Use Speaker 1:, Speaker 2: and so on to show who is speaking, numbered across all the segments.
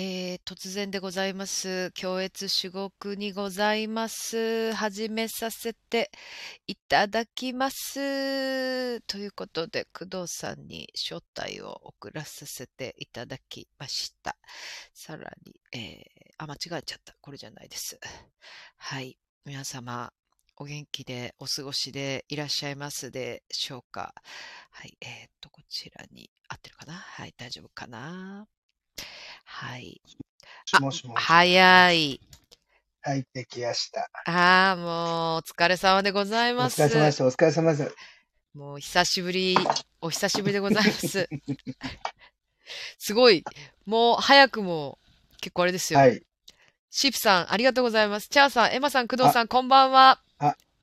Speaker 1: えー、突然でございます。恐悦至極にございます。始めさせていただきます。ということで、工藤さんに招待を送らさせていただきました。さらに、えー、あ、間違えちゃった。これじゃないです。はい。皆様、お元気でお過ごしでいらっしゃいますでしょうか。はい。えー、っと、こちらに合ってるかなはい、大丈夫かなはい。
Speaker 2: しもしもし。
Speaker 1: 早い。
Speaker 2: はい、できやした。
Speaker 1: ああ、もう、お疲れ様でござい
Speaker 2: お
Speaker 1: ます
Speaker 2: 疲。れ様でした。お疲れ様です。
Speaker 1: もう、久しぶり、お久しぶりでございます。 すごい。もう、早くも、結構あれですよ。
Speaker 2: はい。
Speaker 1: シープさん、ありがとうございます。チャーさん、エマさん、工藤さん、こんばんは。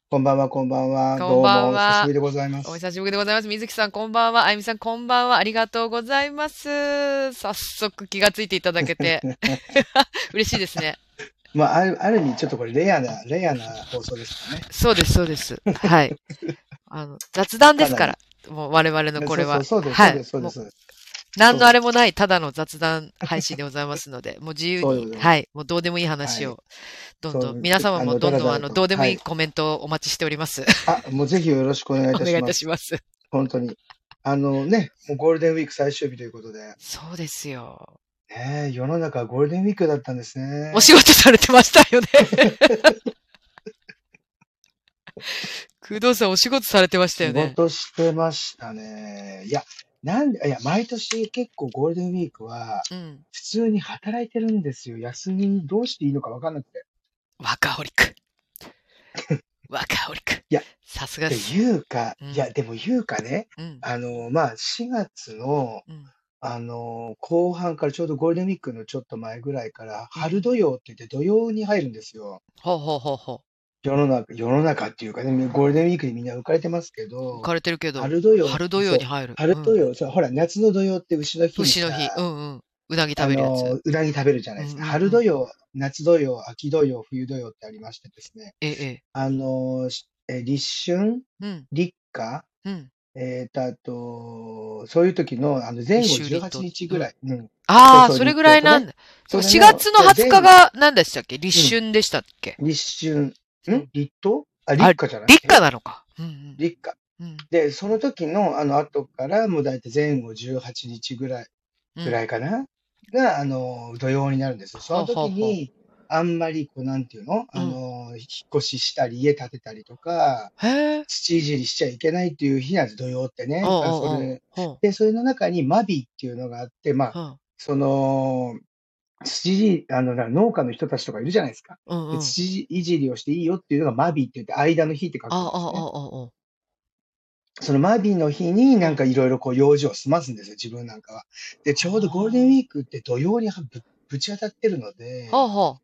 Speaker 2: こんばんは、こんばんは。
Speaker 1: こんばんは
Speaker 2: どうも、お久しぶりでございま
Speaker 1: お
Speaker 2: す。
Speaker 1: 久しぶりでございます。水木さん、こんばんは。あゆみさん、こんばんは。ありがとうございます。早速、気がついていただけ て。嬉しいですね。
Speaker 2: まあ、ある、ある意味、ちょっとこれ、レアな、レアな放送ですよね。
Speaker 1: そうです、そうです。はい。あの、雑談ですから、もう我々のこれは。
Speaker 2: そうそう
Speaker 1: は
Speaker 2: そう
Speaker 1: い
Speaker 2: です、そうです、そうです。そうです
Speaker 1: 何のあれもない、ただの雑談配信でございますので、もう自由
Speaker 2: そうでござ
Speaker 1: に、
Speaker 2: います
Speaker 1: はい、もうどうでもいい話を、どんど
Speaker 2: そ
Speaker 1: ん、
Speaker 2: う
Speaker 1: 皆様
Speaker 2: あ
Speaker 1: も
Speaker 2: の
Speaker 1: どんどん、
Speaker 2: だ
Speaker 1: あ
Speaker 2: らだ
Speaker 1: の、
Speaker 2: らと
Speaker 1: どうでもい
Speaker 2: はい
Speaker 1: いコメントをお待ちしております。
Speaker 2: あ、もうぜひよろしくお願いい
Speaker 1: お
Speaker 2: たし
Speaker 1: 願いい
Speaker 2: ま
Speaker 1: た
Speaker 2: す。
Speaker 1: します。
Speaker 2: 本当に。あのね、もうゴールデンウィーク最終日ということで、
Speaker 1: そうですよ。
Speaker 2: ねえ、世の中ゴールデンウィークだったんですね。
Speaker 1: お仕事されてましたよね。工藤さん、お仕事されてましたよ
Speaker 2: 仕
Speaker 1: ね。
Speaker 2: 事してましたね。いや、なんで、いや、毎年結構ゴールデンウィークは、
Speaker 1: うん。
Speaker 2: 普通に働いてるんですよ。休みどうしていいのか分かんなくて。
Speaker 1: ワカホリック。ワカホリック。
Speaker 2: いや、
Speaker 1: さすがで。
Speaker 2: です言うか、
Speaker 1: うん
Speaker 2: いや、でも言うかね、
Speaker 1: うん。
Speaker 2: あの、まあ、4月の、
Speaker 1: うん。
Speaker 2: あの、後半からちょうどゴールデンウィークのちょっと前ぐらいから、
Speaker 1: うん
Speaker 2: 春土曜って言って土曜に入るんですよ。
Speaker 1: ほうほうほうほ
Speaker 2: 世の中、世の中っていうかね、ゴールデンウィークにみんな浮かれてますけ
Speaker 1: う。浮
Speaker 2: ど、
Speaker 1: かれてるけど。
Speaker 2: 春土曜、
Speaker 1: 春土曜
Speaker 2: そう
Speaker 1: に入る。
Speaker 2: 春土
Speaker 1: うん
Speaker 2: 曜、そうほら、夏の土曜って牛の日に
Speaker 1: 牛の
Speaker 2: さ
Speaker 1: 日。うんうん。うなぎ
Speaker 2: あ
Speaker 1: 食べるやつ。
Speaker 2: の、うなぎ食べるじゃないですか。
Speaker 1: うんうんうん
Speaker 2: 春土曜、夏土曜、秋土曜、冬土曜ってありましてですね、
Speaker 1: ええ。
Speaker 2: あの、しえ立春、
Speaker 1: うん。
Speaker 2: 立夏、
Speaker 1: うん。
Speaker 2: えーと、あと、そういう時の、あの、前後
Speaker 1: 立秋立冬
Speaker 2: 18日ぐらい。うん。
Speaker 1: ああ、
Speaker 2: そうそう
Speaker 1: それぐらいなんだ。
Speaker 2: そ
Speaker 1: そう
Speaker 2: れ
Speaker 1: 4月の20日が何でしたっけ立春でしたっけ
Speaker 2: 立春、
Speaker 1: うんん
Speaker 2: 立冬あ、立夏じゃない
Speaker 1: 立夏なのか。うん
Speaker 2: 立夏。
Speaker 1: うん。うん
Speaker 2: で、その時の、あの、後から、もう大体前後18日ぐらい、
Speaker 1: うん
Speaker 2: ぐらいかな、が、あの、土曜になるんですよ。その
Speaker 1: ほうほう
Speaker 2: 時
Speaker 1: ほう
Speaker 2: に、あんまり、こう、なんていうのあの、引っ越ししたり、家建てたりとか、
Speaker 1: へえ。
Speaker 2: 土いじりしちゃいけないっていう日なんです、土曜ってね。
Speaker 1: おう
Speaker 2: あ
Speaker 1: お
Speaker 2: そう
Speaker 1: おう
Speaker 2: れ
Speaker 1: ほ
Speaker 2: で、それの中に、マビっていうのがあって、まあ、
Speaker 1: う。うん
Speaker 2: その、土いじり、あの、だから農家の人たちとかいるじゃないですか。
Speaker 1: うんう
Speaker 2: で
Speaker 1: ん。
Speaker 2: 土いじりをしていいよっていうのがマビって言って、間の日って書く
Speaker 1: ああ、
Speaker 2: ん
Speaker 1: あ
Speaker 2: ですね。
Speaker 1: あ、ああ。
Speaker 2: そのマビの日になんかいろいろこう用事を済ますんですよ、自分なんかは。で、ちょうどゴールデンウィークって土曜にはぶぶち当たってるので、
Speaker 1: ほうほ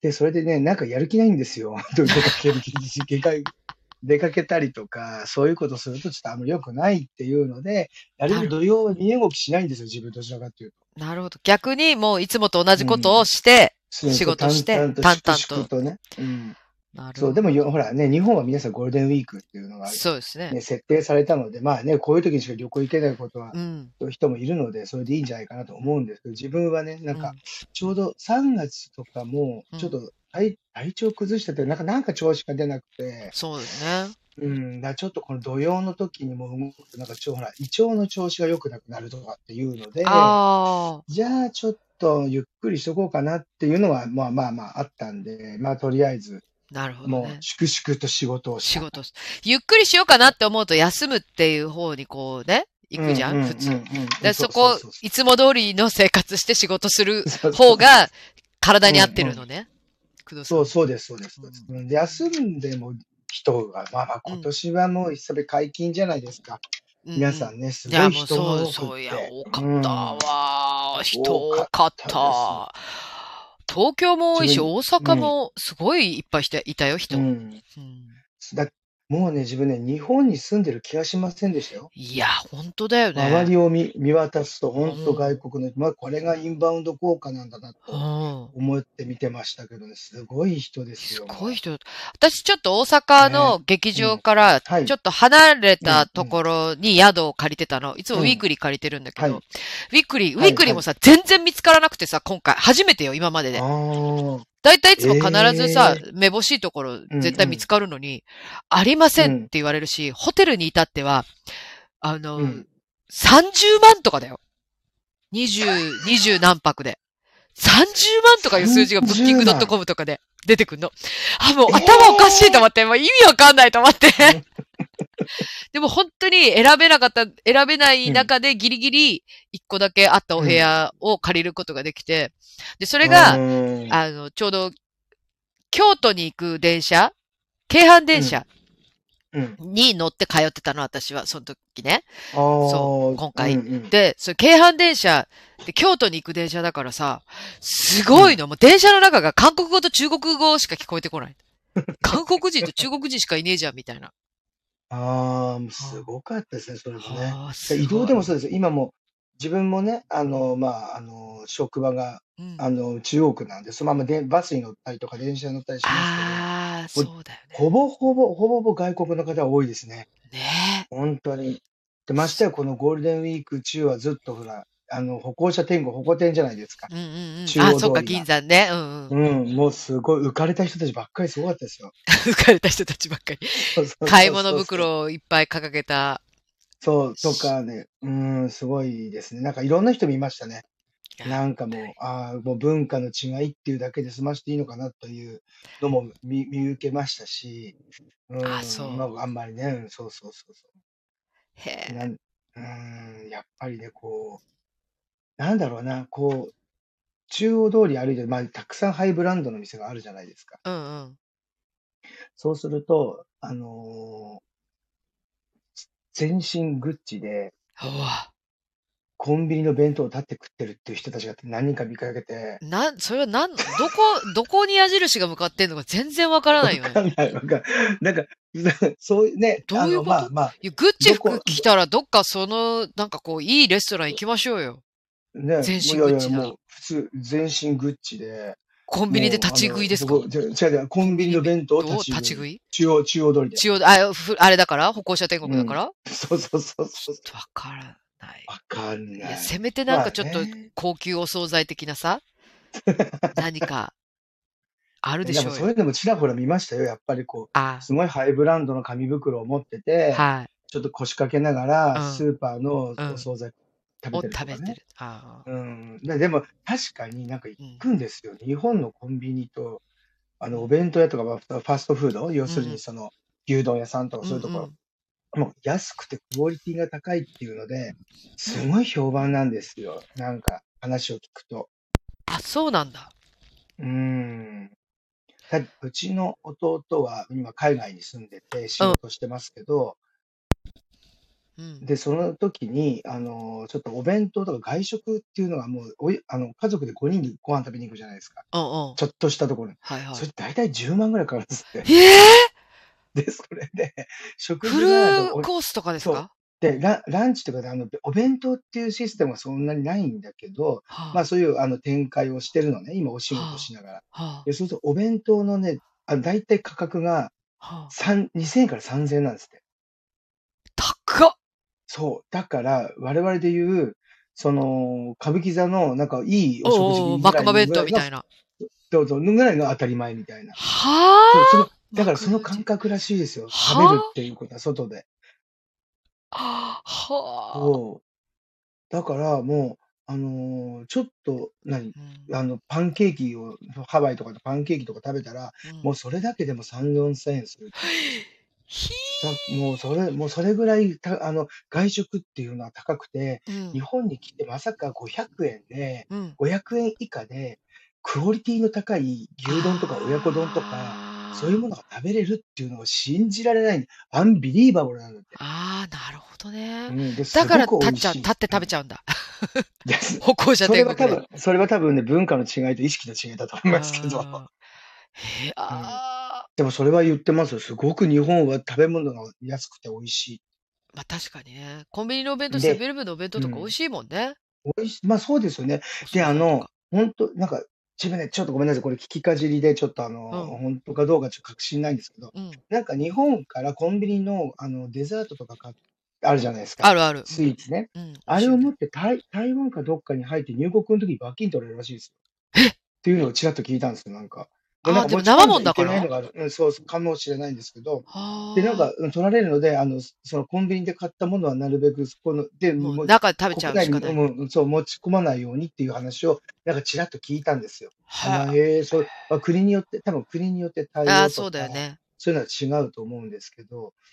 Speaker 2: で、それでね、なんかやる気ないんで すよ。出かける気出か出かけたりとか、そういうことするとちょっとあんまり良くないっていうので、なるべく土曜は身動きしないんですよ、自分どちらかっていうと。
Speaker 1: う。なるほど。逆にもういつもと同じことをして、仕事して
Speaker 2: 淡々と
Speaker 1: 淡々と
Speaker 2: 粛々とね。うん。
Speaker 1: なるほど。
Speaker 2: そう、でもよ、ほらね、日本は皆さんゴールデンウィークっていうのが、
Speaker 1: そうですね
Speaker 2: ね、。設定されたので、まあね、こういう時にしか旅行行けないことは、
Speaker 1: うん。
Speaker 2: 人もいるので、それでいいんじゃないかなと思うんですけど、自分はね、なん
Speaker 1: う
Speaker 2: か、ちょうど3月とかも
Speaker 1: う、ん
Speaker 2: ちょっと体,、体調崩してて、なんか、なんか調子が出なくて、
Speaker 1: そうですね。
Speaker 2: うん、だからちょっとこの土曜の時にも動くと、なんかちょ、ほら、胃腸の調子が良くなくなるとかっていうので、
Speaker 1: ああ。
Speaker 2: じゃあちょっとゆっくりしとこうかなっていうのは、まあまあまああったんで、まあとりあえず、
Speaker 1: なるほど
Speaker 2: も
Speaker 1: ね
Speaker 2: う。粛々と仕事をし
Speaker 1: 仕
Speaker 2: た。
Speaker 1: 事しゆっくりしようかなって思うと休むっていう方にこうね、行くじゃ、
Speaker 2: うんう
Speaker 1: 普通。
Speaker 2: うんうん
Speaker 1: で、そこ
Speaker 2: うう、
Speaker 1: いつも通りの生活して仕事する
Speaker 2: そうそう
Speaker 1: 方が 体に合ってるのね。工藤さん。
Speaker 2: そうそうです、そうです。そうですうんで休んでも人が、まあまあ
Speaker 1: うん
Speaker 2: 今年はもうそれ解禁じゃないですか。
Speaker 1: うんうん
Speaker 2: 皆さんね、す
Speaker 1: い
Speaker 2: ご
Speaker 1: や、
Speaker 2: い
Speaker 1: もう
Speaker 2: 人が
Speaker 1: そう、
Speaker 2: 多
Speaker 1: そう、
Speaker 2: く
Speaker 1: い
Speaker 2: っ
Speaker 1: や、
Speaker 2: て。
Speaker 1: 多かったわ。人多かっ
Speaker 2: 多か
Speaker 1: た。東京も多いし、
Speaker 2: 自
Speaker 1: 大阪もすごいいっぱいしていたよ、人。
Speaker 2: う
Speaker 1: うんん。
Speaker 2: うんだもうね、自分ね、日本に住んでる気がしませんでしたよ。
Speaker 1: いや、ほんとだよ
Speaker 2: 周
Speaker 1: ね。
Speaker 2: りを見見渡すと、ほんと
Speaker 1: うん。
Speaker 2: 外国の、ま、これがインバウンド効果なんだな
Speaker 1: う
Speaker 2: と
Speaker 1: ん。
Speaker 2: 思って見てましたけどね、すごい人です
Speaker 1: す
Speaker 2: よ、
Speaker 1: ごい
Speaker 2: もう。
Speaker 1: 人だと私ちょっと大阪
Speaker 2: ね。
Speaker 1: の劇
Speaker 2: う
Speaker 1: 場
Speaker 2: ん。
Speaker 1: から
Speaker 2: は
Speaker 1: ちょ
Speaker 2: い。
Speaker 1: っと離れ
Speaker 2: う
Speaker 1: た
Speaker 2: んう
Speaker 1: と
Speaker 2: ん。
Speaker 1: ころに宿を借りてたの。いつもウ
Speaker 2: う
Speaker 1: ィー
Speaker 2: ん。
Speaker 1: クリー借りてるんだけ
Speaker 2: は
Speaker 1: ど、
Speaker 2: い。
Speaker 1: ウィークリー、ウィ
Speaker 2: は
Speaker 1: ー
Speaker 2: い
Speaker 1: クリー
Speaker 2: は
Speaker 1: も
Speaker 2: い。
Speaker 1: さ、全然見つからなくてさ、今回、初めてよ、今までで。
Speaker 2: ああ。
Speaker 1: だいたいいつも必ずさ、
Speaker 2: ええ。
Speaker 1: めぼしいところ
Speaker 2: うん
Speaker 1: 絶対
Speaker 2: う
Speaker 1: 見つ
Speaker 2: ん。
Speaker 1: かるのに、ありま
Speaker 2: う
Speaker 1: せんって
Speaker 2: ん。
Speaker 1: 言われるし、ホテルに至っては、あ
Speaker 2: う
Speaker 1: の、
Speaker 2: ん。
Speaker 1: 30万とかだよ。20、20何泊で。30万とかいう
Speaker 2: さ
Speaker 1: 数
Speaker 2: ん
Speaker 1: 字がブッ
Speaker 2: じ
Speaker 1: キン
Speaker 2: ゅう
Speaker 1: グドッ
Speaker 2: ま
Speaker 1: ト
Speaker 2: ん。
Speaker 1: コムとかで出てくんの。あ、もう
Speaker 2: え
Speaker 1: 頭おかしいと
Speaker 2: え！
Speaker 1: 思って、もう意味わかんないと思 って。
Speaker 2: うん。
Speaker 1: でもほんとに選べなかった、選べな
Speaker 2: う
Speaker 1: い
Speaker 2: ん。
Speaker 1: 中でギリギリ1個だけあったお
Speaker 2: う
Speaker 1: 部
Speaker 2: ん。
Speaker 1: 屋を借りることができて、で、それ
Speaker 2: う
Speaker 1: が、
Speaker 2: ーん。
Speaker 1: あの、ちょうど京都に行く電車、京阪
Speaker 2: う
Speaker 1: 電
Speaker 2: ん。
Speaker 1: 車
Speaker 2: うん。
Speaker 1: に乗って通ってたの、私は、その時ね。
Speaker 2: ああ、
Speaker 1: そう、
Speaker 2: うん
Speaker 1: 今
Speaker 2: う
Speaker 1: 回。
Speaker 2: ん。
Speaker 1: で、その京阪電車で京都に行く電車だからさ、す
Speaker 2: う
Speaker 1: ごい
Speaker 2: ん。
Speaker 1: の。もう電車の中が韓国語と中国語しか聞こえてこない。韓国人と中国人しかいねえじゃん、みたいな。
Speaker 2: ああ、もうす
Speaker 1: は
Speaker 2: ごかったですね、それもね。
Speaker 1: あ、はあ、
Speaker 2: で、
Speaker 1: す
Speaker 2: 移動
Speaker 1: ご
Speaker 2: で
Speaker 1: い。
Speaker 2: もそうですよ。今も自分もね、あの、まあ、あの、職場が、
Speaker 1: うん。
Speaker 2: あの、中央区なんで、そのままでバスに乗ったりとか電車に乗ったりしますけど、
Speaker 1: ああ、
Speaker 2: もう
Speaker 1: そうだよね。
Speaker 2: ほぼほぼ、ほぼほぼ外国の方多いですね。
Speaker 1: ねえ。
Speaker 2: ほんとに。で、まして
Speaker 1: す
Speaker 2: やこのゴールデンウィーク中はずっとほら、あの、歩行者天国、歩行天じゃないですか。
Speaker 1: うんうんうん。
Speaker 2: 中
Speaker 1: あ、
Speaker 2: 央
Speaker 1: そ
Speaker 2: 通
Speaker 1: うか、
Speaker 2: り
Speaker 1: 銀
Speaker 2: が。
Speaker 1: 山ね。うんうん。
Speaker 2: うん、もうすごい浮かれた人たちばっかりすごかったですよ。
Speaker 1: 浮かれた人たちばっかり。
Speaker 2: そうそう
Speaker 1: 買い
Speaker 2: そう
Speaker 1: 物
Speaker 2: そうそう。
Speaker 1: 袋をいっぱい掲げた。
Speaker 2: そう、と
Speaker 1: し
Speaker 2: かね、うーん、すごいですね。なんかいろんな人見ましたね。
Speaker 1: やっ
Speaker 2: なんか
Speaker 1: ぱ
Speaker 2: も
Speaker 1: り。
Speaker 2: う、ああ、もう文化の違いっていうだけで済ましていいのかなというのもみ見受けましたし、う
Speaker 1: あ、
Speaker 2: ん、ま
Speaker 1: そう。
Speaker 2: あ、あんまりね、うんそうそうそうそ
Speaker 1: へ
Speaker 2: う。な
Speaker 1: え。
Speaker 2: ん、うーん、やっぱりね、こう、なんだろうな、こう、中央通り歩いて、まあ、たくさんハイブランドの店があるじゃないですか。
Speaker 1: うんうん。
Speaker 2: そうすると、あのー全身グッチで、
Speaker 1: うわ。
Speaker 2: コンビニの弁当を立って食ってるっていう人たちが何人か見かけて、
Speaker 1: なん、それはなん、どこ、どこに矢印が向かってんのか全然わから
Speaker 2: わ
Speaker 1: ないよね。
Speaker 2: かんない、わかんなんか、 そういうね、
Speaker 1: ど
Speaker 2: あ
Speaker 1: ういう
Speaker 2: の、
Speaker 1: こ
Speaker 2: ま
Speaker 1: と
Speaker 2: あまあ、
Speaker 1: いや、グッチ
Speaker 2: ど
Speaker 1: 服
Speaker 2: こ、
Speaker 1: 着たらどっかその、なんかこう、いいレストラン行きましょうよ。
Speaker 2: ね、
Speaker 1: 全
Speaker 2: も
Speaker 1: 身グッ
Speaker 2: ういやいや、
Speaker 1: チなら。
Speaker 2: もう普通、全身グッチで、
Speaker 1: コンビニで
Speaker 2: も
Speaker 1: 立
Speaker 2: う、あ
Speaker 1: ち食い
Speaker 2: の、
Speaker 1: です
Speaker 2: ど
Speaker 1: か
Speaker 2: こ、じゃ、違う違う、コ
Speaker 1: コ
Speaker 2: ン
Speaker 1: ン
Speaker 2: ビ
Speaker 1: ビ
Speaker 2: ニ
Speaker 1: ニ
Speaker 2: の弁当を立
Speaker 1: どう
Speaker 2: ち
Speaker 1: 立
Speaker 2: 食
Speaker 1: ち食
Speaker 2: い。
Speaker 1: い
Speaker 2: 中央、中央通りで。
Speaker 1: 中央、あ、ふあれだから歩行者天国
Speaker 2: う
Speaker 1: だか
Speaker 2: ん。
Speaker 1: ら
Speaker 2: そうそうそう
Speaker 1: ち
Speaker 2: そう
Speaker 1: ょっとわからない。
Speaker 2: わかん
Speaker 1: いや、
Speaker 2: ない。
Speaker 1: せめてなん
Speaker 2: ま
Speaker 1: か
Speaker 2: あ
Speaker 1: ちょっと
Speaker 2: ね。
Speaker 1: 高級お惣菜的な さ、何かある
Speaker 2: え、
Speaker 1: で
Speaker 2: で
Speaker 1: し
Speaker 2: も
Speaker 1: ょう
Speaker 2: そう
Speaker 1: よ。
Speaker 2: いうのもちらほら見ましたよ。やっぱりこう、
Speaker 1: あ、
Speaker 2: すごいハイブランドの紙袋を持ってて、
Speaker 1: は
Speaker 2: ちょっと腰掛けながら、
Speaker 1: い。う
Speaker 2: ス
Speaker 1: ん、
Speaker 2: ーパー
Speaker 1: う
Speaker 2: のお
Speaker 1: ん。
Speaker 2: 惣菜食べ
Speaker 1: を
Speaker 2: てる
Speaker 1: 食
Speaker 2: とか
Speaker 1: べて
Speaker 2: ね。
Speaker 1: る。あ
Speaker 2: うん。で、でも確かになんか行
Speaker 1: あ、うん、
Speaker 2: くんですよ。日本のコンビニと、あ
Speaker 1: う
Speaker 2: の、お
Speaker 1: ん、
Speaker 2: 弁当屋とか、まあファストフード、要
Speaker 1: う
Speaker 2: するに
Speaker 1: ん、
Speaker 2: その、牛丼屋さんとか
Speaker 1: う、
Speaker 2: そういうんと
Speaker 1: う
Speaker 2: こ
Speaker 1: ん。
Speaker 2: ろ、もう安くてクオリティが高いっていうので、すごい評判なんですよ。なんか話を聞くと。
Speaker 1: あ、そうなんだ。
Speaker 2: うん。ただ、うちの弟は今海外に住んでて仕
Speaker 1: うん、
Speaker 2: 事してますけど、
Speaker 1: うん、
Speaker 2: で、その時に、あの、ちょっとお弁当とか外食っていうのがもう、おい、あの、家族で5人でご飯食べに行くじゃないですか。
Speaker 1: うん、うん。
Speaker 2: ちょっとしたところに。
Speaker 1: はいは
Speaker 2: それ大体10万ぐらいかかるんですって。
Speaker 1: い。ええ
Speaker 2: で、それで、 食
Speaker 1: フ
Speaker 2: 事が、で
Speaker 1: ル
Speaker 2: もお
Speaker 1: コースとかです
Speaker 2: そう。
Speaker 1: か
Speaker 2: で、ラ、ランチとかで、あの、お弁当っていうシステムはそんなにないんだけど、ま
Speaker 1: は
Speaker 2: あそういう、あの、展開をしてるのね。今お仕
Speaker 1: あ、
Speaker 2: 事
Speaker 1: は
Speaker 2: しながら。
Speaker 1: あ、は
Speaker 2: で、そうするとお弁当のね、あ大体価格が
Speaker 1: あ、はあ。
Speaker 2: 3、2000円から3000円なんですって。
Speaker 1: 高っ
Speaker 2: そう。だから、我々で言う、その、歌舞伎座の、なんか、いいお食
Speaker 1: おうおう、
Speaker 2: 事ぐ
Speaker 1: マ
Speaker 2: ら
Speaker 1: ク
Speaker 2: い
Speaker 1: マ
Speaker 2: の
Speaker 1: 弁
Speaker 2: ぐ
Speaker 1: 当
Speaker 2: らい
Speaker 1: み
Speaker 2: が、
Speaker 1: たいな。
Speaker 2: どうぞ、のぐらいが当たり前みたいな。そう、そ
Speaker 1: は
Speaker 2: の、
Speaker 1: あマ
Speaker 2: だから
Speaker 1: ク
Speaker 2: その感
Speaker 1: ジ。
Speaker 2: 覚らしいですよ。食べるっ
Speaker 1: は
Speaker 2: ていうことは外で。
Speaker 1: あはあ。
Speaker 2: そう。だからもう、あのーちょっと、何、
Speaker 1: うん、
Speaker 2: あの、パンケーキを、ハワイとかでパンケーキとか食べたら、
Speaker 1: う
Speaker 2: も
Speaker 1: ん。
Speaker 2: うそれだけでも3、4000円するって言ってました。
Speaker 1: ひ
Speaker 2: だもうそれ、もうそれぐらいた、あの、外食っていうのは高くて、
Speaker 1: ーう
Speaker 2: 日
Speaker 1: ん、
Speaker 2: 本に来てまさか500円で、
Speaker 1: うん。
Speaker 2: 500円以下で、クオリティの高い牛丼とか親子丼とか、そういう
Speaker 1: あ
Speaker 2: ものが食べれるっていうのを信じられない、アンビリーバブルなんだって。
Speaker 1: あ、ああ、なるほどね。
Speaker 2: うん、で、
Speaker 1: だ
Speaker 2: す
Speaker 1: か
Speaker 2: ご
Speaker 1: ら
Speaker 2: く
Speaker 1: 立
Speaker 2: 美
Speaker 1: っ
Speaker 2: 味
Speaker 1: ちゃう、
Speaker 2: し
Speaker 1: 立って
Speaker 2: い。う
Speaker 1: 食べ
Speaker 2: ん。
Speaker 1: ちゃうんだ。
Speaker 2: です。
Speaker 1: 歩行者
Speaker 2: それ
Speaker 1: 天
Speaker 2: は
Speaker 1: 国
Speaker 2: 多
Speaker 1: で。
Speaker 2: 分、それは多分ね、文化の違いと意識の違いだと思いますけど。
Speaker 1: ああ、へえ、
Speaker 2: うん。
Speaker 1: ああ。
Speaker 2: でもそれは言ってますよ。すごく日本は食べ物が安くて美味しい。
Speaker 1: ま、確かにね。コンビニのお弁当、セ
Speaker 2: で
Speaker 1: ブンイレブンのお弁当
Speaker 2: う
Speaker 1: とか美味
Speaker 2: ん。
Speaker 1: しいもんね。
Speaker 2: 美味しま、そうですよね。
Speaker 1: お惣
Speaker 2: で、
Speaker 1: 菜
Speaker 2: あ
Speaker 1: と
Speaker 2: の、
Speaker 1: か。
Speaker 2: ほんと、なんか、自分ね、ちょっとごめんなさい、これ聞きかじりで、ちょっとあの、
Speaker 1: うん。
Speaker 2: ほんとかどうかちょっと確信ないんですけど、
Speaker 1: うん。
Speaker 2: なんか日本からコンビニの、あの、デザートとかかあるじゃないです
Speaker 1: あ
Speaker 2: か。
Speaker 1: るある。う
Speaker 2: スイ
Speaker 1: ん。
Speaker 2: ーツね。
Speaker 1: うん、美味
Speaker 2: あ
Speaker 1: しい
Speaker 2: れ
Speaker 1: よ
Speaker 2: を
Speaker 1: ね。
Speaker 2: 持ってたい台湾かどっかに入って入国の時に罰金取られるらしいですよ。
Speaker 1: え！
Speaker 2: っていうのをちらっと聞いたんですよ、なんか。で、
Speaker 1: あ
Speaker 2: なん
Speaker 1: あ、
Speaker 2: か
Speaker 1: で
Speaker 2: 持
Speaker 1: も
Speaker 2: ち
Speaker 1: 生
Speaker 2: 込
Speaker 1: もん
Speaker 2: んじゃい
Speaker 1: だか
Speaker 2: けない
Speaker 1: ら？
Speaker 2: のがあるうん、そう、かもしれないんですけど、で、なん
Speaker 1: はあ。
Speaker 2: か、うん、取られるので、あの、そそのコンビニで買ったものはなるべくそこので、
Speaker 1: もう
Speaker 2: もう
Speaker 1: 中で食べちゃ
Speaker 2: 国
Speaker 1: う
Speaker 2: 内
Speaker 1: しか
Speaker 2: に
Speaker 1: ない。
Speaker 2: うんうん、そう、持ち込まないようにっていう話を、なんかちらっと聞いたんですよ。あ、ま、
Speaker 1: は
Speaker 2: へえ、
Speaker 1: え。
Speaker 2: そう、ま、国によって多分国によって対
Speaker 1: ああ、
Speaker 2: 応と
Speaker 1: そうだよ
Speaker 2: か、
Speaker 1: ね。
Speaker 2: そういうのは違うと思うんですけど。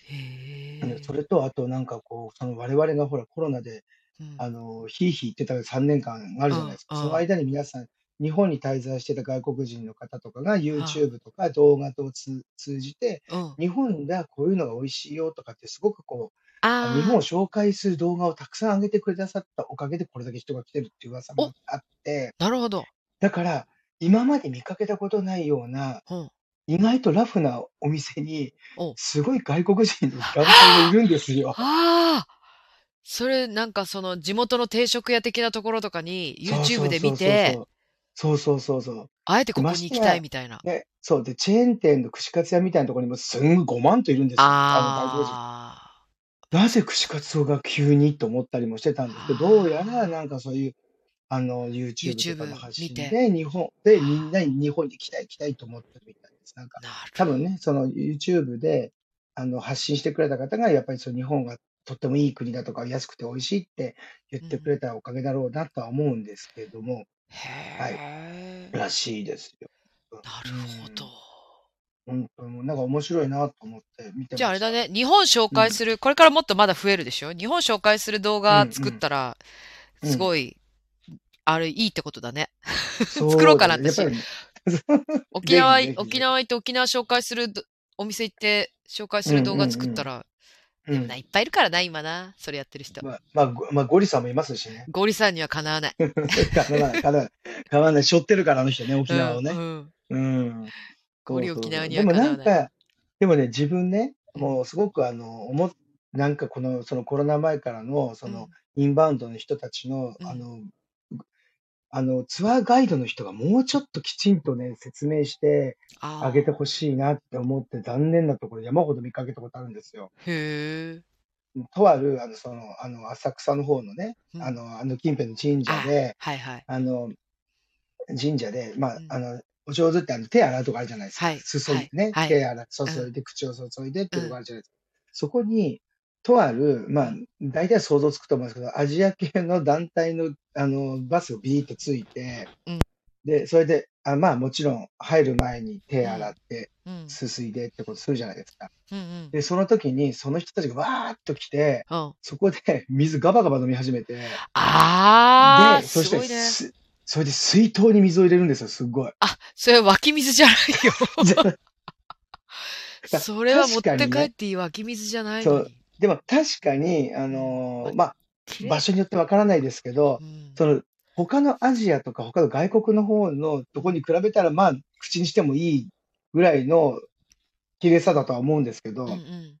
Speaker 1: へ
Speaker 2: うん、そ
Speaker 1: え。
Speaker 2: れとあとなんかこう、その我々がほらコロナで、
Speaker 1: うん。
Speaker 2: あの、ひいひい言ってた3年間ある
Speaker 1: う
Speaker 2: じゃな
Speaker 1: ん、
Speaker 2: いですか。
Speaker 1: う
Speaker 2: その
Speaker 1: ん。
Speaker 2: 間に皆さん、日本に滞在してた外国人の方とかがユーチ
Speaker 1: はあ。
Speaker 2: ューブとか動画とつ通じて、
Speaker 1: うん。
Speaker 2: 日本がこういうのが美味しいよとかってすごくこう、あ、日本
Speaker 1: あ
Speaker 2: を
Speaker 1: あ。
Speaker 2: 紹介する動画をたくさん上げてくださったおかげで、これだけ人が来てるっていう噂
Speaker 1: お！
Speaker 2: もあって、
Speaker 1: なるほど。
Speaker 2: だから、今まで見かけたことないような、
Speaker 1: うん。
Speaker 2: 意外とラフなお店に、
Speaker 1: お。
Speaker 2: すごい外国人の
Speaker 1: あ
Speaker 2: 団体がいるんです よ。
Speaker 1: あ！ああ。それ、なんかその地元の定食屋的なところとかに、ユー
Speaker 2: そう
Speaker 1: チュー
Speaker 2: そ
Speaker 1: ブ
Speaker 2: う
Speaker 1: で
Speaker 2: そ
Speaker 1: 見
Speaker 2: うそう
Speaker 1: て
Speaker 2: そう。そうそうそうそう。
Speaker 1: あえて
Speaker 2: で、
Speaker 1: こ
Speaker 2: ま
Speaker 1: こ
Speaker 2: し
Speaker 1: に行
Speaker 2: て
Speaker 1: きたい
Speaker 2: や、
Speaker 1: みたいな。
Speaker 2: ね、そう、で、チェーン店の串カツ屋みたいなところにもすんごい5万といるんですよ、あの外国人。
Speaker 1: ああ。
Speaker 2: なぜ串カツオが急にと思ったりもしてたんですけど、どうやら
Speaker 1: はあ。
Speaker 2: なんかそういう、あの、ユーチ
Speaker 1: ユー
Speaker 2: ューブ
Speaker 1: チュ
Speaker 2: と
Speaker 1: ー
Speaker 2: かの
Speaker 1: ブ
Speaker 2: 発
Speaker 1: 見
Speaker 2: 信
Speaker 1: て。
Speaker 2: で、日本でみん
Speaker 1: は
Speaker 2: な
Speaker 1: あ。
Speaker 2: に日本に行きたい行きたいと思ってるみたいです。なんか、
Speaker 1: な
Speaker 2: 多
Speaker 1: る
Speaker 2: 分ね、そのユーチューブで、あの、発信してくれた方がやっぱりその日本がとってもいい国だとか、安くて美味しいって言っ
Speaker 1: う
Speaker 2: てくれ
Speaker 1: ん。
Speaker 2: たおかげだろうなとは思うんですけども、はい。
Speaker 1: へえ。
Speaker 2: らしいですよ。
Speaker 1: なる
Speaker 2: う
Speaker 1: ほど。
Speaker 2: ん。ほんと、もうなんか面白いなと思って見て
Speaker 1: じゃあ、あ
Speaker 2: ま
Speaker 1: れ
Speaker 2: し
Speaker 1: だ
Speaker 2: た。
Speaker 1: ね、日本紹
Speaker 2: う
Speaker 1: 介
Speaker 2: ん。
Speaker 1: するこれからもっとまだ増えるでしょ？日本紹介する動
Speaker 2: う
Speaker 1: 画
Speaker 2: んう
Speaker 1: 作っ
Speaker 2: ん。
Speaker 1: たら、
Speaker 2: う
Speaker 1: す
Speaker 2: ん。
Speaker 1: ごい、あれ、いいってことだね。作ろう
Speaker 2: そう
Speaker 1: か
Speaker 2: で
Speaker 1: な、
Speaker 2: すね、やっぱ
Speaker 1: 私。
Speaker 2: りね。
Speaker 1: 沖
Speaker 2: ぜひ
Speaker 1: 縄い
Speaker 2: ぜひ
Speaker 1: 沖
Speaker 2: ぜひ。
Speaker 1: 縄行って沖縄紹介するどお店行って紹介
Speaker 2: う
Speaker 1: す
Speaker 2: ん
Speaker 1: る
Speaker 2: う
Speaker 1: 動画作った
Speaker 2: ん
Speaker 1: ら、
Speaker 2: うん。う
Speaker 1: でもな、
Speaker 2: ん。
Speaker 1: いっぱいいるからな、今な、それやってる人。
Speaker 2: ま、ま、ごま、ゴリさんもいますし ね。
Speaker 1: ゴリさんにはかなわない。
Speaker 2: かなわないかなわない。かなわない、背負ってるからあの人ね、 沖
Speaker 1: う
Speaker 2: 縄を
Speaker 1: ん、う
Speaker 2: ね。
Speaker 1: ん。
Speaker 2: うん。
Speaker 1: ゴ
Speaker 2: そう
Speaker 1: リ
Speaker 2: そ
Speaker 1: 沖
Speaker 2: うそ
Speaker 1: 縄
Speaker 2: う。
Speaker 1: に
Speaker 2: で
Speaker 1: は
Speaker 2: も
Speaker 1: か
Speaker 2: な
Speaker 1: なわ
Speaker 2: ん
Speaker 1: ない。
Speaker 2: か、でもね、自分ね、
Speaker 1: うん。
Speaker 2: もうすごくあの、おもなんかこの、そのコロナ前からの、そうの
Speaker 1: ん。
Speaker 2: インバウンドの人たちの、
Speaker 1: う
Speaker 2: あ
Speaker 1: ん。
Speaker 2: の、ぐあの、ツアーガイドの人がもうちょっときちんとね、説明してあげて
Speaker 1: ああ。
Speaker 2: ほしいなって思って、残念なところ山ほど見かけたことあるんですよ。
Speaker 1: へえ。
Speaker 2: うん、とある、あの、その、あの、浅草の方のね、
Speaker 1: う
Speaker 2: あ
Speaker 1: ん。
Speaker 2: のあの近辺の神社
Speaker 1: あ、
Speaker 2: で、
Speaker 1: はいはい。
Speaker 2: あの、神社で、ま
Speaker 1: う
Speaker 2: あ、あ
Speaker 1: ん。
Speaker 2: の、お上手ってあの、手洗うとこあるじゃないです
Speaker 1: は
Speaker 2: か。
Speaker 1: い、
Speaker 2: 注
Speaker 1: はいい、
Speaker 2: ね、
Speaker 1: はい。
Speaker 2: 手洗
Speaker 1: う
Speaker 2: 注
Speaker 1: ん。
Speaker 2: いで、口を注いでって
Speaker 1: う
Speaker 2: いうとこ
Speaker 1: ん。
Speaker 2: あるじゃないですか。そこに、とある、
Speaker 1: う
Speaker 2: まあ、
Speaker 1: ん。
Speaker 2: 大体想像つくと思うんですけど、アジア系の団体の、あの、バスがビーってついて、
Speaker 1: うん。
Speaker 2: で、それで、あ、まあ、もちろん入る前に手
Speaker 1: う
Speaker 2: 洗っ
Speaker 1: ん、
Speaker 2: て、
Speaker 1: うん。
Speaker 2: すすいでってことするじゃないですか。
Speaker 1: うんうん。
Speaker 2: で、その時にその人たちがわーっと来て、
Speaker 1: うん。
Speaker 2: そこで 水ガバガバ飲み始めて、
Speaker 1: ああ、
Speaker 2: で、そ
Speaker 1: す
Speaker 2: して、
Speaker 1: ごいね。
Speaker 2: すそれで水筒に水を入れるんですよ、すっ ごい。
Speaker 1: あ、それ湧き水 じゃないよ。
Speaker 2: じゃた
Speaker 1: それは持
Speaker 2: 確
Speaker 1: っ
Speaker 2: か
Speaker 1: て
Speaker 2: に
Speaker 1: 帰っ
Speaker 2: ね。
Speaker 1: ていい湧き水じゃない
Speaker 2: そ
Speaker 1: の
Speaker 2: う、
Speaker 1: に。
Speaker 2: でも確かに、あ
Speaker 1: うん。ま、
Speaker 2: の、ま、
Speaker 1: きれ
Speaker 2: 場
Speaker 1: い
Speaker 2: 所によってわからないですけど、
Speaker 1: うん。
Speaker 2: その、他のアジアとか他の外国の方の
Speaker 1: う
Speaker 2: とこ
Speaker 1: ん。
Speaker 2: に比べたら、まあ、口にしてもいいぐらいの綺麗さだとは思うんですけ
Speaker 1: うんう
Speaker 2: ど。
Speaker 1: ん。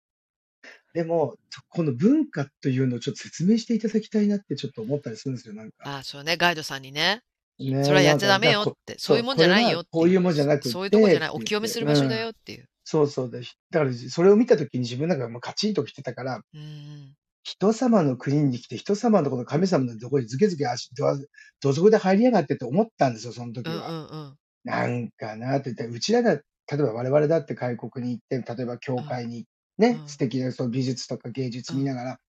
Speaker 2: でも、そこの文化というのをちょっと説明していただきたいなってちょっと思ったりするんですよ、なんか。
Speaker 1: ああ、そうね、ガイドさんにね。それ
Speaker 2: ね、
Speaker 1: はやっ
Speaker 2: なん
Speaker 1: ちゃダ
Speaker 2: か、だ
Speaker 1: メ
Speaker 2: から
Speaker 1: よっ
Speaker 2: こ
Speaker 1: て、そうい
Speaker 2: そうう、
Speaker 1: もん
Speaker 2: こ
Speaker 1: じゃ
Speaker 2: れ
Speaker 1: ない
Speaker 2: は
Speaker 1: よっ
Speaker 2: こ
Speaker 1: て
Speaker 2: う
Speaker 1: い
Speaker 2: いう
Speaker 1: う、
Speaker 2: もんじゃ
Speaker 1: そ
Speaker 2: なくっ
Speaker 1: そういうとこじ
Speaker 2: て
Speaker 1: ゃ
Speaker 2: っ
Speaker 1: ない、
Speaker 2: て
Speaker 1: お
Speaker 2: 言っ
Speaker 1: 清め
Speaker 2: て、
Speaker 1: する
Speaker 2: う
Speaker 1: 場所だよ
Speaker 2: ん。
Speaker 1: っていう。
Speaker 2: そうそうで、だからそれを見た時に自分なんかもうカチンと来てたから。
Speaker 1: うんうん。
Speaker 2: 人様の国に来て、人様のこの神様のとこにずけずけ足どわ土足で入りやがってって思ったんですよ、そ
Speaker 1: う
Speaker 2: の時
Speaker 1: んう
Speaker 2: は。
Speaker 1: んうん。
Speaker 2: なんかなって言って、うちらだ例えば我々だって外国に行って、例えば教
Speaker 1: うん。
Speaker 2: 会に
Speaker 1: う
Speaker 2: ね、素
Speaker 1: ん。
Speaker 2: 敵なその美術とか芸
Speaker 1: う
Speaker 2: 術見
Speaker 1: ん。
Speaker 2: ながら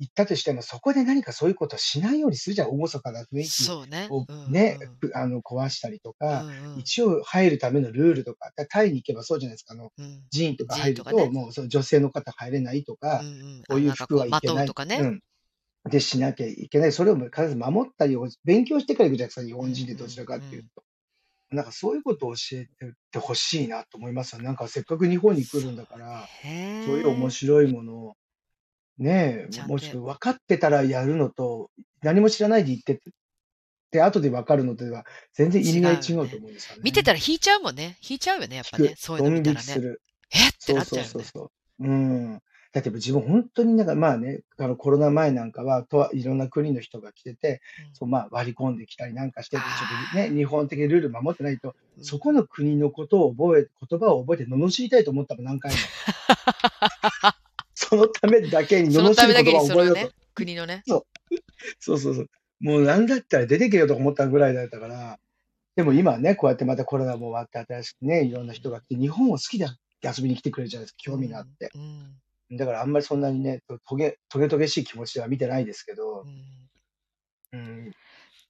Speaker 2: 行ったとしても、そこで何かそういうことをしないようにするじゃん、厳かな雰囲気
Speaker 1: そうね。
Speaker 2: を
Speaker 1: うんう
Speaker 2: ね、
Speaker 1: ん。
Speaker 2: ぷあの、壊したりと
Speaker 1: う
Speaker 2: か、
Speaker 1: んうん。
Speaker 2: 一応入るためのルールとか、だタイに行けばそうじゃないですか。あの、
Speaker 1: うん、
Speaker 2: 寺院とか
Speaker 1: 寺院
Speaker 2: 入
Speaker 1: と
Speaker 2: る
Speaker 1: か
Speaker 2: と、
Speaker 1: ね。
Speaker 2: もうその女性の方入れないと
Speaker 1: う
Speaker 2: か、
Speaker 1: んうん。あ
Speaker 2: こう
Speaker 1: の
Speaker 2: いう
Speaker 1: なんか
Speaker 2: 服
Speaker 1: こ
Speaker 2: は
Speaker 1: う、
Speaker 2: い
Speaker 1: ま
Speaker 2: け
Speaker 1: とう
Speaker 2: ない
Speaker 1: とか
Speaker 2: う
Speaker 1: ね。
Speaker 2: ん。で、しなきゃいけない。それを必ず守ったりを勉強してから行くじゃないですか、日
Speaker 1: う
Speaker 2: 本人
Speaker 1: ん
Speaker 2: で
Speaker 1: う
Speaker 2: どち
Speaker 1: ん
Speaker 2: らかっ
Speaker 1: う。
Speaker 2: ていうんと。なんかそういうことを教えてってほしいなと思いますよ。なんかせっかく日本に来
Speaker 1: そ
Speaker 2: るんだから、
Speaker 1: う
Speaker 2: そういう面
Speaker 1: ね。
Speaker 2: 白いものを、ねえ、
Speaker 1: ちゃん
Speaker 2: もし
Speaker 1: と
Speaker 2: くは分かってたらやるのと、何も知らないで行ってって後で分かるのとは全然意味合い違うと思うんですよね。
Speaker 1: 見てたら引いちゃうもんね。引いちゃうよね、やっぱ
Speaker 2: 引
Speaker 1: ね
Speaker 2: く。
Speaker 1: そういうの見
Speaker 2: ド
Speaker 1: た
Speaker 2: ン
Speaker 1: ら
Speaker 2: 引きす
Speaker 1: ね。
Speaker 2: る。
Speaker 1: えって
Speaker 2: そ
Speaker 1: な
Speaker 2: う
Speaker 1: っち
Speaker 2: そ
Speaker 1: ゃう
Speaker 2: う
Speaker 1: よ
Speaker 2: そう
Speaker 1: ね。
Speaker 2: そう。うん。だって自分本当になんかまあね、あのコロナ前なんかはとはいろんな国の人が来てて、
Speaker 1: うん
Speaker 2: そうまあ割り込んできたりなんかしてて、ちょっと
Speaker 1: あ
Speaker 2: ね、日本的ルール守ってないと、
Speaker 1: うん
Speaker 2: そこの国のことを覚え、言葉を覚えて罵りたいと思ったもん 何回も。そのためだけに
Speaker 1: そのた
Speaker 2: 罵
Speaker 1: めだ
Speaker 2: る
Speaker 1: け
Speaker 2: 言葉
Speaker 1: に
Speaker 2: を
Speaker 1: それを
Speaker 2: 覚えようと
Speaker 1: ね。、国のね。
Speaker 2: そうそうそう。もうなんだったら出てけよとか思ったぐらいだったから、でも今はね、こうやってまたコロナも終わって新しくね、いろんな人が来て、日本を好きで遊びに来てくれるじゃないですか、興味があって。
Speaker 1: うん。うん
Speaker 2: だからあんまりそんなにね、ととげ、とげとげしい気持ちでは見てないですけど
Speaker 1: う、ん
Speaker 2: うん、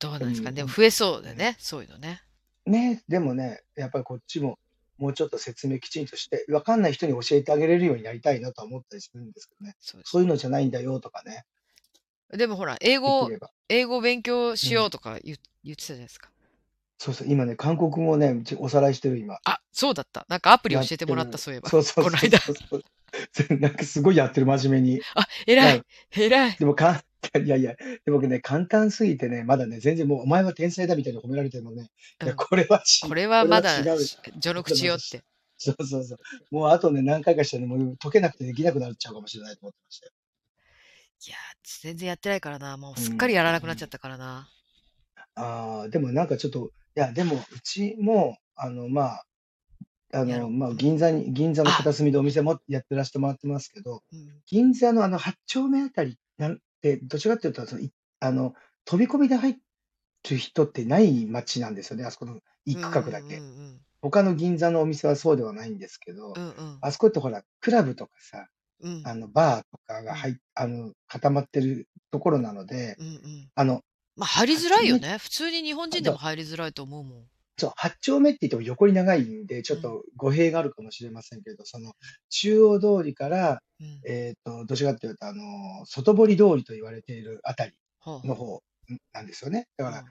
Speaker 1: どうなんですか
Speaker 2: うん
Speaker 1: ね。でも増えそうだね、そういうのね。
Speaker 2: ね、でもね、やっぱりこっちも、もうちょっと説明きちんとして、わかんない人に教えてあげれるようになりたいなとは思ったりするんですけどね、
Speaker 1: そうです
Speaker 2: そういうのじゃないんだよとかね、
Speaker 1: でもほら、英
Speaker 2: で
Speaker 1: 語
Speaker 2: き、れば。
Speaker 1: 英語勉強しようとか言,、言ってたじゃないですか。
Speaker 2: そうそう、今ね、韓国語をね、うちおさらいしてる、今。
Speaker 1: あ、そうだった。なんかアプリ教
Speaker 2: や
Speaker 1: えて
Speaker 2: っ
Speaker 1: もらった、
Speaker 2: る
Speaker 1: そういえば。
Speaker 2: そうそう
Speaker 1: この
Speaker 2: そう そうそうそう。 なんかすごいやってる、真面目に。
Speaker 1: あ、偉
Speaker 2: う
Speaker 1: い
Speaker 2: ん、
Speaker 1: 偉い。
Speaker 2: でもか、 いやいや、で僕ね、簡単すぎてね、まだね、全然もう、お前は天才だみたいに褒められてるのね、いや、
Speaker 1: うん
Speaker 2: これは違う
Speaker 1: これはまだ
Speaker 2: これは違うし
Speaker 1: 序録しようって。
Speaker 2: そうそうそう。もうあとね、何回かしたらね、もう解けなくてできなくなっちゃうかもしれないと思ってましたよ。
Speaker 1: いやー、全然やってないからな。もうすっ
Speaker 2: うん
Speaker 1: かりやらなくなっちゃったからな。
Speaker 2: ああ、でもなんかちょっと、いや、でも、うちも、あの、まあ、あ
Speaker 1: やろ
Speaker 2: の、
Speaker 1: う
Speaker 2: ま
Speaker 1: う
Speaker 2: あ、
Speaker 1: ん
Speaker 2: 銀座に、銀座の
Speaker 1: あ
Speaker 2: 片隅でお店もやってらしてもらってますけど、
Speaker 1: うん
Speaker 2: 銀座のあの八丁目あたりなんて、どっちかっていうと、そのいあの飛び込みで入る人ってない街なんですよね、あそこの一区画だけ。
Speaker 1: うんうん
Speaker 2: 他の銀座のお店はそうではないんですけど、
Speaker 1: うんうん
Speaker 2: あそこってほら、クラブとかさ、
Speaker 1: うんうん
Speaker 2: あのバーとかが入っあの固まってるところなので、
Speaker 1: うんうん
Speaker 2: あの、
Speaker 1: まあ入りづらいよね。普通に日本人でも入りづらいと思うもん。
Speaker 2: そう、八丁目って言っても横に長いんで、ちょっと語弊があるかもしれませんけど、その中央通りから、
Speaker 1: うん
Speaker 2: えっ、と、どっちかっていうと、あの、外堀通りと言われているあたり
Speaker 1: は
Speaker 2: の方なんですよね。だ
Speaker 1: あ
Speaker 2: から、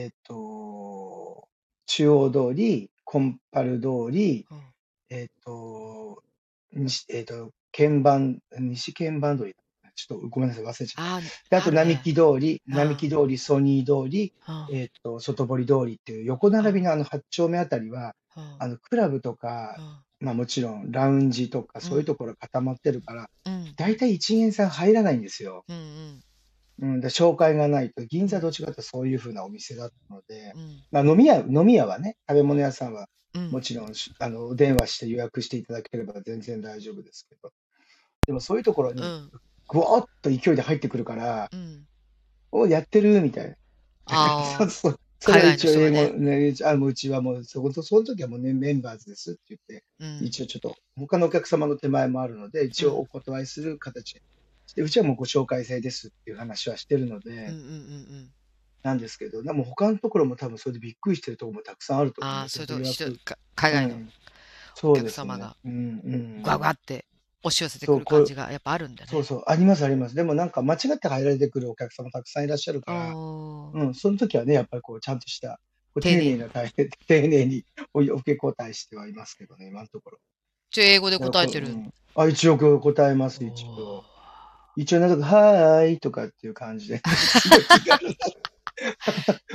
Speaker 2: えっ、と、中央通り、コンパル通り、
Speaker 1: うんうん
Speaker 2: えっ、と、西、えっ、と、鍵盤、西鍵盤通り。ちょっとごめんなさい、忘れちゃっ
Speaker 1: あ
Speaker 2: た。であと、
Speaker 1: あるね
Speaker 2: 並木通り、
Speaker 1: うん
Speaker 2: 並木通り、ソニー通り、
Speaker 1: あ、
Speaker 2: えっ、と、外堀通りっていう横並びのあの八丁目あたりは、
Speaker 1: うん
Speaker 2: あの、クラブとか、まあもちろんラウンジとかそういうところ固まってるから、
Speaker 1: うん
Speaker 2: だいたい一元さん入らないんですよ。
Speaker 1: うんうん
Speaker 2: うん、で紹介がないと、銀座どっちかってそういうふうなお店だったので、
Speaker 1: うん
Speaker 2: まあ、飲み屋、飲み屋はね、食べ物屋さんは
Speaker 1: うん
Speaker 2: もちろんし、あの、お電話して予約していただければ全然大丈夫ですけど。でもそういうところ
Speaker 1: う
Speaker 2: に、
Speaker 1: ん
Speaker 2: ぐわーっと勢いで入ってくるから、
Speaker 1: うん
Speaker 2: お、やってるみたいな。
Speaker 1: あ
Speaker 2: そ
Speaker 1: ー
Speaker 2: うそう。それは一応英
Speaker 1: 海外の人
Speaker 2: 語、ね、あ、もううちはもう、そこと、その時はもうね、メンバーズですって言って、
Speaker 1: うん
Speaker 2: 一応ちょっと、他のお客様の手前もあるので、一応お断りする形で、でうちはもうご紹介制ですっていう話はしてるので、
Speaker 1: うんうんうんうん
Speaker 2: なんですけど、でも他のところも多分それでびっくりしてるところもたくさんあると思うん
Speaker 1: ああ
Speaker 2: で
Speaker 1: そうい
Speaker 2: す
Speaker 1: うとこ人
Speaker 2: よ。予約
Speaker 1: か海外
Speaker 2: う
Speaker 1: の
Speaker 2: んそう
Speaker 1: 客
Speaker 2: ですね
Speaker 1: 様が
Speaker 2: うんうん、
Speaker 1: ガガって押し寄せて
Speaker 2: そ
Speaker 1: く
Speaker 2: う
Speaker 1: る
Speaker 2: こう
Speaker 1: 感じがやっぱあるんだね。
Speaker 2: そうそう、ありますあります。でもなんか間違って入られてくるお客様たくさんいらっしゃるから、
Speaker 1: おー
Speaker 2: うん、その時はね、やっぱりこう、ちゃんとした、こう
Speaker 1: 丁
Speaker 2: 丁
Speaker 1: 寧
Speaker 2: 寧な対、丁寧にお受け答えしてはいますけどね、今のところ。
Speaker 1: 一応英語で答えてる
Speaker 2: う。んあ、一応答えます、一
Speaker 1: お
Speaker 2: 応
Speaker 1: ー。
Speaker 2: 一応、なんとか、はーいとかっていう 感じで、すごい気軽な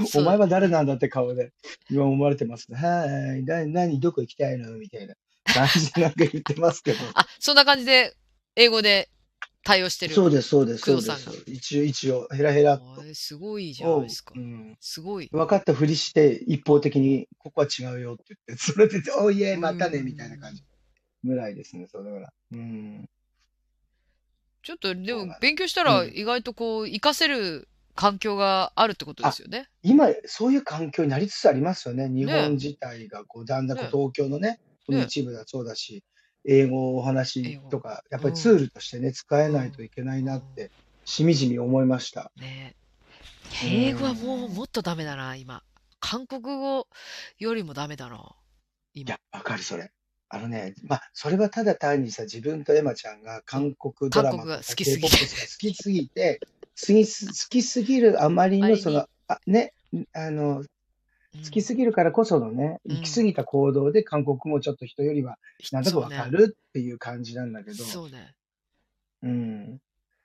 Speaker 1: そう
Speaker 2: お前は誰なんだって顔で、今思われてますね。はーい、な、何、どこ行きたいのみたいな感じでなんか言ってま すけど。
Speaker 1: あそんな感じで英語で対応してる。
Speaker 2: そうです、そうです、
Speaker 1: 工
Speaker 2: そう
Speaker 1: 藤
Speaker 2: で
Speaker 1: さん
Speaker 2: す
Speaker 1: が。
Speaker 2: 一応、一応、ヘラヘラ
Speaker 1: あ
Speaker 2: と。
Speaker 1: れすごいじゃない
Speaker 2: おう
Speaker 1: ですか
Speaker 2: う。ん
Speaker 1: すごい。
Speaker 2: 分かったふりして、一方的に、ここは違うよって 言って、それで、おいえ、またね、みたいな感じぐらいですね、そうだから。うん。
Speaker 1: ちょっとで
Speaker 2: そう
Speaker 1: も
Speaker 2: なん
Speaker 1: 勉強したら
Speaker 2: うん
Speaker 1: 意外とこう活かせる環境があるってことですよね。
Speaker 2: 今、そういう環境になりつつありますよね。日
Speaker 1: ね
Speaker 2: 本自体が、こう、だんだんこう、
Speaker 1: ね
Speaker 2: 東京のね、この一部だそうだし、英語をお話とか、やっぱりツールとしてね、使えないといけないなって、しみじみ思いました。
Speaker 1: ね
Speaker 2: うん
Speaker 1: 英語はもうもっとダメだな今。韓国語よりもダメだな。
Speaker 2: いや、わかる、それ。あのね、まあ、それはただ単にさ、自分とエマちゃんが韓国ドラ
Speaker 1: 韓
Speaker 2: マと
Speaker 1: 国が
Speaker 2: か
Speaker 1: 好きすぎて
Speaker 2: K-POP とか好きすぎて、好きす好きすぎるあまり
Speaker 1: あまり
Speaker 2: の、
Speaker 1: に
Speaker 2: その、あね、あの、
Speaker 1: うん
Speaker 2: 好きすぎるからこそのね、
Speaker 1: うん
Speaker 2: 行き過ぎた行動で韓国もちょっと人よりは、なんとかわかるっていう感じなんだけど、
Speaker 1: そうね。
Speaker 2: うん。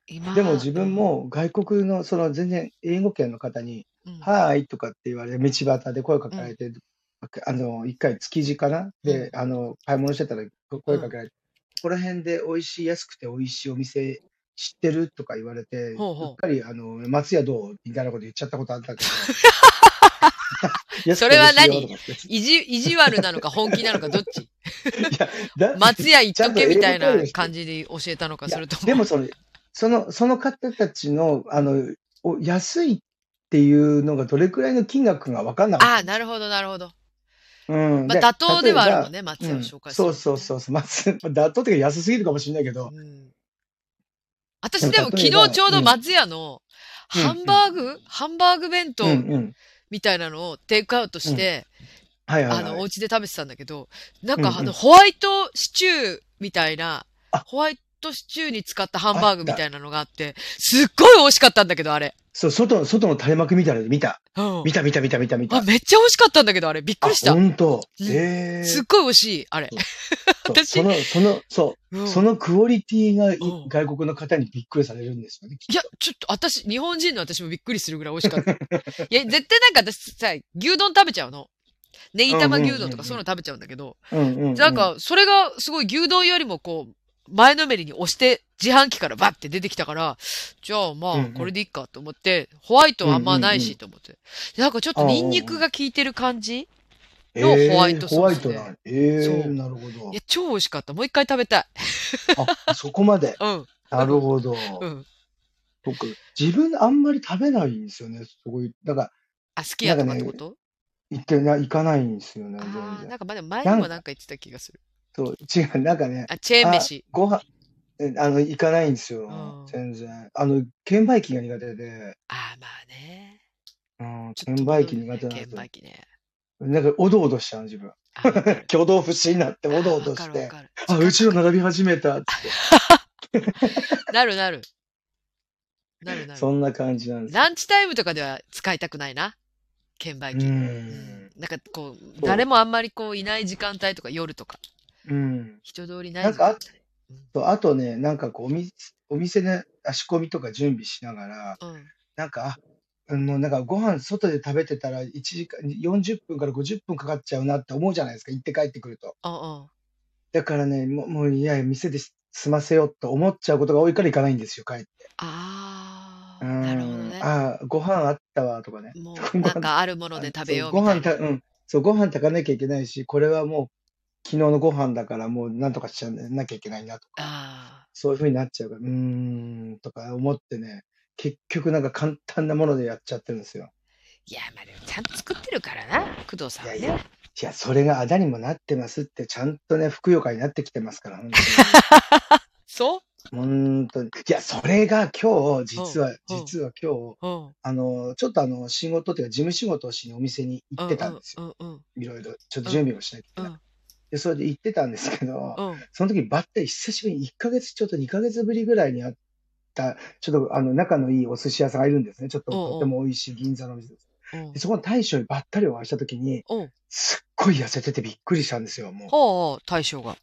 Speaker 1: 今
Speaker 2: でも自分も外国の、その全然英語圏の方に、
Speaker 1: うん
Speaker 2: はいとかって言われて、道端で声かけられて、あの、一回築地かなで、あの、買い物してたらこ声かけられて、ここら辺で美味しい、安くて美味しいお店知ってるとか言われて、
Speaker 1: ほうほう
Speaker 2: うっかり、あの、松屋どうみたいなこと言っちゃったことあったけ ど。
Speaker 1: それは何
Speaker 2: 安くて美味しいよ
Speaker 1: 意地、意地悪なのか本気なのかどっち
Speaker 2: とかってだ
Speaker 1: 松屋行っとけみたい
Speaker 2: ちゃんと英語対応
Speaker 1: な
Speaker 2: して
Speaker 1: 感じで教えたのか、
Speaker 2: いや
Speaker 1: それとも。
Speaker 2: でもその、その、その方たちの、あの、お安いっていうのがどれくらいの金額が分かんなかった。
Speaker 1: ああ、なるほど、なるほど。
Speaker 2: うん。
Speaker 1: まあ、妥当ではあるもん
Speaker 2: ね。
Speaker 1: ね、松
Speaker 2: う
Speaker 1: 屋を
Speaker 2: ん
Speaker 1: 紹介する、
Speaker 2: そうそうそうそう。まあ、す妥当っていうか安すぎるかもしれないけど、
Speaker 1: うん私でも昨
Speaker 2: 例
Speaker 1: 日
Speaker 2: えば
Speaker 1: ちょうど松屋の
Speaker 2: うん
Speaker 1: ハンバーグ、ハンバーグ弁当
Speaker 2: うんうん。
Speaker 1: みたいなのをテイクアウトして、
Speaker 2: はいはい、
Speaker 1: あ
Speaker 2: はい。
Speaker 1: の、お家で食べてたんだけど、なんか
Speaker 2: うんうん
Speaker 1: あの、ホワイトシチューみたいな
Speaker 2: あ、
Speaker 1: ホワイトシチューに使ったハンバーグみたいなのがあって、すっごい美味しかったんだけど、あれ。
Speaker 2: そう、外の、外の垂れ幕みたいなので見た。
Speaker 1: うん
Speaker 2: 見た見た見た見た見た。
Speaker 1: あ、めっちゃ美味しかったんだけど、あれ。びっくりした
Speaker 2: あ。本当。
Speaker 1: うん
Speaker 2: ええ
Speaker 1: すっごい美味しい、あれ。
Speaker 2: そう
Speaker 1: 私
Speaker 2: その、その、そうう、
Speaker 1: ん
Speaker 2: そのクオリティがい
Speaker 1: うん
Speaker 2: 外国の方にびっくりされるんですよね。
Speaker 1: いや、ちょっと私、日本人の私もびっくりするぐらい美味しか った。いや、絶対なんか私さ、牛丼食べちゃうの。ネギ玉牛丼とかそういうの食べちゃうんだけど、
Speaker 2: うんうん、うん。
Speaker 1: なん、かそれがすごい牛丼よりもこう、前のめりに押して自販機からバッて出てきたから、じゃあま
Speaker 2: うん
Speaker 1: あ
Speaker 2: うん
Speaker 1: これでいいかと思って、ホワイトはあんまない
Speaker 2: うんうんう
Speaker 1: しと思って。なんかちょっとニンニクが効いてる感じの
Speaker 2: ええ
Speaker 1: ホワイトソースで
Speaker 2: ホワイトなの。ええ
Speaker 1: そう
Speaker 2: なるほど
Speaker 1: いや、超美味しかった。もう一回食べたい。。
Speaker 2: あ、そこ まで。
Speaker 1: うん。
Speaker 2: なるほど。
Speaker 1: うん。
Speaker 2: 僕、自分あんまり食べないんですよね。すごい。だから、
Speaker 1: あ、好きやとかってこと、
Speaker 2: 行ってな、行かないんですよね、
Speaker 1: あ
Speaker 2: 全
Speaker 1: あ、
Speaker 2: 然
Speaker 1: な。んかまあでも前にもなんか言ってた気がする。
Speaker 2: そう、違う、なんかね、
Speaker 1: あ、チェーン飯。
Speaker 2: ご飯、えあの、行かないんですよ
Speaker 1: うん、
Speaker 2: 全然。あの、券売機が苦手で、
Speaker 1: ああ、まあね。
Speaker 2: うん、
Speaker 1: ちょっと
Speaker 2: 券売機苦手な
Speaker 1: 券
Speaker 2: んですよ
Speaker 1: 売。機 ね。
Speaker 2: なんか、おどおどしちゃう、自分。
Speaker 1: あわかる
Speaker 2: 挙動不審になって、おどおど
Speaker 1: わか
Speaker 2: し
Speaker 1: るわ
Speaker 2: て、
Speaker 1: かる
Speaker 2: あ、うちの並び始めたっつって、
Speaker 1: なるなる。なるなる
Speaker 2: そ。んな感じなんです。
Speaker 1: ランチタイムとかでは使いたくないな。券売
Speaker 2: う
Speaker 1: 機。
Speaker 2: ん。
Speaker 1: なんかこう、
Speaker 2: う
Speaker 1: 誰もあんまりこういない時間帯とか夜とか、
Speaker 2: うん。
Speaker 1: 人通りない
Speaker 2: なん
Speaker 1: 時間
Speaker 2: か
Speaker 1: 帯。
Speaker 2: とあとね、なんかこう、お店、お店であ仕込みとか準備しながら、
Speaker 1: うん。
Speaker 2: なんか、あもうなんかご飯外で食べてたら1時間、40分から50分かかっちゃうなって思うじゃないですか、行って帰ってくると。
Speaker 1: うんうん。
Speaker 2: だからね、もう、もういや、店で済ませようと思っちゃうことが多いから行かないんですよ、帰って。
Speaker 1: ああ、
Speaker 2: うん
Speaker 1: なるほどね。
Speaker 2: ああ、ご飯あったわ、とかね。
Speaker 1: も
Speaker 2: ご
Speaker 1: う、な
Speaker 2: 飯
Speaker 1: んかあるもので食べよう
Speaker 2: そう
Speaker 1: み
Speaker 2: ご
Speaker 1: た
Speaker 2: 飯
Speaker 1: いな。
Speaker 2: た、うん。そう、ご飯炊かなきゃいけないし、これはもう、昨日のご飯だからもうなんとかしちゃなきゃいけないなとか、
Speaker 1: あ
Speaker 2: そういうふうになっちゃうから、うーん、とか思ってね、結局なんか簡単なものでやっちゃってるんですよ。
Speaker 1: ーいや、まあでもちゃんと作ってるからな、工藤さんはい
Speaker 2: やい
Speaker 1: ね。
Speaker 2: いや、それがあだにもなってますって、ちゃんとね、ふくよかになってきてますから、本
Speaker 1: そ
Speaker 2: 当に。本当に。いや、それが今日、実は、
Speaker 1: うんうん
Speaker 2: 実は今日、
Speaker 1: ううん。
Speaker 2: あの、ちょっとあの、仕事っていうか、事務仕事をしにお店に
Speaker 1: う
Speaker 2: 行
Speaker 1: ん
Speaker 2: っ
Speaker 1: う
Speaker 2: てたん
Speaker 1: ん
Speaker 2: ですよ。
Speaker 1: うんうん
Speaker 2: いろいろ、ちょっと準備をしなきゃいけ
Speaker 1: う
Speaker 2: なんい。で、それで行ってたんですけど、
Speaker 1: うん。
Speaker 2: その時ばったり久しぶりに1ヶ月、ちょっと2ヶ月ぶりぐらいに会った、ちょっとあの、仲のいいお寿司屋さんがいるんですね。ちょっと
Speaker 1: うんうん
Speaker 2: とても美味しい銀座のお店で
Speaker 1: う
Speaker 2: す。
Speaker 1: ん
Speaker 2: でそこの大将にばったりお会いした時に、
Speaker 1: うん。
Speaker 2: すっごい痩せててびっくりしたんですよ、もう。
Speaker 1: はあ、大将が。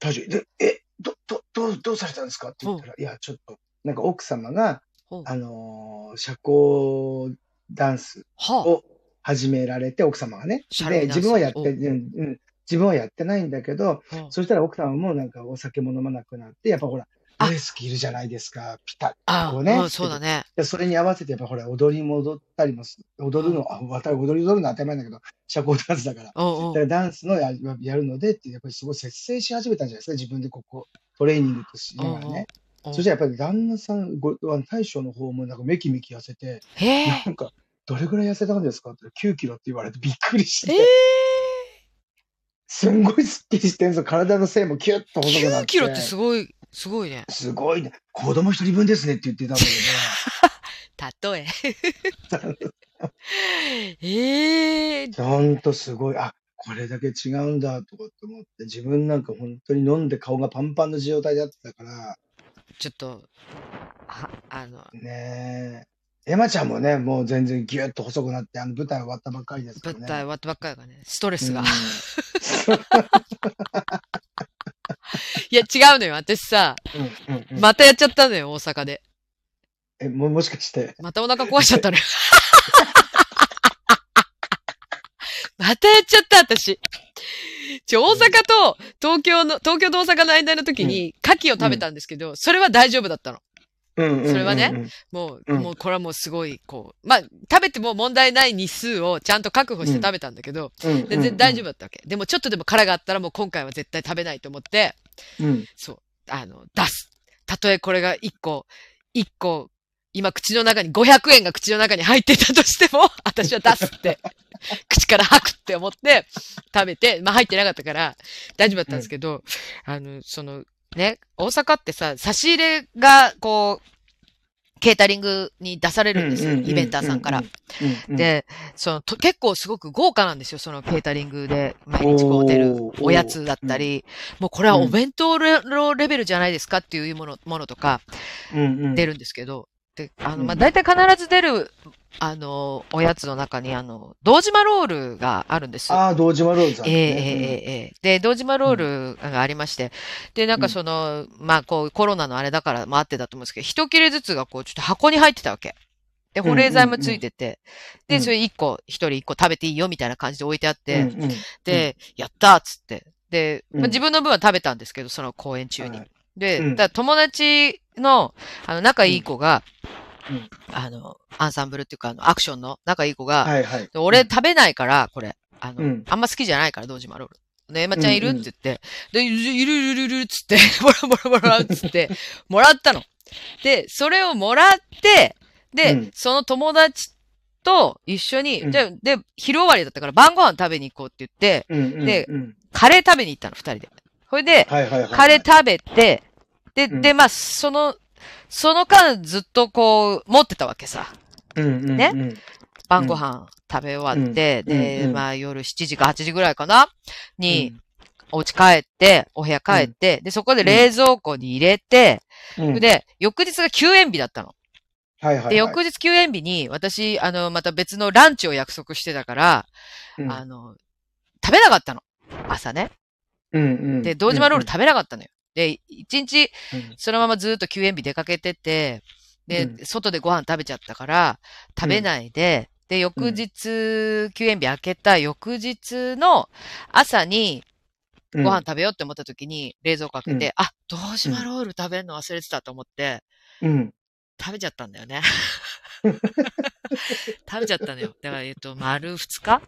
Speaker 2: 大丈夫で、え、ど、ど、どう、どうされたんですかって言ったら、いや、ちょっと、なんか奥様が、
Speaker 1: うん
Speaker 2: あのー社交ダンス
Speaker 1: はあ。
Speaker 2: を始められて、奥様がね。
Speaker 1: 社
Speaker 2: で、
Speaker 1: 交ダンス
Speaker 2: 自分はやって、
Speaker 1: う
Speaker 2: うんん、うん、自分はやってないんだけど、
Speaker 1: うん
Speaker 2: そしたら奥様もなんかお酒も飲まなくなって、やっぱほら、
Speaker 1: あ
Speaker 2: 大好きいるじゃないですか、ピタッ
Speaker 1: あ
Speaker 2: こうね
Speaker 1: うんそうだね。
Speaker 2: でそれに合わせて、やっぱほら、踊りも踊ったりもす、踊るの、あ、わた踊り踊るのは当たり前だけど、社交ダンスだから。
Speaker 1: うんうん
Speaker 2: だからダンスのややるのでって、やっぱりすごい節制し始めたんじゃないですか、自分でここ、トレーニングとしながらね。
Speaker 1: うん
Speaker 2: そしたらやっぱり旦那さん、ごあの大将の方もなんかめきめき痩せて、
Speaker 1: へえ。
Speaker 2: なんか、どれぐらい痩せたんですかって、9キロって言われてびっくりし
Speaker 1: え
Speaker 2: て、すんごいスッキリしてるんですよ。体の線もキュッと
Speaker 1: え
Speaker 2: 細くなって。
Speaker 1: 9キロってすごい、すごいね。
Speaker 2: すごいね。子供一人分ですねって言ってたんだ
Speaker 1: たとえ。
Speaker 2: けど、
Speaker 1: ええ
Speaker 2: ほんとすごい。あ、これだけ違うんだとかって思って、自分なんか本当に飲んで顔がパンパンの状態だったから、
Speaker 1: ちょっと、は、あの、
Speaker 2: ねえ。エマちゃんもね、もう全然ギュッと細くなって、あの舞台終わったばっかりですから
Speaker 1: 物
Speaker 2: ね。
Speaker 1: 体終わったばっかりだからね、ストレスが。いや、違うのよ。私さ、
Speaker 2: うん。うんうんうん
Speaker 1: またやっちゃったのよ、大阪で。
Speaker 2: えももしかして、
Speaker 1: またお腹壊しちゃったのよ。またやっちゃった、私。ちょ、大阪と東京の、東京と大阪の間の時に、牡蠣を食べたんですけど、それは大丈夫だったの。
Speaker 2: うんうんうんうん
Speaker 1: それはね。もう、
Speaker 2: うん
Speaker 1: もう、これはもうすごい、こう、まあ、食べても問題ない日数をちゃんと確保して食べたんだけど、
Speaker 2: うん
Speaker 1: 全然大丈夫。だったわけ。でも、ちょっとでも殻があったら、もう今回は絶対食べないと思って、
Speaker 2: うん。
Speaker 1: そう、あの、出す。たとえこれが1個、1個、今口の中に500円が口の中に入っていたとしても、 私は出す って、口から吐くって思って食べて、まあ入ってなかったから大丈夫だったんですけど、あの、その、ね、大阪ってさ、差し入れが、こう、ケータリングに出されるんですよ、
Speaker 2: うんうんうんうん
Speaker 1: イベンターさんから。
Speaker 2: うん、
Speaker 1: で、そのと、結構すごく豪華なんですよ、そのケータリングで毎日こう出る
Speaker 2: おー
Speaker 1: おやつだったり、もうこれはお弁当レのレベルじゃないですかっていうものものとか
Speaker 2: うん、
Speaker 1: 出るんですけど、で、あ
Speaker 2: う
Speaker 1: の、
Speaker 2: ん
Speaker 1: まあ、大体必ず出る、あの、おやつの中に、あの、堂島ロールがあるんですよ。
Speaker 2: ああ、堂島ロールさん、
Speaker 1: ええええええで、堂島ロールがありまして、で、なんかその、まあ、こう、コロナのあれだから、まあ、あってだと思うんですけど、一切れずつが、こう、ちょっと箱に入ってたわけ。で、保冷剤もついてて、
Speaker 2: うんうんうん
Speaker 1: で、それ一個、一人一個食べていいよ、みたいな感じで置いてあって、
Speaker 2: うんうん、
Speaker 1: で、やったーっつって。で、まあ
Speaker 2: うん
Speaker 1: 自分の分は食べたんですけど、その公演中に
Speaker 2: はい。
Speaker 1: で、
Speaker 2: うん
Speaker 1: だから友達の、あの、仲いい子が、
Speaker 2: うんうん
Speaker 1: あの、アンサンブルっていうか、あの、アクションの仲いい子が、
Speaker 2: はいはい。
Speaker 1: で俺、食べないから、これ。あの、
Speaker 2: うん
Speaker 1: あんま好きじゃないから、堂島ロール。で、エマちゃんいる
Speaker 2: うん
Speaker 1: っ
Speaker 2: うん
Speaker 1: て言って、で、いるいるいるいるっつって、 もらもらもらっつって、もらったの。で、それをもらって、で、
Speaker 2: うん
Speaker 1: その友達と一緒に、
Speaker 2: うん
Speaker 1: じゃあで、昼終わりだったから晩ご飯食べに行こうって言って、
Speaker 2: うんうんうん、
Speaker 1: で
Speaker 2: うん、
Speaker 1: カレー食べに行ったの、二人で。それで、
Speaker 2: はいはいはい。
Speaker 1: カレー食べて、で、
Speaker 2: うん
Speaker 1: で、まあ、その、その間ずっとこう、持ってたわけさ。
Speaker 2: うんうんうん、
Speaker 1: ね晩ご飯食べ終わって、
Speaker 2: うん
Speaker 1: で、
Speaker 2: うん
Speaker 1: まあ夜7時か8時ぐらいかなに、
Speaker 2: う
Speaker 1: お家帰って、お部屋帰って、で、そこで冷蔵庫に入れて、
Speaker 2: ん、うん、
Speaker 1: で、翌日が休園日だったの。
Speaker 2: はいはいはい、
Speaker 1: で、翌日休園日に、私、あの、また別のランチを約束してたから、
Speaker 2: うん、
Speaker 1: あの、食べなかったの。朝ね。
Speaker 2: うんうん、
Speaker 1: で、堂島ロール食べなかったのよ。で、一日、
Speaker 2: べ、うん
Speaker 1: そのままずっと休園日出かけてて、で、
Speaker 2: うん
Speaker 1: 外でご飯食べちゃったから、食べないで、で、翌日、休園日明けた翌日の朝に
Speaker 2: うん、
Speaker 1: ご飯食べようって思った時に、冷蔵庫開けて、
Speaker 2: う
Speaker 1: あ、どうしまロール食べるの忘れてたと思って、
Speaker 2: うん、
Speaker 1: 食べちゃったんだよね。 食べちゃったのよ。だから、えっと、丸2日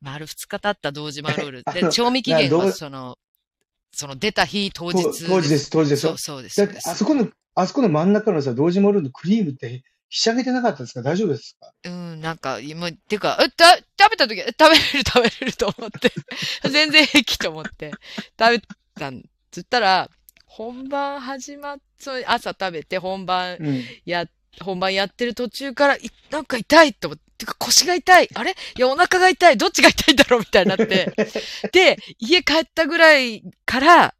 Speaker 1: 丸2日経った堂島ロール。
Speaker 2: あ
Speaker 1: で、
Speaker 2: の
Speaker 1: 賞味期限
Speaker 2: など
Speaker 1: は
Speaker 2: う
Speaker 1: その、その出た日当
Speaker 2: 当
Speaker 1: 日
Speaker 2: 時当時です、当時です
Speaker 1: そ
Speaker 2: よ
Speaker 1: う。そうです。
Speaker 2: だ
Speaker 1: そう
Speaker 2: って
Speaker 1: で、す
Speaker 2: あそこの、あそこの真ん中のさ、堂島ロールのクリームって、ひしゃげてなかったですか大丈夫ですか
Speaker 1: うん、なんか、今、てか、え、た、食べた時、え食べれる 食べれると思って、 全然平気と思って、食べたん、つったら、本番始まっ、そう、朝食べて本番
Speaker 2: うん。
Speaker 1: や、本番やってる途中から、いなんか痛いと思って、てか腰が痛い、あれいや、お腹が痛い、どっちが痛いんだろうみたいになって、で、家帰ったぐらいから、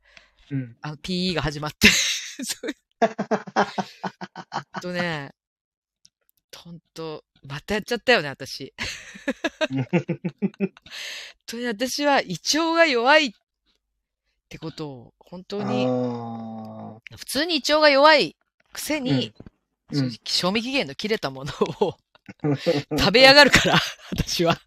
Speaker 2: うん。
Speaker 1: あの、PE が始まって。 そうほんとね、ほんと、またやっちゃったよね、私。本当に 私は胃腸が弱いってことを、本当に、
Speaker 2: あ
Speaker 1: 普通に胃腸が弱いくせに、
Speaker 2: うんうん
Speaker 1: そう賞味期限の切れたものを
Speaker 2: ー
Speaker 1: 食べやがるから、私 は。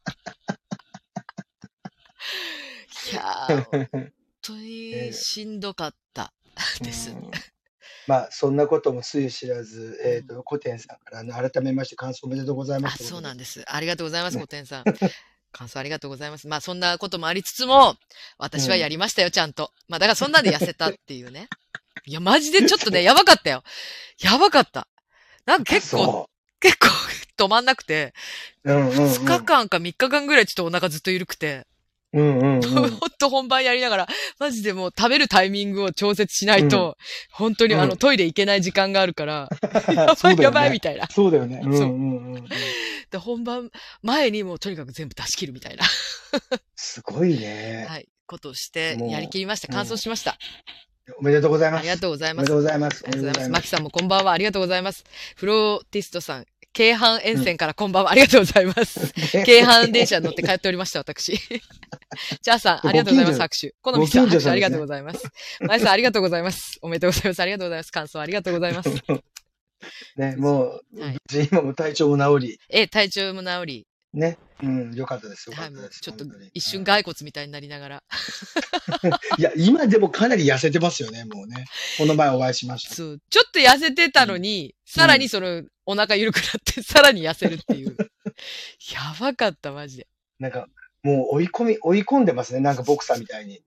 Speaker 1: いやー、本当にしんどかったです。
Speaker 2: うんまあそんなこともつゆ知らず、えー、と古典さんから、ね、改めまして感想おめでとうございま
Speaker 1: あ、
Speaker 2: す。
Speaker 1: そうなんです。
Speaker 2: ね
Speaker 1: ありがとうございます、
Speaker 2: ね
Speaker 1: ごてんさん。感想ありがとうございます。まあ、そんなこともありつつも、私はやりましたよ、ちゃんと。まあ、だからそんなんで痩せたっていうね。いや、マジでちょっとね、やばかったよ。やばかった。なんか結構、
Speaker 2: そ
Speaker 1: 結構止まんなくて、
Speaker 2: う。うんうんうん
Speaker 1: 2日間か3日間ぐらいちょっとお腹ずっと緩くて、
Speaker 2: う んうんうん。
Speaker 1: ほんと本番やりながら、マジでもう食べるタイミングを調節しないと、本当にあ
Speaker 2: う
Speaker 1: の
Speaker 2: ん
Speaker 1: トイレ行けない時間があるから、やば
Speaker 2: そ
Speaker 1: い
Speaker 2: うだよね
Speaker 1: やばいみたいな。
Speaker 2: そうだよね。うんう
Speaker 1: そうん
Speaker 2: うんうん。
Speaker 1: で、本番前にもうとにかく全部出し切るみたいな。
Speaker 2: すごいね。
Speaker 1: はい、ことをして
Speaker 2: もう
Speaker 1: やりきりました。完走しました。
Speaker 2: おめでとうございま
Speaker 1: あ
Speaker 2: す。
Speaker 1: りがとうござい
Speaker 2: お
Speaker 1: ま。
Speaker 2: めですと
Speaker 1: あ
Speaker 2: うございます。
Speaker 1: りがとうございます。
Speaker 2: おめ
Speaker 1: マ
Speaker 2: で
Speaker 1: キさんもこんばんは。ありがとうございます。フローティストさん、京阪沿線からこんばんは。ありがとうござい ます。
Speaker 2: とうございます
Speaker 1: 京阪電車に乗って帰っておりました、 私。チャーさん、ありがとうございます。
Speaker 2: ご
Speaker 1: 拍手。好みさん、
Speaker 2: ご
Speaker 1: 拍
Speaker 2: 近所
Speaker 1: 手
Speaker 2: さ
Speaker 1: あ
Speaker 2: ん
Speaker 1: り
Speaker 2: で
Speaker 1: が
Speaker 2: すね
Speaker 1: とうございます。まゆさん、ありがとうございます。おめでとうございます。ありがとうございます。感想ありがとうござい ます。
Speaker 2: ね、もう、
Speaker 1: はい
Speaker 2: 無事今も体調も治り、
Speaker 1: え、体調も治り。
Speaker 2: ね、うん、よかったです。よ
Speaker 1: は
Speaker 2: かっ
Speaker 1: い、
Speaker 2: た
Speaker 1: もう
Speaker 2: です。
Speaker 1: ちょっと
Speaker 2: 本当に
Speaker 1: 一瞬
Speaker 2: うん
Speaker 1: 骸骨みたいになりながら。
Speaker 2: いや、今でもかなり痩せてますよね、もうね。この前お会いしました。
Speaker 1: そう、ちょっと痩せてたのに、さらにその、お腹緩くなって、 さらに痩せるって いう。やばかった、マジで。
Speaker 2: なんか、もう追い込み、追い込んでますね。なんかボクサーみたいに。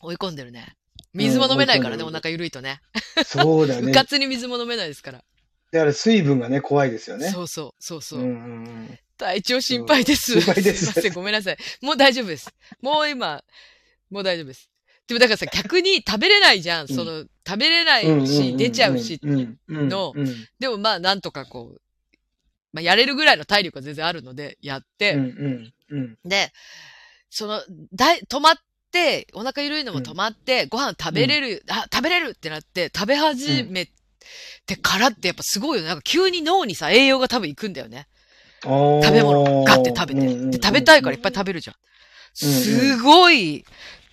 Speaker 1: 追い込んでるね。水も飲めないからね、
Speaker 2: うん追い込
Speaker 1: お
Speaker 2: んでる
Speaker 1: 腹緩いとね。
Speaker 2: そうだよ
Speaker 1: う
Speaker 2: ね。
Speaker 1: かつに水も飲めないですから。
Speaker 2: だから水分がね、怖いですよね。
Speaker 1: そうそう、そうそう。
Speaker 2: うんうんうん。
Speaker 1: 体調心配 です。
Speaker 2: 心配です
Speaker 1: いません、ごめんなさい。もう大丈夫です。もう今、もう大丈夫です。でもだ からさ、逆に食べれないじゃん。
Speaker 2: うん
Speaker 1: その、食べれないし、
Speaker 2: うんうんんん
Speaker 1: 出ちゃうし、
Speaker 2: うんうん
Speaker 1: の
Speaker 2: うん
Speaker 1: でもまあ、なんとかこう、まあ、やれるぐらいの体力は全然あるので、やって、
Speaker 2: うんうんうん
Speaker 1: で、その、だい、止まって、お腹緩いのも止まって、ご飯食べれる、あ、食べれるってなって、食べ始めてからってやっぱすごいよね。なんか急に脳にさ、栄養が多分行くんだよね。食
Speaker 2: 食
Speaker 1: べ物ガッて食べて。で、食べたいからいっぱい食べるじゃん。すごい、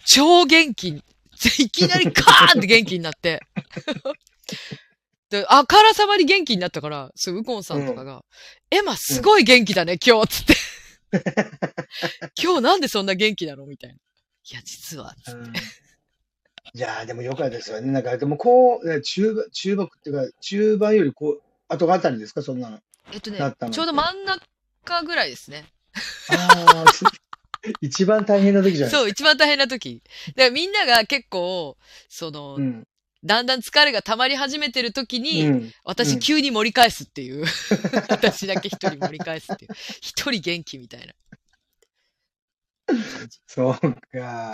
Speaker 1: 超元気。いきなりカーンって元気にな って。で、あからさまに元気になったから、そう、ウコンさんとかが、エマすごい元気だね、今日、つって。 今日なんでそんな元気なのみたいな。いや、実は。
Speaker 2: うんいやーでもよかったですよね。なんか、でもこう、中盤、中盤っていうか、中盤よりこう、後があたりですか、そんなの。
Speaker 1: えっとね
Speaker 2: だったの、
Speaker 1: ちょうど真ん中ぐらいですね。
Speaker 2: ああ、す 一番大変な時じゃない
Speaker 1: そう、一番大変な時。で、みんなが結構、その、
Speaker 2: うん。
Speaker 1: だんだん疲れが溜まり始めてる時に、
Speaker 2: うん。う
Speaker 1: 私
Speaker 2: ん
Speaker 1: 急に盛り返すっていう。 私だけ一人盛り返すっていう。一人元気みたいな
Speaker 2: そうか。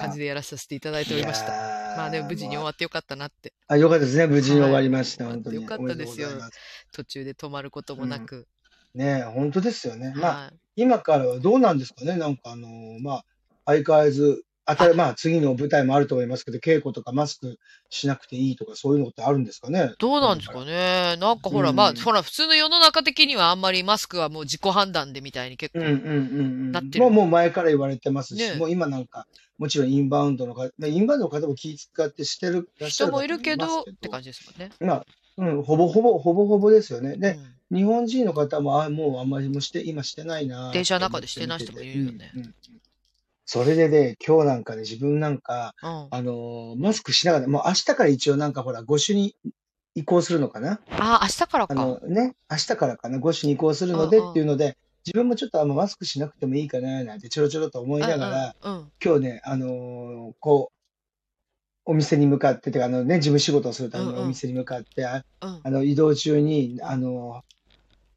Speaker 1: 感じでやらさせていただいておりました。
Speaker 2: た
Speaker 1: まあでも無事に終わってよかったなって。
Speaker 2: あ、よかったですね。無事に終わりました。
Speaker 1: はい
Speaker 2: 本当に。
Speaker 1: よかったですよ
Speaker 2: おめとうございます
Speaker 1: 途中で止まることもなく。
Speaker 2: ねえ本当ですよね。まあ、
Speaker 1: はい
Speaker 2: 今からはどうなんですかね。なんかあのまあ、相変わらず、あたまあ、次の舞台もあると思いますけど、稽古とかマスクしなくていいとか、そういうのってあるんですかね。
Speaker 1: どうなんですかねなんかほら、
Speaker 2: うん
Speaker 1: まあ、ほら、普通の世の中的にはあんまりマスクはもう自己判断でみたいに結
Speaker 2: う
Speaker 1: 構。
Speaker 2: んうんうん
Speaker 1: な
Speaker 2: う
Speaker 1: っ
Speaker 2: ん。
Speaker 1: てる
Speaker 2: もうもう前から言われてますし、
Speaker 1: ねえ
Speaker 2: もう今なんか、もちろんインバウンドの方、まあインバウンドの方も気使ってしてるらっし
Speaker 1: 人
Speaker 2: ゃる
Speaker 1: もいるけ
Speaker 2: と
Speaker 1: ど、
Speaker 2: 思
Speaker 1: っ
Speaker 2: います
Speaker 1: て感じですもんね。
Speaker 2: まあ、うん、ほぼほぼ、ほぼほぼですよね。で、
Speaker 1: うん
Speaker 2: 日本人の方も、あもうあんまりもして、今してないな。
Speaker 1: 電車の中でしてない人もいるよね
Speaker 2: うん。うんそれでね、今日なんかね、自分なんか、
Speaker 1: うん
Speaker 2: あのーマスクしながら、もう明日から一応なんかほら、5種に移行するのかな。
Speaker 1: あ、明日から
Speaker 2: あ
Speaker 1: か。
Speaker 2: のね、明日からかな、5種に移行するので
Speaker 1: うんうん
Speaker 2: っていうので、自分もちょっとあのマスクしなくてもいいかな、なんてちょろちょろと思いながら、
Speaker 1: うんうん。
Speaker 2: 今日ね、あのーこう、お店に向かってて、あのね、事務仕事をするため
Speaker 1: うん
Speaker 2: に
Speaker 1: うん
Speaker 2: お店に向かって、あ
Speaker 1: うんうん
Speaker 2: あの移動中に、あの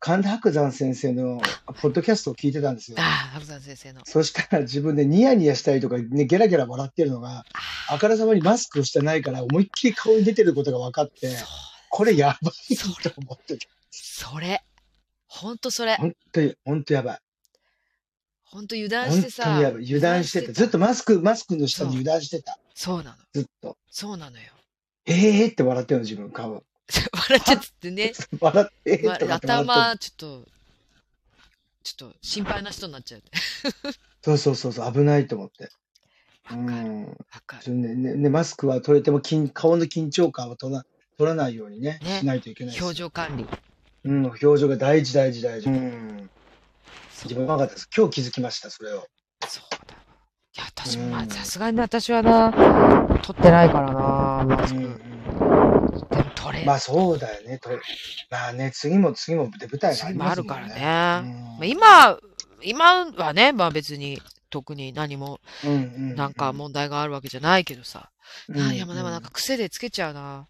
Speaker 2: 神田伯山先生のポッドキャストを聞いてたんですよ。
Speaker 1: ああ、白山先生の。
Speaker 2: そしたら自分でニヤニヤしたりとか、ね、ゲラゲラ笑ってるのが、あからさまにマスクをしてないから、思いっきり顔に出てることが分かって、
Speaker 1: そう
Speaker 2: これやばいと思ってた。
Speaker 1: それ。ほんとそれ。
Speaker 2: 本当に、本当やばい。
Speaker 1: ほんと油断し
Speaker 2: 本
Speaker 1: て
Speaker 2: 当
Speaker 1: さ。
Speaker 2: にやばい。油断してた。ずっと
Speaker 1: た
Speaker 2: マスク、マスクの下に油断してた。
Speaker 1: そうなの。
Speaker 2: ずっと。
Speaker 1: そうなのよ。
Speaker 2: えーって笑ってるの、自分、顔。
Speaker 1: 笑っちゃってね。
Speaker 2: 笑って、え
Speaker 1: ま
Speaker 2: ーとかって笑ってる。
Speaker 1: 頭、ちょっと、ちょっと心配な人になっちゃう。
Speaker 2: そうそうそうそう、危ないと思って。う
Speaker 1: わかる。
Speaker 2: ん。
Speaker 1: わか
Speaker 2: ち
Speaker 1: る。
Speaker 2: ょっとねねねマスクは取れても緊顔の緊張感を取ら取らないようにね
Speaker 1: ね
Speaker 2: しないといけないです
Speaker 1: 表情管理。
Speaker 2: うん、表情が大事大事大事、うん、
Speaker 1: そう
Speaker 2: 自分は分かったです今日気づきましたそれを
Speaker 1: そうだ。いや、私も、
Speaker 2: うん
Speaker 1: まあさすがに私はな、取ってないからな、マス
Speaker 2: う
Speaker 1: ク。
Speaker 2: ん
Speaker 1: で
Speaker 2: うん
Speaker 1: も取れ、
Speaker 2: まあそうだよねとまあね次も次もで舞台があ
Speaker 1: 次
Speaker 2: り
Speaker 1: もあ
Speaker 2: ます
Speaker 1: る
Speaker 2: も
Speaker 1: から
Speaker 2: ん
Speaker 1: ね。
Speaker 2: ね
Speaker 1: まあ、今、今はね、まあ別に、特に何も、
Speaker 2: うんうんう
Speaker 1: なんか問題があるわけじゃないけどさ。
Speaker 2: うん
Speaker 1: あいや、まあでもなん
Speaker 2: う
Speaker 1: か癖でつけちゃうな。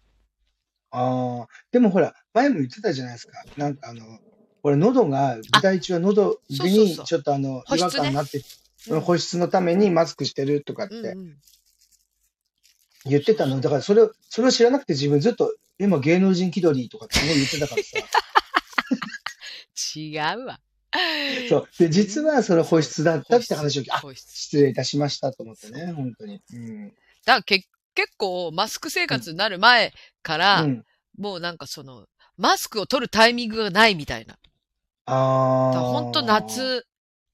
Speaker 2: ああでもほら前も言ってたじゃないですかなんかあの俺喉が舞台中は喉
Speaker 1: そうそう
Speaker 2: に
Speaker 1: そう
Speaker 2: ちょっとあの
Speaker 1: 保
Speaker 2: 違
Speaker 1: 湿ね
Speaker 2: 和感になって
Speaker 1: うん
Speaker 2: 保湿のためにマスクしてるとかっ
Speaker 1: う
Speaker 2: て
Speaker 1: んうん。
Speaker 2: 言ってたの。だからそれを、それを知らなくて自分ずっと、今芸能人気取りとかってすごい言ってたからさ。
Speaker 1: 違うわ。
Speaker 2: そう。で、実はそれ保湿だったって話を聞いて、あ、
Speaker 1: 保湿。
Speaker 2: 失礼いたしましたと思ってね、本当に。うん。
Speaker 1: だからけ結構マスク生活になる前から、
Speaker 2: うん、
Speaker 1: もうなんかその、マスクを取るタイミングがないみたいな。
Speaker 2: あ
Speaker 1: だか
Speaker 2: あ。
Speaker 1: らほんと。夏、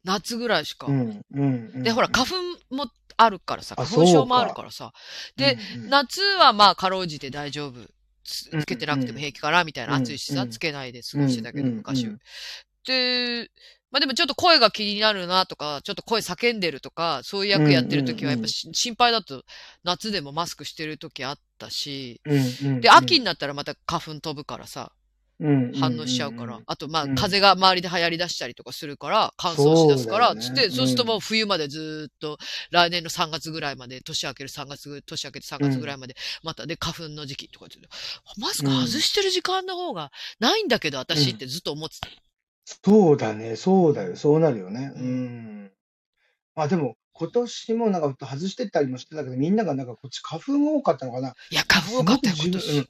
Speaker 1: 夏ぐらいしか。
Speaker 2: うん、うん、うん。
Speaker 1: で、ほら、花粉もあるからさ、
Speaker 2: あ
Speaker 1: 花粉症
Speaker 2: そう
Speaker 1: も
Speaker 2: か
Speaker 1: あるからさ、で
Speaker 2: うん、うん
Speaker 1: 夏はまあ、かろうじて大丈夫。つ
Speaker 2: うん
Speaker 1: つけてなくても平気かなみたいな、
Speaker 2: うん
Speaker 1: 暑いしさ、
Speaker 2: うん
Speaker 1: つけないで過ごしてたけど、
Speaker 2: うん
Speaker 1: 昔
Speaker 2: う
Speaker 1: は
Speaker 2: ん。
Speaker 1: で、まあでもちょっと声が気になるなとか、ちょっと声叫んでるとか、そういう役やってる時は、
Speaker 2: う
Speaker 1: や
Speaker 2: ん
Speaker 1: っ
Speaker 2: うんうん
Speaker 1: ぱし心配だと、夏でもマスクしてる時あったし、
Speaker 2: うんうん
Speaker 1: で、秋になったらまた花粉飛ぶからさ、反
Speaker 2: 反
Speaker 1: 応しちゃうから。あと、まあ、
Speaker 2: うん
Speaker 1: 風が周りで流行り出したりとかするから、乾燥しだすから、
Speaker 2: そうだよね
Speaker 1: つって、そうすると
Speaker 2: うん
Speaker 1: もう冬までずーっと、来年の3月ぐらいまで、年明ける3月ぐ、年明けて3月ぐらいまで、またで、花粉の時期とかって言って、マスク外してる時間の方がないんだけど、私ってずっと思ってた。
Speaker 2: そうだね、そうだよ、そうなるよね。うん。まあでも、今年もなんか外してったりもしてたけど、みんながなんかこっち花粉多かったのかな。
Speaker 1: いや、花粉多かったよ、
Speaker 2: す
Speaker 1: 今
Speaker 2: ごく自分、う
Speaker 1: 年
Speaker 2: ん。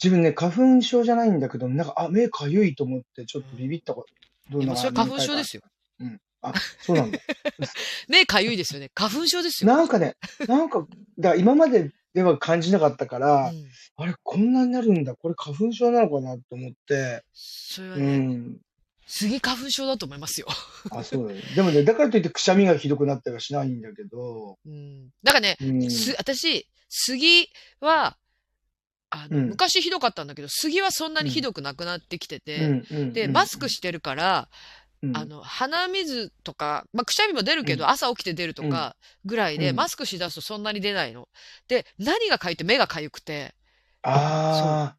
Speaker 2: 自分ね、花粉症じゃないんだけど、なんか、あ、目かゆいと思って、ちょっとビビったこと。
Speaker 1: でもそれは花粉症です
Speaker 2: よ。
Speaker 1: よ。
Speaker 2: あ、そうなんだ。
Speaker 1: 目かゆいですよ ね。花粉症ですよ。
Speaker 2: なん かね、なんか、だ今まででは感じなかったから、
Speaker 1: うん
Speaker 2: あれ、こんなになるんだ、これ花粉症なのかなと思って、
Speaker 1: それは
Speaker 2: う
Speaker 1: ね、
Speaker 2: ん。
Speaker 1: 杉花粉症だと思いますよ。
Speaker 2: あ、そうだね。でもね、だからといってくしゃみがひどくなったりはしないんだけど、
Speaker 1: うん。だからね、
Speaker 2: うん
Speaker 1: す、私、杉は、あの、
Speaker 2: うん
Speaker 1: 昔ひどかったんだけど、杉はそんなにひどくなくなってきてて、で、マスク
Speaker 2: し、
Speaker 1: してるから、
Speaker 2: うん
Speaker 1: あ、の、鼻水とか、まあ、くしゃみも出るけど、朝起きて出るとかぐらいで、
Speaker 2: うん
Speaker 1: マスクしだすとそんなに出ないの。で、何がかゆいって目がかゆくて、
Speaker 2: ああ、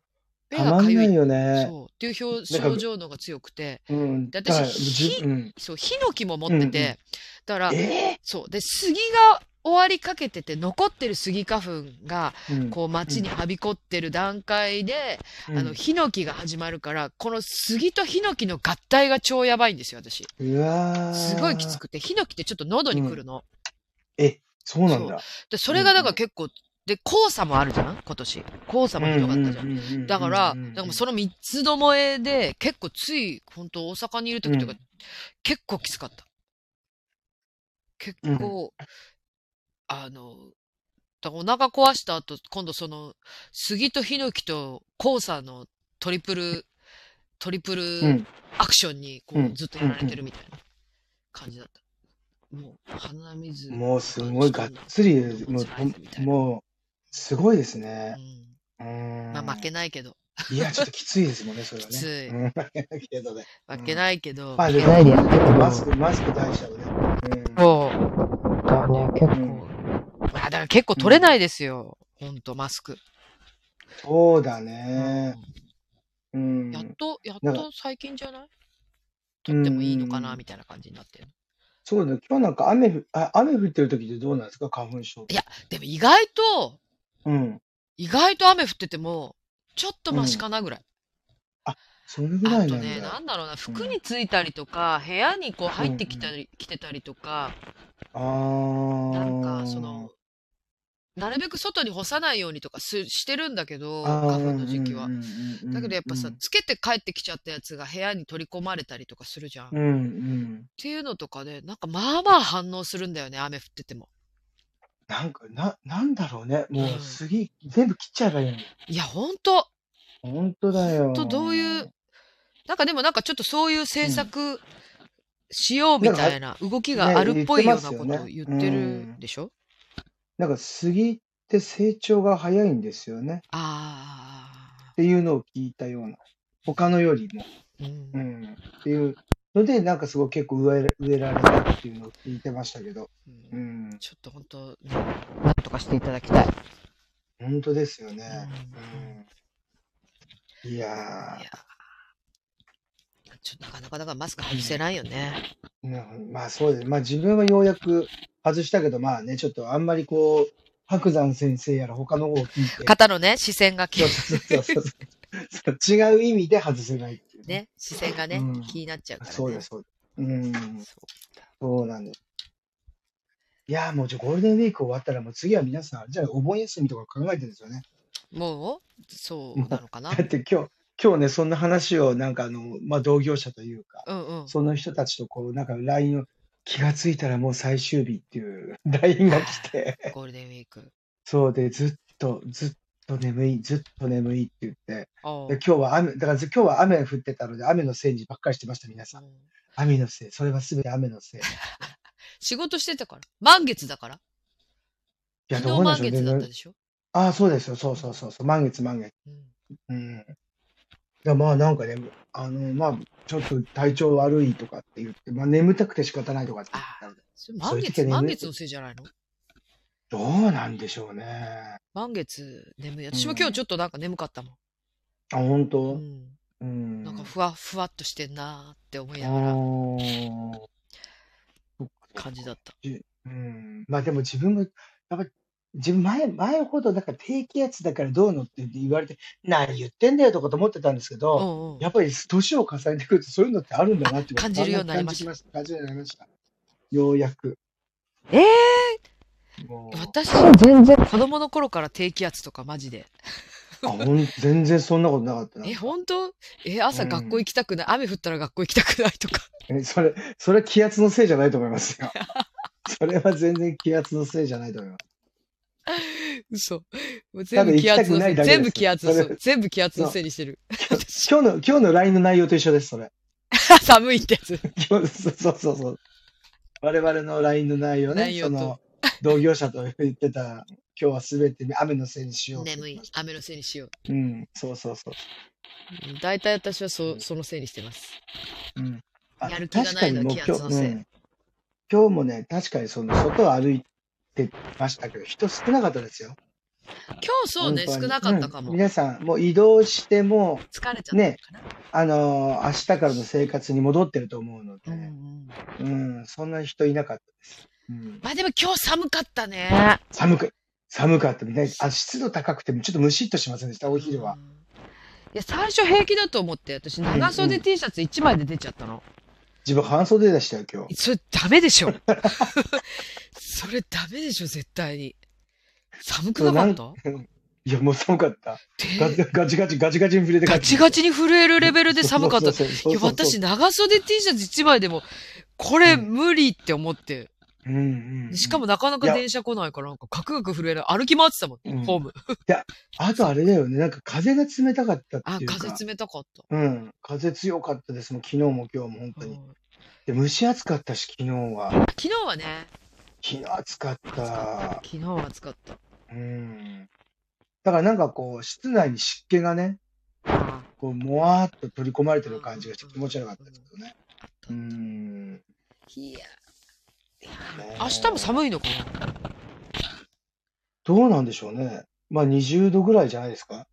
Speaker 1: 目
Speaker 2: た
Speaker 1: が
Speaker 2: ま
Speaker 1: か
Speaker 2: ん
Speaker 1: ゆ
Speaker 2: ない
Speaker 1: い。
Speaker 2: よね。
Speaker 1: そう。っていう表症状のが強くて、
Speaker 2: うん。
Speaker 1: で
Speaker 2: だから
Speaker 1: 私
Speaker 2: じうん
Speaker 1: そう、ヒノキも持って
Speaker 2: うんう
Speaker 1: て、だから、
Speaker 2: え
Speaker 1: そう。で、杉が終わりかけてて、残ってる杉花粉が、
Speaker 2: ーうん
Speaker 1: こう街にはびこってる段階で、あの、ヒノキが始まるから、この杉とヒノキの合体が超やばいんですよ、私。
Speaker 2: うんうわー
Speaker 1: すごいきつくて、ヒノキってちょっと喉にくるの。
Speaker 2: そうなんだ。
Speaker 1: で、それがだから結構、で、黄砂もあるじゃん今年。黄砂もひどかったじゃん。
Speaker 2: ん
Speaker 1: だから、
Speaker 2: うんうんうん
Speaker 1: だからもうその三つどもえで、結構つい、本当大阪にいる時とか、
Speaker 2: うん
Speaker 1: 結構きつかった。結構、あの、だからお腹壊した後、今度その、杉とヒノキと黄砂のトリプル、トリプ
Speaker 2: う
Speaker 1: ル
Speaker 2: ん
Speaker 1: アクションにこう、
Speaker 2: うん
Speaker 1: ずっとやられてるみたいな感じだった。もう、鼻水。
Speaker 2: もうすごいがっつり、もう、もう、すごいですね
Speaker 1: う。ん
Speaker 2: うん。
Speaker 1: まあ負けないけど、
Speaker 2: いや、ちょっときついですもんね、それはね。
Speaker 1: きつい
Speaker 2: うん。 負けないけどね。
Speaker 1: 負けないけど、
Speaker 2: まあ、で
Speaker 1: 結
Speaker 2: も、
Speaker 1: 構
Speaker 2: でもマスク、マスク大事だよね。
Speaker 1: そう。
Speaker 2: だね、結
Speaker 1: こうまあだから結構取れないですよ。ほんと、マスク。
Speaker 2: そうだね。うん。
Speaker 1: やっと、やっ
Speaker 2: なんか
Speaker 1: と最近じゃない取ってもいいのか
Speaker 2: う
Speaker 1: なんみたいな感じになってる。
Speaker 2: そうだね、今日なんか雨ふあ雨降ってる時ってどうなんですか、花粉症。
Speaker 1: いやでも意外と、
Speaker 2: うん。
Speaker 1: 意外と雨降ってても、ちょっとマシかなぐらい。
Speaker 2: それぐら
Speaker 1: あ
Speaker 2: い
Speaker 1: と
Speaker 2: なん
Speaker 1: ね、な
Speaker 2: だ。
Speaker 1: んだろうな、服についたりとか、部屋にこう入ってきたり、来てたりとか、
Speaker 2: あー
Speaker 1: なんかその、、なるべく外に干さないようにとかすしてるんだけど、
Speaker 2: あー
Speaker 1: 花粉の時期は。。だ
Speaker 2: だ
Speaker 1: けどやっぱさ
Speaker 2: う、ん
Speaker 1: つけて帰ってきちゃったやつが部屋に取り込まれたりとかするじゃん。っ
Speaker 2: うんうん。
Speaker 1: ていうのとかで、なんかまあまあ反応するんだよね、雨降ってても。
Speaker 2: なんか、な、なんだろうね。も
Speaker 1: う
Speaker 2: うん杉、全部切っちゃえばいいのに。
Speaker 1: いや、ほんと。
Speaker 2: ほんとだよ。
Speaker 1: とどういう。なんかでもなんかちょっとそういう政策しようみたいな動きがあるっぽいようなことを言ってるでしょ、
Speaker 2: なんか杉って成長が早いんですよね。
Speaker 1: あ
Speaker 2: っていうのを聞いたような。他のよりも。
Speaker 1: あ、う。
Speaker 2: うんん。っていうので、なんかすごい結構植えら植えられたっていうのを聞いてましたけど。うん。
Speaker 1: ちょっとほんと、ねなんとかしていただきたい。
Speaker 2: 本当ですよ
Speaker 1: うん
Speaker 2: ね。
Speaker 1: い
Speaker 2: うん、いや
Speaker 1: やちょっとなかなかだからマスク外せないよね。
Speaker 2: ー、なまあそうです。まあ自分はようやく外したけど、まあね、ちょっとあんまりこう、白山先生やら他の方を聞いて、
Speaker 1: 方のね、視線が気
Speaker 2: そうそうそうそうそう違う意味で外せないっていう。
Speaker 1: ね、視線がね、
Speaker 2: うん
Speaker 1: 気になっちゃうから、ね。
Speaker 2: そうです、そうです。うん、
Speaker 1: そう
Speaker 2: そうなんです。いやーもうじゃあゴールデンウィーク終わったらもう次は皆さん、あれじゃあお盆休みとか考えてるんですよね。
Speaker 1: もうそうなのかな
Speaker 2: だって今日、今日ね、そんな話をなんかあの、まあ同業者というか、
Speaker 1: うんうん。
Speaker 2: その人たちとこう、なんか LINE を気がついたらもう最終日っていう LINE が来て、
Speaker 1: ゴールデンウィーク。
Speaker 2: そうで、ずっと、ずっと眠い、ずっと眠いって言って、
Speaker 1: あ
Speaker 2: で今日は雨、だから今日は雨降ってたので、雨のせいにばっかりしてました、皆
Speaker 1: あ
Speaker 2: さん。
Speaker 1: うん
Speaker 2: 雨のせい、それはすべて雨のせい。い
Speaker 1: 仕事してたから。満月だから。
Speaker 2: や、
Speaker 1: 昨
Speaker 2: ど
Speaker 1: 日
Speaker 2: うなん
Speaker 1: 満
Speaker 2: でし
Speaker 1: 月だ
Speaker 2: ょう
Speaker 1: った
Speaker 2: ね。
Speaker 1: でしょ、
Speaker 2: ああ、そうですよ、そうそうそうそう、満月、満月。
Speaker 1: うん
Speaker 2: うん。やまあなんかね、あの、まあ、ちょっと体調悪いとかって言って、まあ眠たくて仕方ないとかって言ったら
Speaker 1: それ満
Speaker 2: そういう時
Speaker 1: 月、
Speaker 2: は眠い
Speaker 1: 満月のせいじゃないの
Speaker 2: どうなんでしょうね。
Speaker 1: 満月眠い。私も今日ちょっとなんか眠かったも
Speaker 2: あ、本
Speaker 1: ん。う
Speaker 2: 当
Speaker 1: ん。
Speaker 2: うん。
Speaker 1: なんかふわ、ふわっとしてんなーって思い
Speaker 2: あ
Speaker 1: ながら
Speaker 2: ー
Speaker 1: 感じだった。
Speaker 2: うん。まあでも自分が、やっぱ自分前、前ほど、なんか低気圧だからどうのって言われて、何言ってんだよとかと思ってたんですけ
Speaker 1: う
Speaker 2: ど、
Speaker 1: んうん。
Speaker 2: やっぱり年を重ねてくるとそういうのってあるんだなって。
Speaker 1: 感じるようになりました
Speaker 2: 感じるようになりました。ようやく。
Speaker 1: えー
Speaker 2: もう
Speaker 1: 私、
Speaker 3: 全然。
Speaker 1: 子供の頃から低気圧とかマジで。
Speaker 2: あほん全然そんなことなかったな。
Speaker 1: え、本当え、朝
Speaker 2: うん
Speaker 1: 学校行きたくない。雨降ったら学校行きたくないとか。
Speaker 2: えそれ、それ気圧のせいじゃないと思いますよ。 それは全然気圧のせいじゃないと思います。
Speaker 1: 嘘。もう全部
Speaker 2: ただ行
Speaker 1: 気
Speaker 2: きた
Speaker 1: 圧
Speaker 2: く
Speaker 1: の
Speaker 2: な
Speaker 1: せい。
Speaker 2: いだけです
Speaker 1: 全部気圧のせい
Speaker 2: それ
Speaker 1: 全部気圧のせいにしてる。
Speaker 2: 今日の、今日の LINE の内容と一緒です、それ。
Speaker 1: 寒いってやつ。
Speaker 2: 今日そうそうそうそう。我々の LINE の内容ね、
Speaker 1: 内容
Speaker 2: そ
Speaker 1: と
Speaker 2: の、同業者と言ってた、今日はすべて雨のせいにしよう。
Speaker 1: 眠い。。雨のせいにしよう。
Speaker 2: うん、そうそうそう。
Speaker 1: うん大体私はそそのせいにしてます。
Speaker 2: うん、あ
Speaker 1: やる気がないのは
Speaker 2: 確かにもう
Speaker 1: 気圧のせい
Speaker 2: ん今日もね、確かにその、外を歩いてましたけど、人少なかったですよ。
Speaker 1: 今日そうね、
Speaker 2: 本当
Speaker 1: 少
Speaker 2: に
Speaker 1: なかったか
Speaker 2: う
Speaker 1: も。疲
Speaker 2: ん
Speaker 1: れ
Speaker 2: 皆さん、もう移動しても、
Speaker 1: ちゃったの
Speaker 2: ね
Speaker 1: かな。
Speaker 2: あのー明日からの生活に戻ってると思うので、
Speaker 1: う
Speaker 2: うん、
Speaker 1: うんん
Speaker 2: そんな人いなかったです。うん、
Speaker 1: まあでも今日寒かったね。
Speaker 2: 寒く、寒かったみたい。あ、湿度高くて、ちょっとムシッとしませんでした、お昼は
Speaker 1: う。ん。いや、最初平気だと思って、私長袖 T シャツ1枚で出ちゃったの。
Speaker 2: 自分半袖でしたよ、今日。
Speaker 1: それダメで しょ。それダメでしょ、絶対に。寒くなかった
Speaker 2: いや、もう寒かった。ガ
Speaker 1: で
Speaker 2: チガチガチガチガチに触れて帰っ
Speaker 1: ガ
Speaker 2: てき
Speaker 1: チ
Speaker 2: た
Speaker 1: ガチに震えるレベルで寒かった。い
Speaker 2: そうそうそう
Speaker 1: や、
Speaker 2: そうそう
Speaker 1: 私長袖 T シャツ1枚でも、これ無理って思って。
Speaker 2: うんうんうん、
Speaker 1: しかもなかなか
Speaker 2: いや
Speaker 1: 電車来ないから、なんかガクガク震える。歩き回ってたもん、
Speaker 2: うん
Speaker 1: ホーム。
Speaker 2: あとあれだよね、なんか風が冷たかったっ
Speaker 1: あ
Speaker 2: てい、うか。
Speaker 1: 風冷たかった。
Speaker 2: うん、風強かったですもん、昨日も今日も本当
Speaker 1: うん
Speaker 2: に。で、蒸し暑かったし、昨日は。
Speaker 1: 昨日はね、
Speaker 2: 昨日暑かっ
Speaker 1: 暑かった
Speaker 2: た。。
Speaker 1: 昨日は暑かった。
Speaker 2: うんだからなんかこう、室内に湿気がね、
Speaker 1: あ
Speaker 2: こう、もわーっと取り込まれてる感じがして気持ち悪かったですけどね。
Speaker 1: った
Speaker 2: うん。
Speaker 1: いや、明日も
Speaker 2: い。
Speaker 1: 寒いのかな
Speaker 2: どうなんでしょうね。まあ20度ぐらいじゃないですか。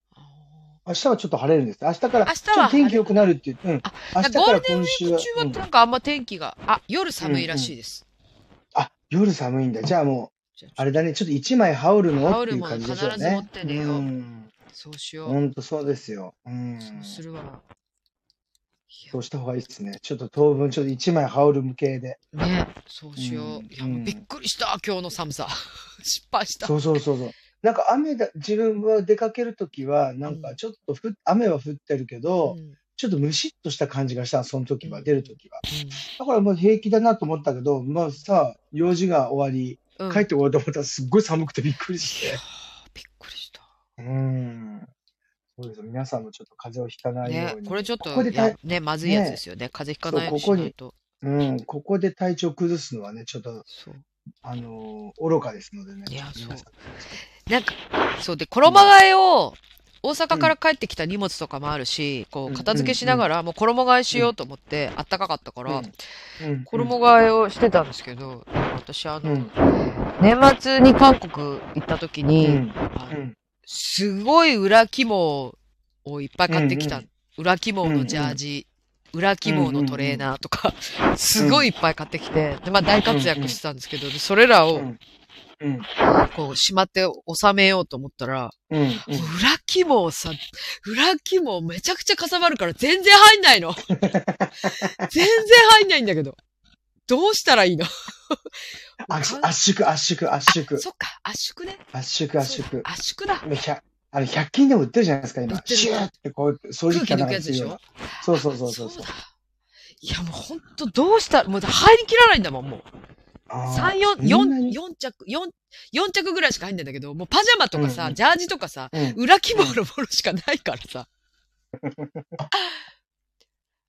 Speaker 2: 明日はちょっと晴れるんです。明日から、
Speaker 1: 明日は
Speaker 2: ちょっと天気良くなるっていう。うん。明
Speaker 1: あ
Speaker 2: 日
Speaker 1: ゴ
Speaker 2: か
Speaker 1: ー
Speaker 2: ら
Speaker 1: ルデンウ
Speaker 2: 今
Speaker 1: ィ
Speaker 2: 週
Speaker 1: ー
Speaker 2: は
Speaker 1: ク中。は
Speaker 2: うん
Speaker 1: なんかあんま天気が、あ、夜寒いらしいです。
Speaker 2: あ、夜寒いんだ。じゃあも
Speaker 1: じゃ
Speaker 2: う、あれだね。ちょっと一枚羽織るの
Speaker 1: 羽
Speaker 2: って
Speaker 1: 織る
Speaker 2: いう
Speaker 1: もの
Speaker 2: 感じでしょうね。
Speaker 1: 必ず持ってねよ
Speaker 2: うん。
Speaker 1: そうしよう。
Speaker 2: ほんとそうですよ。うん。
Speaker 1: そうするわ。い
Speaker 2: そうした方がいいですね。ちょっと当分、ちょっと一枚羽織る向けで。
Speaker 1: や、ね、そうしよう。
Speaker 2: うん
Speaker 1: いや、もうびっくりした、今日の寒さ。 失敗した。
Speaker 2: そうそうそうそう。なんか雨だ、自分は出かけるときは、なん
Speaker 1: う
Speaker 2: か
Speaker 1: ん
Speaker 2: ちょっとふ、雨は降ってるけど、
Speaker 1: うん
Speaker 2: ちょっとムシッとした感じがしたの、その時
Speaker 1: う
Speaker 2: は、
Speaker 1: ん
Speaker 2: 出るときは。
Speaker 1: う
Speaker 2: だからもう平気だなと思ったけど、まあさ、用事が終わり、
Speaker 1: んうん
Speaker 2: 帰って終わったと思ったらすっごい寒くてびっくり
Speaker 1: い
Speaker 2: し
Speaker 1: や
Speaker 2: て。
Speaker 1: ー びっくりした。
Speaker 2: うん。そうです。皆さんもちょっと風邪をひかない
Speaker 1: ね
Speaker 2: よう、に。
Speaker 1: これちょっと
Speaker 2: ここでたい
Speaker 1: やね、まずいやつですよね。風邪ひかないようにし
Speaker 2: そうここに
Speaker 1: ないと。
Speaker 2: うん。ここで体調崩すのはね、ちょっと、
Speaker 1: そう。
Speaker 2: あのー愚かですのでね。
Speaker 1: いやそう
Speaker 2: 皆さん
Speaker 1: なんか、そうで、衣替えを、大阪から帰ってきた荷物とかもあるし、こ
Speaker 2: うん
Speaker 1: う、片付けしながら、もう衣替えしようと思って、あったかかったから、
Speaker 2: うんうん
Speaker 1: 衣替えをしてたんですけど、私、あ
Speaker 2: う
Speaker 1: の、
Speaker 2: ん。
Speaker 1: 年末に韓国行った時
Speaker 2: う
Speaker 1: に、
Speaker 2: ん。
Speaker 1: あ
Speaker 2: う
Speaker 1: の
Speaker 2: ん。
Speaker 1: すごい裏肝をいっぱい買ってきた。
Speaker 2: うんう
Speaker 1: 裏肝のジャージ、裏肝のトレーナーとか、すごいいっぱい買ってきて、でまあ大活躍してたんですけど、でそれらを
Speaker 2: うん。
Speaker 1: こうしまって収めようと思ったら、
Speaker 2: うん。うん。
Speaker 1: もう裏肝をさ、裏肝めちゃくちゃかさばるから全然入んない の。全然入んないんだけど。どうしたらいいの
Speaker 2: あ
Speaker 1: か
Speaker 2: 圧縮、圧縮、圧縮、
Speaker 1: そっか、圧縮ね。
Speaker 2: 圧縮、圧
Speaker 1: そう
Speaker 2: 縮。
Speaker 1: だ圧縮だ。
Speaker 2: でひゃあれ、100均でも売ってるじゃないですか、
Speaker 1: 売
Speaker 2: 今
Speaker 1: っ。てる
Speaker 2: シューってこう、掃除機かなんかにするような
Speaker 1: 空
Speaker 2: そうそうそうそう。
Speaker 1: だ。いや、もう本当どうしたもう入りきらないんだもん、もう。
Speaker 2: あ
Speaker 1: 三四
Speaker 2: そんな
Speaker 1: 四
Speaker 2: に
Speaker 1: 四着、四四着ぐらいしか入んないんだけど、もうパジャマとか
Speaker 2: うん
Speaker 1: さ
Speaker 2: う、ん
Speaker 1: ジャージとかさ、
Speaker 2: ーうん
Speaker 1: 裏肝のものしかないから さ。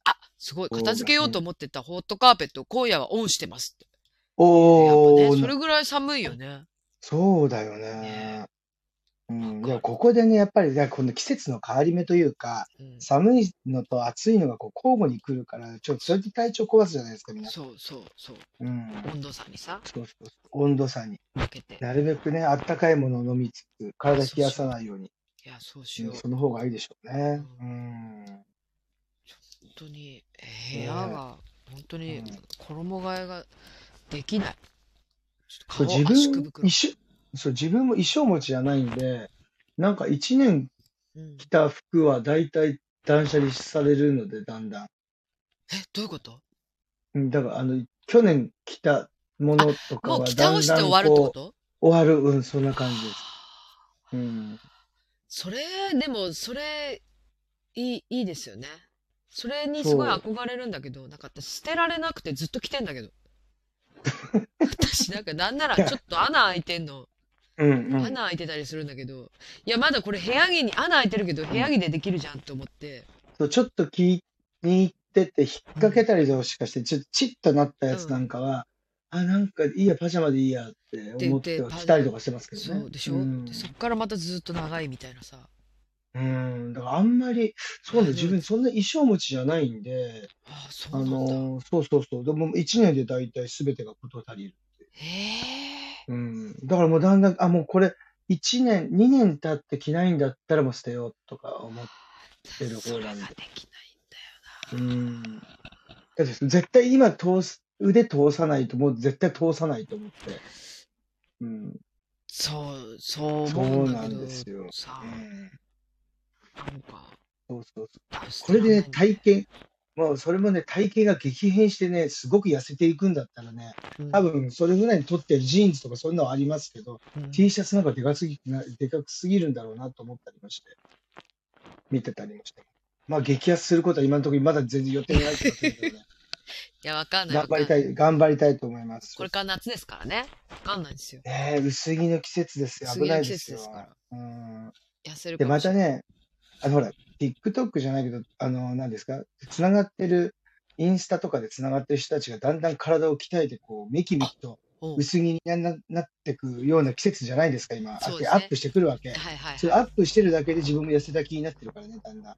Speaker 1: あ、すごい。片付けようと思ってたホットカーペットを今夜はオンしてますって。やっぱ
Speaker 2: お
Speaker 1: ね、そ
Speaker 2: ー、
Speaker 1: れぐらい寒いよね。
Speaker 2: そうだよね。うん、でもここでね、やっぱり、だからこの季節の変わり目というか、
Speaker 1: うん
Speaker 2: 寒いのと暑いのがこう交互に来るから、ちょっとそれで体調壊すじゃないですか、みんな。
Speaker 1: そうそうそう。
Speaker 2: うん。
Speaker 1: 温度差にさ、
Speaker 2: そうそうそう温度差に。
Speaker 1: 負けて。
Speaker 2: なるべくね、あったかいものを飲みつつ、体冷やさないように。
Speaker 1: いや、そうし
Speaker 2: う
Speaker 1: よ
Speaker 2: ん
Speaker 1: う。
Speaker 2: その方がいいでしょうね。
Speaker 1: う
Speaker 2: うん。
Speaker 1: 本当に、部
Speaker 2: ね
Speaker 1: 屋が、本当に
Speaker 2: うん
Speaker 1: 衣替えができない。ち
Speaker 2: そ
Speaker 1: ょ
Speaker 2: う
Speaker 1: っと
Speaker 2: 自
Speaker 1: 顔圧縮
Speaker 2: 分、
Speaker 1: 袋
Speaker 2: 衣。装そう、自分も衣装持ちじゃないんで、なんか一年
Speaker 1: うん
Speaker 2: 着た服は大体断捨離されるので、だんだん。
Speaker 1: え、どういうこと
Speaker 2: うんだから、あの、去年着たものとか
Speaker 1: もう
Speaker 2: は
Speaker 1: 着
Speaker 2: だ
Speaker 1: 倒
Speaker 2: ん
Speaker 1: して
Speaker 2: だん
Speaker 1: 終わるってこ
Speaker 2: ことう、終わる、うん、そんな感じです。うん。
Speaker 1: それ、でも、それ、いい、いいですよね。それにすごい
Speaker 2: そう
Speaker 1: 憧れるんだけど、なんか私捨てられなくてずっと着てんだ けど。私なんかなんならちょっと穴開いてんの。
Speaker 2: うん、うん。
Speaker 1: 穴開いてたりするんだけど、いや、まだこれ部屋着に、穴開いてるけど、部屋着でできるじゃんと思って、
Speaker 2: そうちょっと気に入ってて、引っ掛けたりとかしかして、ちょっとチッとなったやつなんかは、あ、なんかいいや、パジャマでいいやって思って
Speaker 1: って言
Speaker 2: は
Speaker 1: って
Speaker 2: 着たりとかしてますけどね。
Speaker 1: そうでしょ、
Speaker 2: うん
Speaker 1: でそっからまたずっと長いみたいなさ。
Speaker 2: うん、だからあんまり、そうな
Speaker 1: う
Speaker 2: ん
Speaker 1: ん
Speaker 2: です、自分そんな衣装持ちじゃないんで、
Speaker 1: ああ、そ
Speaker 2: あ
Speaker 1: うなんだ。
Speaker 2: のー、そうそうそう、でも1年で大体全てが事足りる。
Speaker 1: へえ。
Speaker 2: うん、だからもうだんだん、あ、もうこれ1年、2年経って着ないんだったらもう捨てようとか思って、てる
Speaker 1: そ
Speaker 2: 方
Speaker 1: れ
Speaker 2: な
Speaker 1: が
Speaker 2: ん
Speaker 1: で
Speaker 2: で
Speaker 1: きないんだよ。
Speaker 2: うん。だって絶対今通す、腕通さないと、もう絶対通さないと思って。うん。
Speaker 1: そう、そう思うんだけ
Speaker 2: そうなん
Speaker 1: ど、
Speaker 2: ですよ
Speaker 1: さあ、なんか、
Speaker 2: そうそうそう。
Speaker 1: あ捨
Speaker 2: これでね、
Speaker 1: てられない
Speaker 2: 体型、もうそれもね、体型が激変してね、すごく痩せていくんだったらね、
Speaker 1: うん
Speaker 2: 多分それぐらいに取ってるジーンズとかそういうのはありますけど、
Speaker 1: うん
Speaker 2: T シャツなんかでかすぎな、でかくすぎるんだろうなと思ったりもして、見てたりもして。まあ、激安することは今のところまだ全然予定ないってことだけどね、
Speaker 1: いや、わかん ない。
Speaker 2: 頑
Speaker 1: わか
Speaker 2: 張
Speaker 1: んな
Speaker 2: りた
Speaker 1: い。
Speaker 2: い、頑張りたいと思います。
Speaker 1: これから夏ですからね。わかんないですよ。
Speaker 2: ねえ、薄着の季節ですよ。
Speaker 1: 薄
Speaker 2: 危
Speaker 1: 着の
Speaker 2: ない
Speaker 1: 季
Speaker 2: です
Speaker 1: 節
Speaker 2: よ。
Speaker 1: ですから
Speaker 2: うん。
Speaker 1: 痩せる
Speaker 2: で、
Speaker 1: かも
Speaker 2: ま
Speaker 1: しれ
Speaker 2: た
Speaker 1: ない。
Speaker 2: ね、あの、ほら、TikTok じゃないけど、あの、何ですか、つながってる、インスタとかでつながってる人たちがだんだん体を鍛えて、こう、めきめきと
Speaker 1: おう
Speaker 2: 薄着になななってくような季節じゃないですか、今。
Speaker 1: そうですね
Speaker 2: アップしてくるわけ。
Speaker 1: はいはい
Speaker 2: それ
Speaker 1: は
Speaker 2: アップしてるだけで自分も痩せた気になってるからね、だんだん。
Speaker 1: い。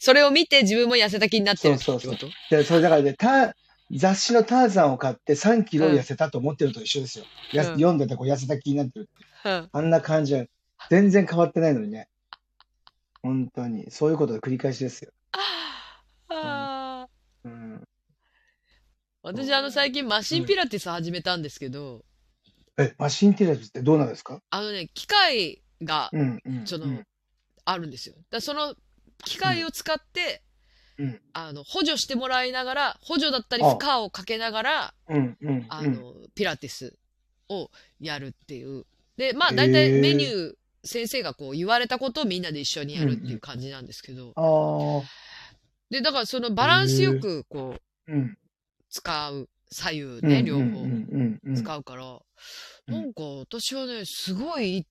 Speaker 1: それを見て自分も痩せた気になってるって
Speaker 2: そ
Speaker 1: こ
Speaker 2: うそうそう
Speaker 1: と
Speaker 2: で、それだからね、ター雑誌のターザンを買って3キロ痩せたと思ってると一緒ですよ。や
Speaker 1: うん
Speaker 2: 読んでてこう痩せた気になってる。
Speaker 1: うん
Speaker 2: あんな感じじゃ全然変わってないのにね。本当に。そういうことの繰り返しですよ。
Speaker 1: あー
Speaker 2: うん。
Speaker 1: 私、あの、最近マシンピラティス始めたんですけど、
Speaker 2: え、マシンテラピスってどうなんですか
Speaker 1: あのね、機械が
Speaker 2: うん、うん。
Speaker 1: その
Speaker 2: うん
Speaker 1: あるんですよ。だからその機械を使って、
Speaker 2: うん
Speaker 1: あの、補助してもらいながら、補助だったり
Speaker 2: あ
Speaker 1: 負荷をかけながら、
Speaker 2: うん、うん。
Speaker 1: あ
Speaker 2: うん
Speaker 1: の、ピラティスをやるっていう。で、まあ、
Speaker 2: へー
Speaker 1: 大体メニュー、先生がこう言われたことをみんなで一緒にやるっていう感じなんですけど、
Speaker 2: あー
Speaker 1: で、だからそのバランスよくこう、
Speaker 2: うん。
Speaker 1: 使う、左右
Speaker 2: う
Speaker 1: ね、
Speaker 2: ん
Speaker 1: 両
Speaker 2: うん
Speaker 1: 方。
Speaker 2: うん、うん。
Speaker 1: 使うから、
Speaker 2: うん
Speaker 1: なんか私はね、すごいいい、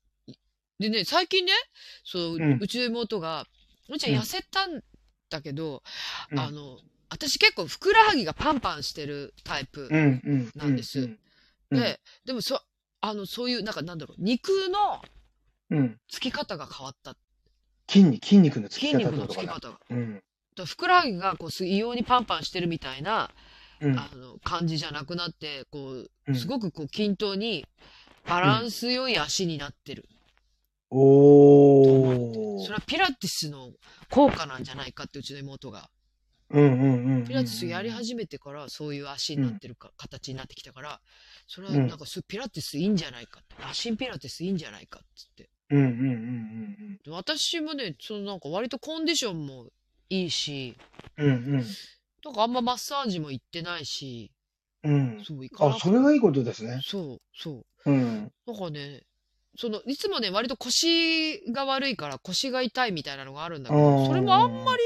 Speaker 1: でね、最近ね、そう、う
Speaker 2: うん
Speaker 1: ちの妹が、もちゃん
Speaker 2: うん
Speaker 1: 痩せたんだけど、
Speaker 2: うん
Speaker 1: あの、私結構ふくらはぎがパンパンしてるタイプ
Speaker 2: うん、うん。
Speaker 1: なんです
Speaker 2: うん。うん
Speaker 1: で、でもそ、あの、そういう、なんかなんだろう、肉の
Speaker 2: うん。
Speaker 1: つき方が変わった。
Speaker 2: 筋肉、筋肉のつき
Speaker 1: 筋
Speaker 2: 方
Speaker 1: 肉
Speaker 2: って
Speaker 1: の
Speaker 2: こ
Speaker 1: つ
Speaker 2: と
Speaker 1: き
Speaker 2: かな
Speaker 1: 方が。だか
Speaker 2: うん。
Speaker 1: らふくらはぎがこうす異様にパンパンしてるみたいな、
Speaker 2: うん。
Speaker 1: あの感じじゃなくなって、こ
Speaker 2: う
Speaker 1: う、
Speaker 2: ん
Speaker 1: すごくこう均等にバランス良い足になってる。
Speaker 2: お
Speaker 1: そ
Speaker 2: ー
Speaker 1: れ。はピラティスの効果なんじゃないかってうちの妹が。
Speaker 2: うん、うん、うん。
Speaker 1: ピラティスやり始めてからそういう足になってるか、形になってきたから、それはなんかそうピラティスいいんじゃないかって、ラシンピラティスいいんじゃないかっつって。
Speaker 2: うん、うん、うん、
Speaker 1: で私もね、そのなんか割とコンディションもいいし、
Speaker 2: うん。うん、
Speaker 1: なんかあんまマッサージも行ってないし、
Speaker 2: うん。うん。
Speaker 1: そう、行かな
Speaker 2: あ、
Speaker 1: く
Speaker 2: それはいいことですね。
Speaker 1: そう、そ
Speaker 2: うん。
Speaker 1: う。なんかね、その、いつもね、割と腰が悪いから腰が痛いみたいなのがあるんだけ
Speaker 2: あ
Speaker 1: ど、
Speaker 2: ー
Speaker 1: それもあんまり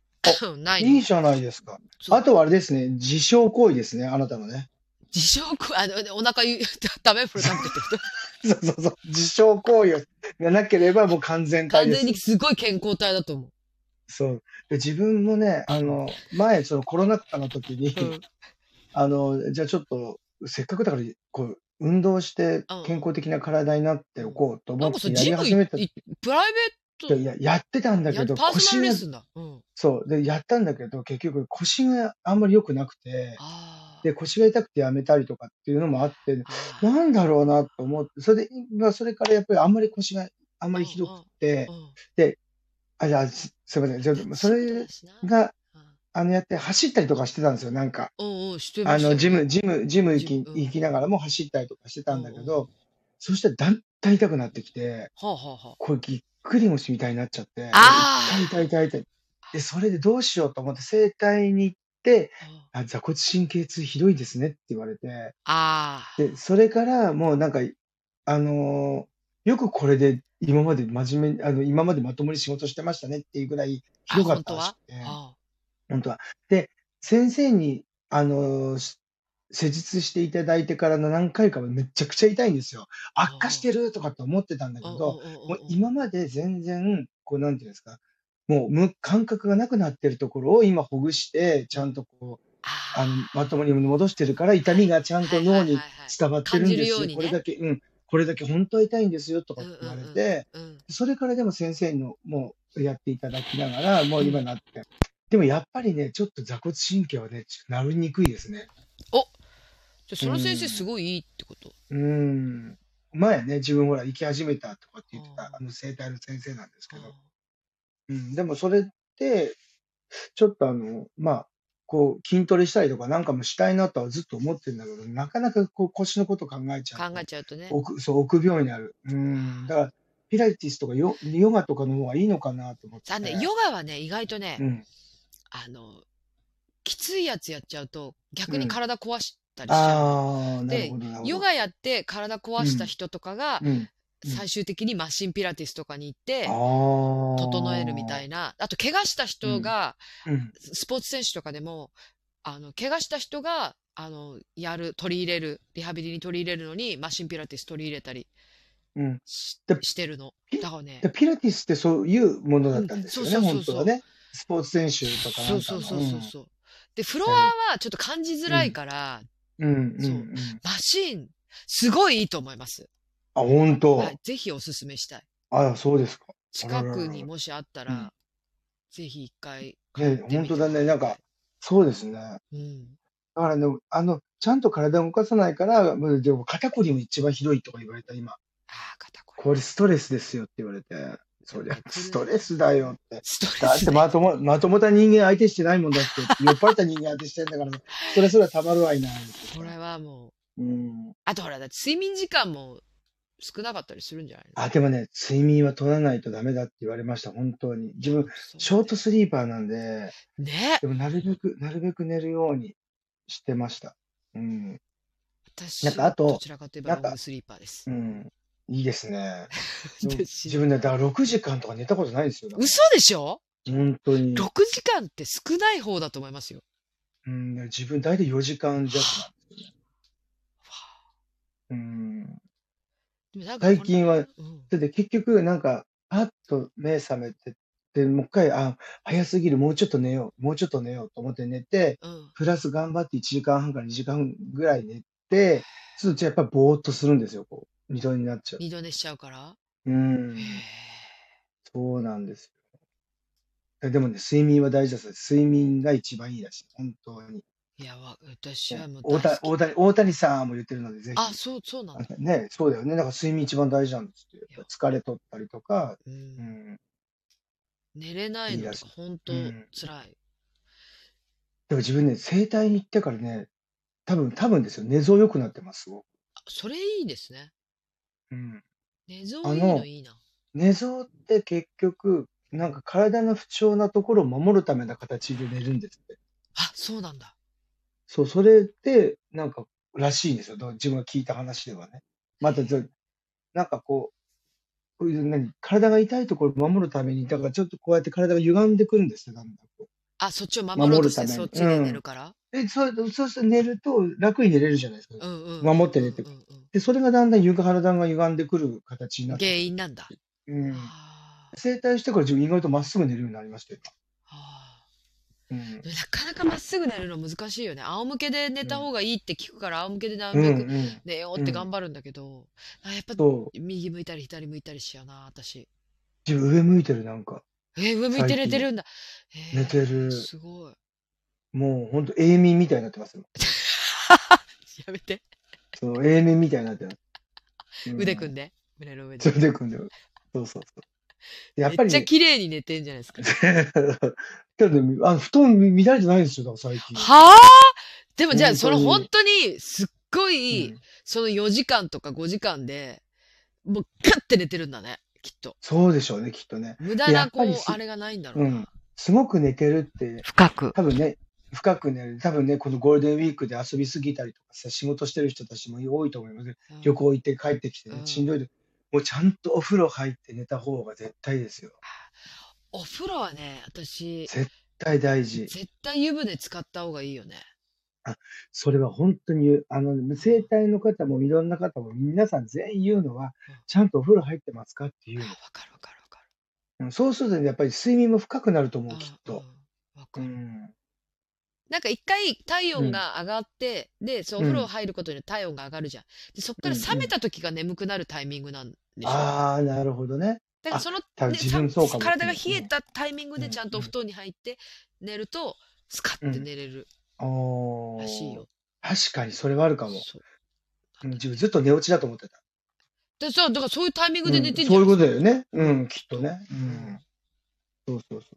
Speaker 1: ないの。
Speaker 2: いいじゃないですか。
Speaker 1: そう
Speaker 2: あとはあれですね、自傷行為ですね、あなたのね。
Speaker 1: 自称く、あの、お腹ゆ、 ダメフル食べてる人。
Speaker 2: そうそうそう。自傷行為がなければもう完全体
Speaker 1: 完
Speaker 2: です
Speaker 1: 全。にすごい健康体だと思う。
Speaker 2: そう。で、自分もね、あの、前、そのコロナ禍の時に、
Speaker 1: うん
Speaker 2: あの、じゃあちょっと、せっかくだから、こう、運動して
Speaker 1: うん
Speaker 2: 健康的な体になっておこうと
Speaker 1: な
Speaker 2: 思
Speaker 1: んか
Speaker 2: って
Speaker 1: さ、
Speaker 2: や
Speaker 1: ジ
Speaker 2: り
Speaker 1: ム
Speaker 2: 始め
Speaker 1: 行ったて、プライ
Speaker 2: 時
Speaker 1: ベー
Speaker 2: いややってたんだ
Speaker 1: ト、や
Speaker 2: け
Speaker 1: る
Speaker 2: ど、
Speaker 1: パーソ
Speaker 2: 腰
Speaker 1: ナルレッ
Speaker 2: が、
Speaker 1: スンだ。うん。
Speaker 2: そう、で、やったんだけど、結局腰があんまり良くなくて、
Speaker 1: あー
Speaker 2: で、腰が痛くてやめたりとかっていうのもあって、
Speaker 1: あー。
Speaker 2: なんだろうなと思って、それで、まあそれからやっぱりあんまり腰があんまりひどくて
Speaker 1: う、んうん
Speaker 2: あ、じゃあ、すすいません。じゃあ、それ、
Speaker 1: 仕事だしな
Speaker 2: が、あの、やって走ったりとかしてたんですよ、なんか。
Speaker 1: うんうん、してま
Speaker 2: あ
Speaker 1: したよ
Speaker 2: の、ジム、ジム、ジム行
Speaker 1: ジ
Speaker 2: き
Speaker 1: ムうん
Speaker 2: 行きながらも走ったりとかしてたんだけ
Speaker 1: うんうん
Speaker 2: ど、そしたらだんだん痛くなってきて、
Speaker 1: はあ、はあは
Speaker 2: これぎっくり腰みたいになっちゃって、
Speaker 1: あー
Speaker 2: 痛い痛い痛い痛い。で、それでどうしようと思って、整体に行って、
Speaker 1: あ、
Speaker 2: あ、座骨神経痛ひどいですねって言われて、
Speaker 1: ああ。
Speaker 2: で、それからもうなんか、あのーよくこれで今まで真面目に、あの、今までまともに仕事してましたねっていうぐらいひどかったらしくて。
Speaker 1: あ
Speaker 2: 本当は。で、先生に、あのーし施術していただいてからの何回かはめちゃくちゃ痛いんですよ。悪化してるとかって思ってたんだけ
Speaker 1: あ。うん
Speaker 2: ど、
Speaker 1: うんうんうん
Speaker 2: もう今まで全然、こう、なんていうんですか、もうむ感覚がなくなってるところを今ほぐして、ちゃんとこう、あの、まともに戻してるから、痛みがちゃんと脳に
Speaker 1: はいはいはいはい
Speaker 2: 伝わってるんです
Speaker 1: 感じる
Speaker 2: よ。
Speaker 1: ようにね
Speaker 2: これだけ、うん、これだけ本当は痛いんですよとかって言われて、
Speaker 1: うんうんうん
Speaker 2: それからでも先生のもうやっていただきながら、もう今なって。でもやっぱりね、ちょっと座骨神経はね、ちょっと治りにくいですね。
Speaker 1: じゃあその先生すごいいいってこと。
Speaker 2: うーん。前ね、自分ほら行き始めたとかって言ってた、
Speaker 1: うん
Speaker 2: あの生体の先生なんですけど。
Speaker 1: あ
Speaker 2: うん。でもそれって、ちょっとあの、まあ、こう筋トレしたりとかなんかもしたいなとはずっと思ってるんだけど、なかなかこう腰のこと考えちゃうと。
Speaker 1: 考えちゃうとね。
Speaker 2: 臆そう、臆病になる。うん。だから、ピラティスとかヨヨガとかの方がいいのかなと思って。
Speaker 1: あのね、ヨガはね、意外とね、
Speaker 2: うん。
Speaker 1: あの、きついやつやっちゃうと、逆に体壊したりしちゃう。
Speaker 2: ああ、なるほど、なるほど。
Speaker 1: ヨガやって体壊した人とかが、
Speaker 2: うん、うん
Speaker 1: 最終的にマシンピラティスとかに行って、整
Speaker 2: 整
Speaker 1: えるみたい
Speaker 2: な。
Speaker 1: な。あと、怪我した人が、
Speaker 2: うん、
Speaker 1: スポーツ選手とかでも、あの、怪我した人が、あの、やる、取り入れる、リハビリに取り入れるのに、マシンピラティス取り入れたり
Speaker 2: うん。
Speaker 1: し
Speaker 2: で
Speaker 1: してるの。だからね
Speaker 2: で、ピラティスってそういうものだったんですよね、
Speaker 1: うんそうそ
Speaker 2: 本
Speaker 1: うそうそ
Speaker 2: 当
Speaker 1: う
Speaker 2: はね。スポーツ選手とかな
Speaker 1: そ
Speaker 2: ん
Speaker 1: う
Speaker 2: か
Speaker 1: そ
Speaker 2: の。
Speaker 1: うそうそうそう。で、フロアはちょっと感じづらいから、
Speaker 2: うん。うん、うん、
Speaker 1: そう
Speaker 2: うん。
Speaker 1: マシン、すごいいいと思います。
Speaker 2: あ、本当、
Speaker 1: はい、ぜひおすすめしたい。
Speaker 2: あ、そうですか。
Speaker 1: 近くにもしあった
Speaker 2: うん
Speaker 1: ら、ぜひ一回通って
Speaker 2: ね
Speaker 1: み、て
Speaker 2: 本当だね。なんか、、そうですね。だ
Speaker 1: うん。
Speaker 2: からね、あの、ちゃんと体を動かさないから、もうでも肩こりも一番ひどいとか言われた、今。
Speaker 1: ああ、肩 こり。
Speaker 2: これストレスですよって言われて。そりゃ、ストレスだよって。
Speaker 1: ストレス、ね。
Speaker 2: だってまとも、まともた人間相手してないもんだ って、酔っ払った人間相手してんだから、それすらたまるわいない。
Speaker 1: これはもう、
Speaker 2: うん。
Speaker 1: あとほら、だって睡眠時間も少なかったりするんじゃないの
Speaker 2: あ、でもね、睡眠は取らないとダメだって言われました、本当に。自分、
Speaker 1: そう
Speaker 2: ショートスリーパーなんで、
Speaker 1: ね
Speaker 2: でもなるべく、なるべく寝るようにしてました。うん。
Speaker 1: 私
Speaker 2: なんかあと
Speaker 1: どちらかといえば
Speaker 2: なん
Speaker 1: ロ
Speaker 2: か
Speaker 1: ングスリーパーです
Speaker 2: う。ん。いいで すね。でも
Speaker 1: 私
Speaker 2: 自分ね、だから6時間とか寝たことないんですよ。だか
Speaker 1: 嘘でしょ
Speaker 2: ら本当
Speaker 1: ?6
Speaker 2: に。
Speaker 1: 時間って少ない方だと思いますよ。
Speaker 2: うん、自分大体4時間弱なんですよね。うん。
Speaker 1: でもなんかこの
Speaker 2: 最近は、
Speaker 1: うん
Speaker 2: で、結局、なんか、パッと目覚めて、で、もう一回、あ、早すぎる、もうちょっと寝よう、もうちょっと寝ようと思って寝て、
Speaker 1: うん
Speaker 2: プラス頑張って1時間半から2時間ぐらい寝て、ちょっとやっぱぼーっとするんですよ、こう。二度になっちゃ
Speaker 1: 二度寝しちゃうから。
Speaker 2: う。うん
Speaker 1: へえ。
Speaker 2: そうなんですよ。でもね、睡眠は大事です。睡眠が一番いいらしい。本当に。
Speaker 1: いや、わ私はもう
Speaker 2: 大
Speaker 1: 大
Speaker 2: 谷、
Speaker 1: 好き。
Speaker 2: 大谷、大谷さんも言ってるので、ぜ
Speaker 1: あ、
Speaker 2: ひ。
Speaker 1: そう、そうなんだ。
Speaker 2: ね、そうだよね。だから睡眠一番大事なんですって。
Speaker 1: いや
Speaker 2: 疲れ取ったりとか、
Speaker 1: う、
Speaker 2: うんん。
Speaker 1: 寝れないのとか、本当
Speaker 2: うん
Speaker 1: 辛い。
Speaker 2: でも自分ね、整体に行ってからね、多分、多分ですよ、寝相良くなってます、すごく
Speaker 1: あそれいいですね。
Speaker 2: うん。
Speaker 1: 寝相
Speaker 2: あ
Speaker 1: いい
Speaker 2: の
Speaker 1: のいいな。
Speaker 2: 寝相って結局、なんか体の不調なところを守るための形で寝るんですって。
Speaker 1: あ、そうなんだ。
Speaker 2: そう、それで、なんか、らしいんですよ。どう自分が聞いた話ではね。また、ずなんかこう、こういう何体が痛いところを守るために、だからちょっとこうやって体が歪んでくるんですよ、だんだんこう。
Speaker 1: あ、そっちを守ろうとして、
Speaker 2: 守
Speaker 1: そ
Speaker 2: る
Speaker 1: ったち
Speaker 2: めに
Speaker 1: で寝るから。
Speaker 2: で、そう、そうすると寝ると楽に寝れるじゃないですか。
Speaker 1: うんうん。
Speaker 2: 守って寝てく
Speaker 1: うんうん
Speaker 2: で、それがだんだん床体が歪んでくる形になっ
Speaker 1: 原
Speaker 2: て。
Speaker 1: 因なんだ。
Speaker 2: うん
Speaker 1: あー
Speaker 2: 整体してから自分意外とまっすぐ寝るようになりましたよ。
Speaker 1: あ
Speaker 2: うん。
Speaker 1: なかなかまっすぐ寝るの難しいよね。仰向けで寝た方がいいって聞くから、仰向けでなる
Speaker 2: うん
Speaker 1: べ
Speaker 2: う
Speaker 1: く
Speaker 2: ん。
Speaker 1: 寝ようって頑張るんだけど、あやっぱ
Speaker 2: そう。
Speaker 1: 右向いたり左向いたりしやな、私。
Speaker 2: 自分上向いてる、なんか。
Speaker 1: えー上向いて寝てるんだ。えー
Speaker 2: 寝てる。
Speaker 1: すごい。
Speaker 2: もう、ほんと、永眠みたいになってますよ。
Speaker 1: やめて。
Speaker 2: その永眠みたいになってます。うん
Speaker 1: 腕組んで。胸の上
Speaker 2: そ
Speaker 1: で
Speaker 2: う。腕組んでる。そうそうそう。やっ
Speaker 1: め
Speaker 2: ぱ
Speaker 1: っ
Speaker 2: り
Speaker 1: ち
Speaker 2: ね、
Speaker 1: ゃ綺麗に寝てんじゃないですか。
Speaker 2: けどね、あの布団乱れてないですよ、だから最近。
Speaker 1: はあでもじゃあ、
Speaker 2: 本
Speaker 1: そ
Speaker 2: 当に
Speaker 1: の本当に、すっごい、
Speaker 2: うん
Speaker 1: その4時間とか5時間で、もうガッて寝てるんだね、きっと。
Speaker 2: そうでしょうね、きっとね。
Speaker 1: 無駄な、こ
Speaker 2: やっぱり
Speaker 1: う、
Speaker 2: す
Speaker 1: あれがないんだろう
Speaker 2: う
Speaker 1: な。
Speaker 2: ん。すごく寝てるって、
Speaker 1: 深く。
Speaker 2: 多分ね、深く寝る。多分ね、このゴールデンウィークで遊びすぎたりとかさ、仕事してる人たちも多いと思いますね。
Speaker 1: うん
Speaker 2: 旅行行って帰ってきてね
Speaker 1: うん
Speaker 2: しんどいと。もうちゃんとお風呂入って寝た方が絶対ですよ。
Speaker 1: お風呂はね、私、
Speaker 2: 絶対大事。
Speaker 1: 絶対湯船使った方がいいよね。
Speaker 2: それは本当に言う。あの、生体の方もいろんな方も皆さん全員言うのは
Speaker 1: うん、
Speaker 2: ちゃんとお風呂入ってますかってい
Speaker 1: あ、
Speaker 2: う
Speaker 1: わ
Speaker 2: の。
Speaker 1: かるわかるわかる。
Speaker 2: うんそうするとねやっぱり睡眠も深くなると思う、きっ
Speaker 1: う
Speaker 2: と。
Speaker 1: ん。わ
Speaker 2: う
Speaker 1: かる。
Speaker 2: ん。
Speaker 1: なんか一回体温が上がって、で、そう、お
Speaker 2: うん
Speaker 1: 風呂入ることによって体温が上がるじゃん。で、そっから冷めた時が眠くなるタイミングなんでしょ。
Speaker 2: ああ、なるほどね。
Speaker 1: だからその、
Speaker 2: 多分
Speaker 1: ね
Speaker 2: 自分
Speaker 1: さ
Speaker 2: そうかもしれな
Speaker 1: 体
Speaker 2: い
Speaker 1: が冷えたタイミングで
Speaker 2: うん
Speaker 1: ちゃんとお布団に入って寝ると、スカッて寝れる
Speaker 2: お
Speaker 1: らしい
Speaker 2: ー
Speaker 1: よ。
Speaker 2: 確かに、それはあるかも。
Speaker 1: そう
Speaker 2: うん自分ずっと寝落ちだと思ってた。
Speaker 1: でさ、だからそういうタイミン
Speaker 2: う
Speaker 1: グ
Speaker 2: ん
Speaker 1: で寝てん
Speaker 2: そういうこと
Speaker 1: で
Speaker 2: だよね。うん、きっとね。うん。そうそうそ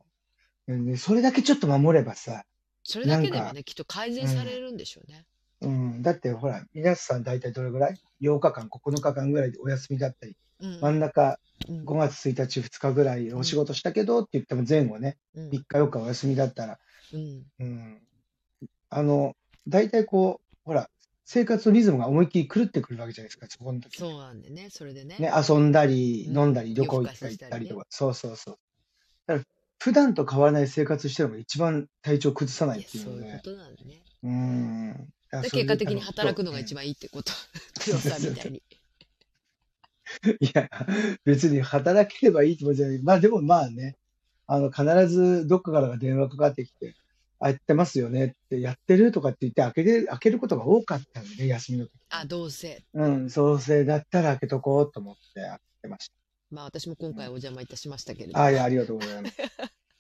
Speaker 2: ううんね。それだけちょっと守ればさ、
Speaker 1: それだけで
Speaker 2: な
Speaker 1: も
Speaker 2: ん
Speaker 1: ね、きっと改善されるんでしょうね。
Speaker 2: うん、だってほら、皆さん大体どれぐらい ?8 日間、9日間ぐらいでお休みだったり、
Speaker 1: うん。
Speaker 2: 真ん中
Speaker 1: うん
Speaker 2: 5月1日、2日ぐらいお仕事したけどって言っても前後ね、
Speaker 1: うん
Speaker 2: 3日4日お休みだったら、
Speaker 1: うん。
Speaker 2: うん、あの、大体こう、ほら、生活のリズムが思いっきり狂ってくるわけじゃないですか、そこの時。
Speaker 1: そうなんでね、それでね。
Speaker 2: ね、遊んだり、
Speaker 1: うん
Speaker 2: 飲んだり、旅
Speaker 1: 夜
Speaker 2: 行
Speaker 1: 更
Speaker 2: 行っ
Speaker 1: かした
Speaker 2: り
Speaker 1: したりね
Speaker 2: とか、そうそうそう。だから、普段と変わらない生活してるのが一番体調崩さないい
Speaker 1: や
Speaker 2: っていう
Speaker 1: そういう
Speaker 2: の
Speaker 1: こ
Speaker 2: ね。
Speaker 1: となんでね。
Speaker 2: うん。だから
Speaker 1: で
Speaker 2: それ
Speaker 1: 結
Speaker 2: で
Speaker 1: 果的に働くのが一
Speaker 2: 多分
Speaker 1: 番いいってこと。黒さんみたいに。
Speaker 2: いや、別に働ければいいと思うじゃない。まあでもまあね、あの、必ずどっかからが電話かかってきて、あ、やってますよねって、やってるとかって言って開ける、開けることが多かったんでね、休みの時。
Speaker 1: あ、どうせ。
Speaker 2: うん、創生だったら開けとこうと思って開けまし
Speaker 1: まあ私も今回お邪魔いたしましたけれど
Speaker 2: た。。あ、いや、ありがとうござ います。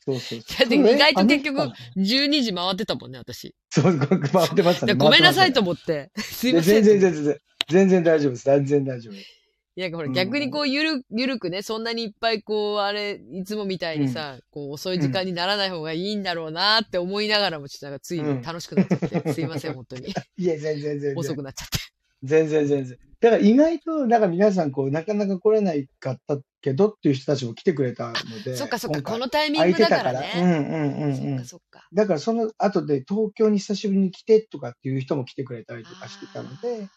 Speaker 2: そうそうそう。
Speaker 1: いやで意外と結局
Speaker 2: あの人
Speaker 1: 12時回ってたもんね、私。
Speaker 2: そう、ご回ってました
Speaker 1: だから
Speaker 2: ね。
Speaker 1: ごめんなさいと
Speaker 2: 思
Speaker 1: 思って。す
Speaker 2: い
Speaker 1: いま
Speaker 2: ま
Speaker 1: せ
Speaker 2: せ
Speaker 1: ん。
Speaker 2: ん。全然、全然、全然大丈夫です。全然大丈夫です。
Speaker 1: いや、ほら、
Speaker 2: うん
Speaker 1: 逆にこう、ゆる、ゆるくね、そんなにいっぱいこう、あれ、いつもみたいにさ、こう、遅い時間にならない方がいいんだろうなって思いながらも、ちょっとなんかつい
Speaker 2: うん
Speaker 1: 楽しくなっちゃって、すいません、本当に。
Speaker 2: いや、全然、全然。
Speaker 1: 遅くなっちゃって。
Speaker 2: 全然全然。だから意外と、なんか皆さん、こう、なかなか来れないかったけどっていう人たちも来てくれたので。
Speaker 1: そっかそっか、
Speaker 2: 今回
Speaker 1: このタイミ
Speaker 2: 空
Speaker 1: ン
Speaker 2: い
Speaker 1: グ
Speaker 2: て
Speaker 1: だ
Speaker 2: た
Speaker 1: か
Speaker 2: からら。う
Speaker 1: ね。
Speaker 2: んうんう
Speaker 1: そっ
Speaker 2: んう
Speaker 1: か
Speaker 2: ん。
Speaker 1: そっか。
Speaker 2: だからその後で東京に久しぶりに来てとかっていう人も来てくれたりとかしてたので、だ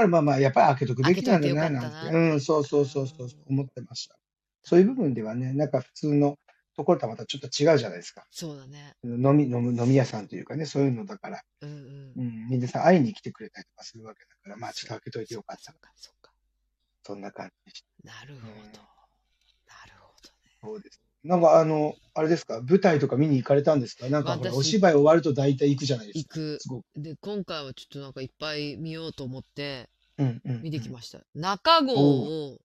Speaker 2: からまあまあ、やっぱり開けとくべきなんだな、
Speaker 1: 開けといてよか
Speaker 2: な
Speaker 1: った
Speaker 2: んて。
Speaker 1: な
Speaker 2: うん、そうそうそうそう、思ってました。そういう部分ではね、なんか普通のところとはまたちょっと違うじゃないですか。
Speaker 1: そうだね。
Speaker 2: 飲み、飲む、飲み屋さんというかね、そういうのだから、
Speaker 1: うんうん。
Speaker 2: うん、皆さん会いに来てくれたりとかするわけだから、まあちょっと開けといてよかっ
Speaker 1: そ
Speaker 2: た
Speaker 1: っ。かそっか。
Speaker 2: そんな感じでした。
Speaker 1: なるほど。なるほどね。
Speaker 2: そうです。なんかあの、あれですか、舞台とか見に行かれたんですかなんかほら
Speaker 1: 私
Speaker 2: お芝居終わると大体行くじゃないです
Speaker 1: 行
Speaker 2: か。
Speaker 1: く。
Speaker 2: すごく。
Speaker 1: で、今回はちょっとなんかいっぱい見ようと思って、
Speaker 2: うんうん、うん。
Speaker 1: 見てきました。中号を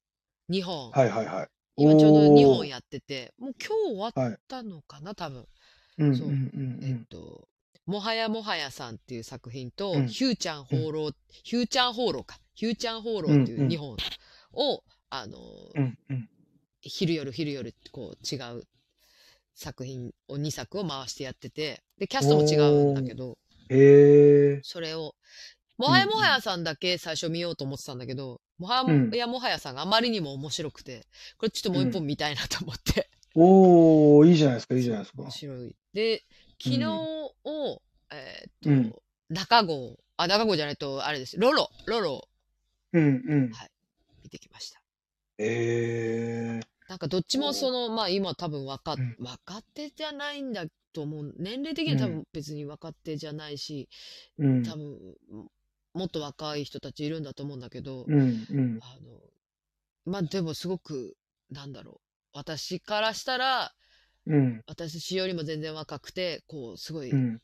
Speaker 1: 2本。
Speaker 2: はいはいはい。
Speaker 1: 今ちょうど2
Speaker 2: おー
Speaker 1: 本やってて、もう今日終わったのかな、多分。
Speaker 2: うん
Speaker 1: そう
Speaker 2: うんう
Speaker 1: えっ
Speaker 2: ん
Speaker 1: と、もはやもはやさんっていう作品と、
Speaker 2: うん
Speaker 1: ヒューちゃん放浪、ヒューちゃん放浪か。ヒューちゃん放浪っていう2本を、あの、
Speaker 2: うん。うんうん。
Speaker 1: 昼夜昼夜ってこう違う作品を2作を回してやってて、で、キャストも違うんだけど、
Speaker 2: へえ。
Speaker 1: それを、もはやもはやさんだけ最初見ようと思ってたんだけど、もはやもはやさんがあまりにも面白くて、これちょっともう一本見たいなと思って。
Speaker 2: おおいいじゃないですか、いいじゃないですか
Speaker 1: 面。白い。で、昨日を、えーっと、
Speaker 2: うん
Speaker 1: 中郷、あ、中郷じゃないと、あれです。ロロ、ロロを
Speaker 2: うんうん。
Speaker 1: 見てきました。
Speaker 2: へえ。
Speaker 1: なんかどっちもその、まあ今多分若、
Speaker 2: うん
Speaker 1: 若手じゃないんだと思う。年齢的には多
Speaker 2: う
Speaker 1: 分別に若手じゃないし、
Speaker 2: うん。
Speaker 1: 多分、もっと若い人たちいるんだと思うんだけど、
Speaker 2: うんうん。
Speaker 1: あの、まあでもすごく、なんだろう。私からしたら、
Speaker 2: うん。
Speaker 1: 私よりも全然若くて、こう、すごい
Speaker 2: うん。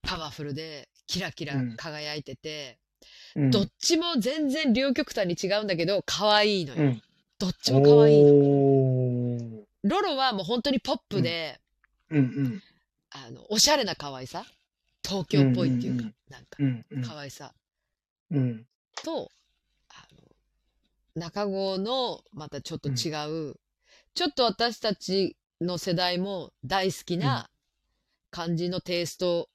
Speaker 1: パワフルで、キラキラ
Speaker 2: うん
Speaker 1: 輝いてて、
Speaker 2: うん。
Speaker 1: どっちも全然両極端に違うんだけど、可愛いのよ。
Speaker 2: うん
Speaker 1: どっちも可愛いの。
Speaker 2: おー
Speaker 1: ロロはもう本当にポップで、
Speaker 2: うんうん。
Speaker 1: あの、おしゃれな可愛さ。東京っぽいっていうか、
Speaker 2: うんうん
Speaker 1: なんか、
Speaker 2: うんうん。
Speaker 1: 可愛さ。
Speaker 2: うん。
Speaker 1: と、あの、中郷の、またちょっと違う、ちょっと私たちの世代も大好きな感じのテイスト、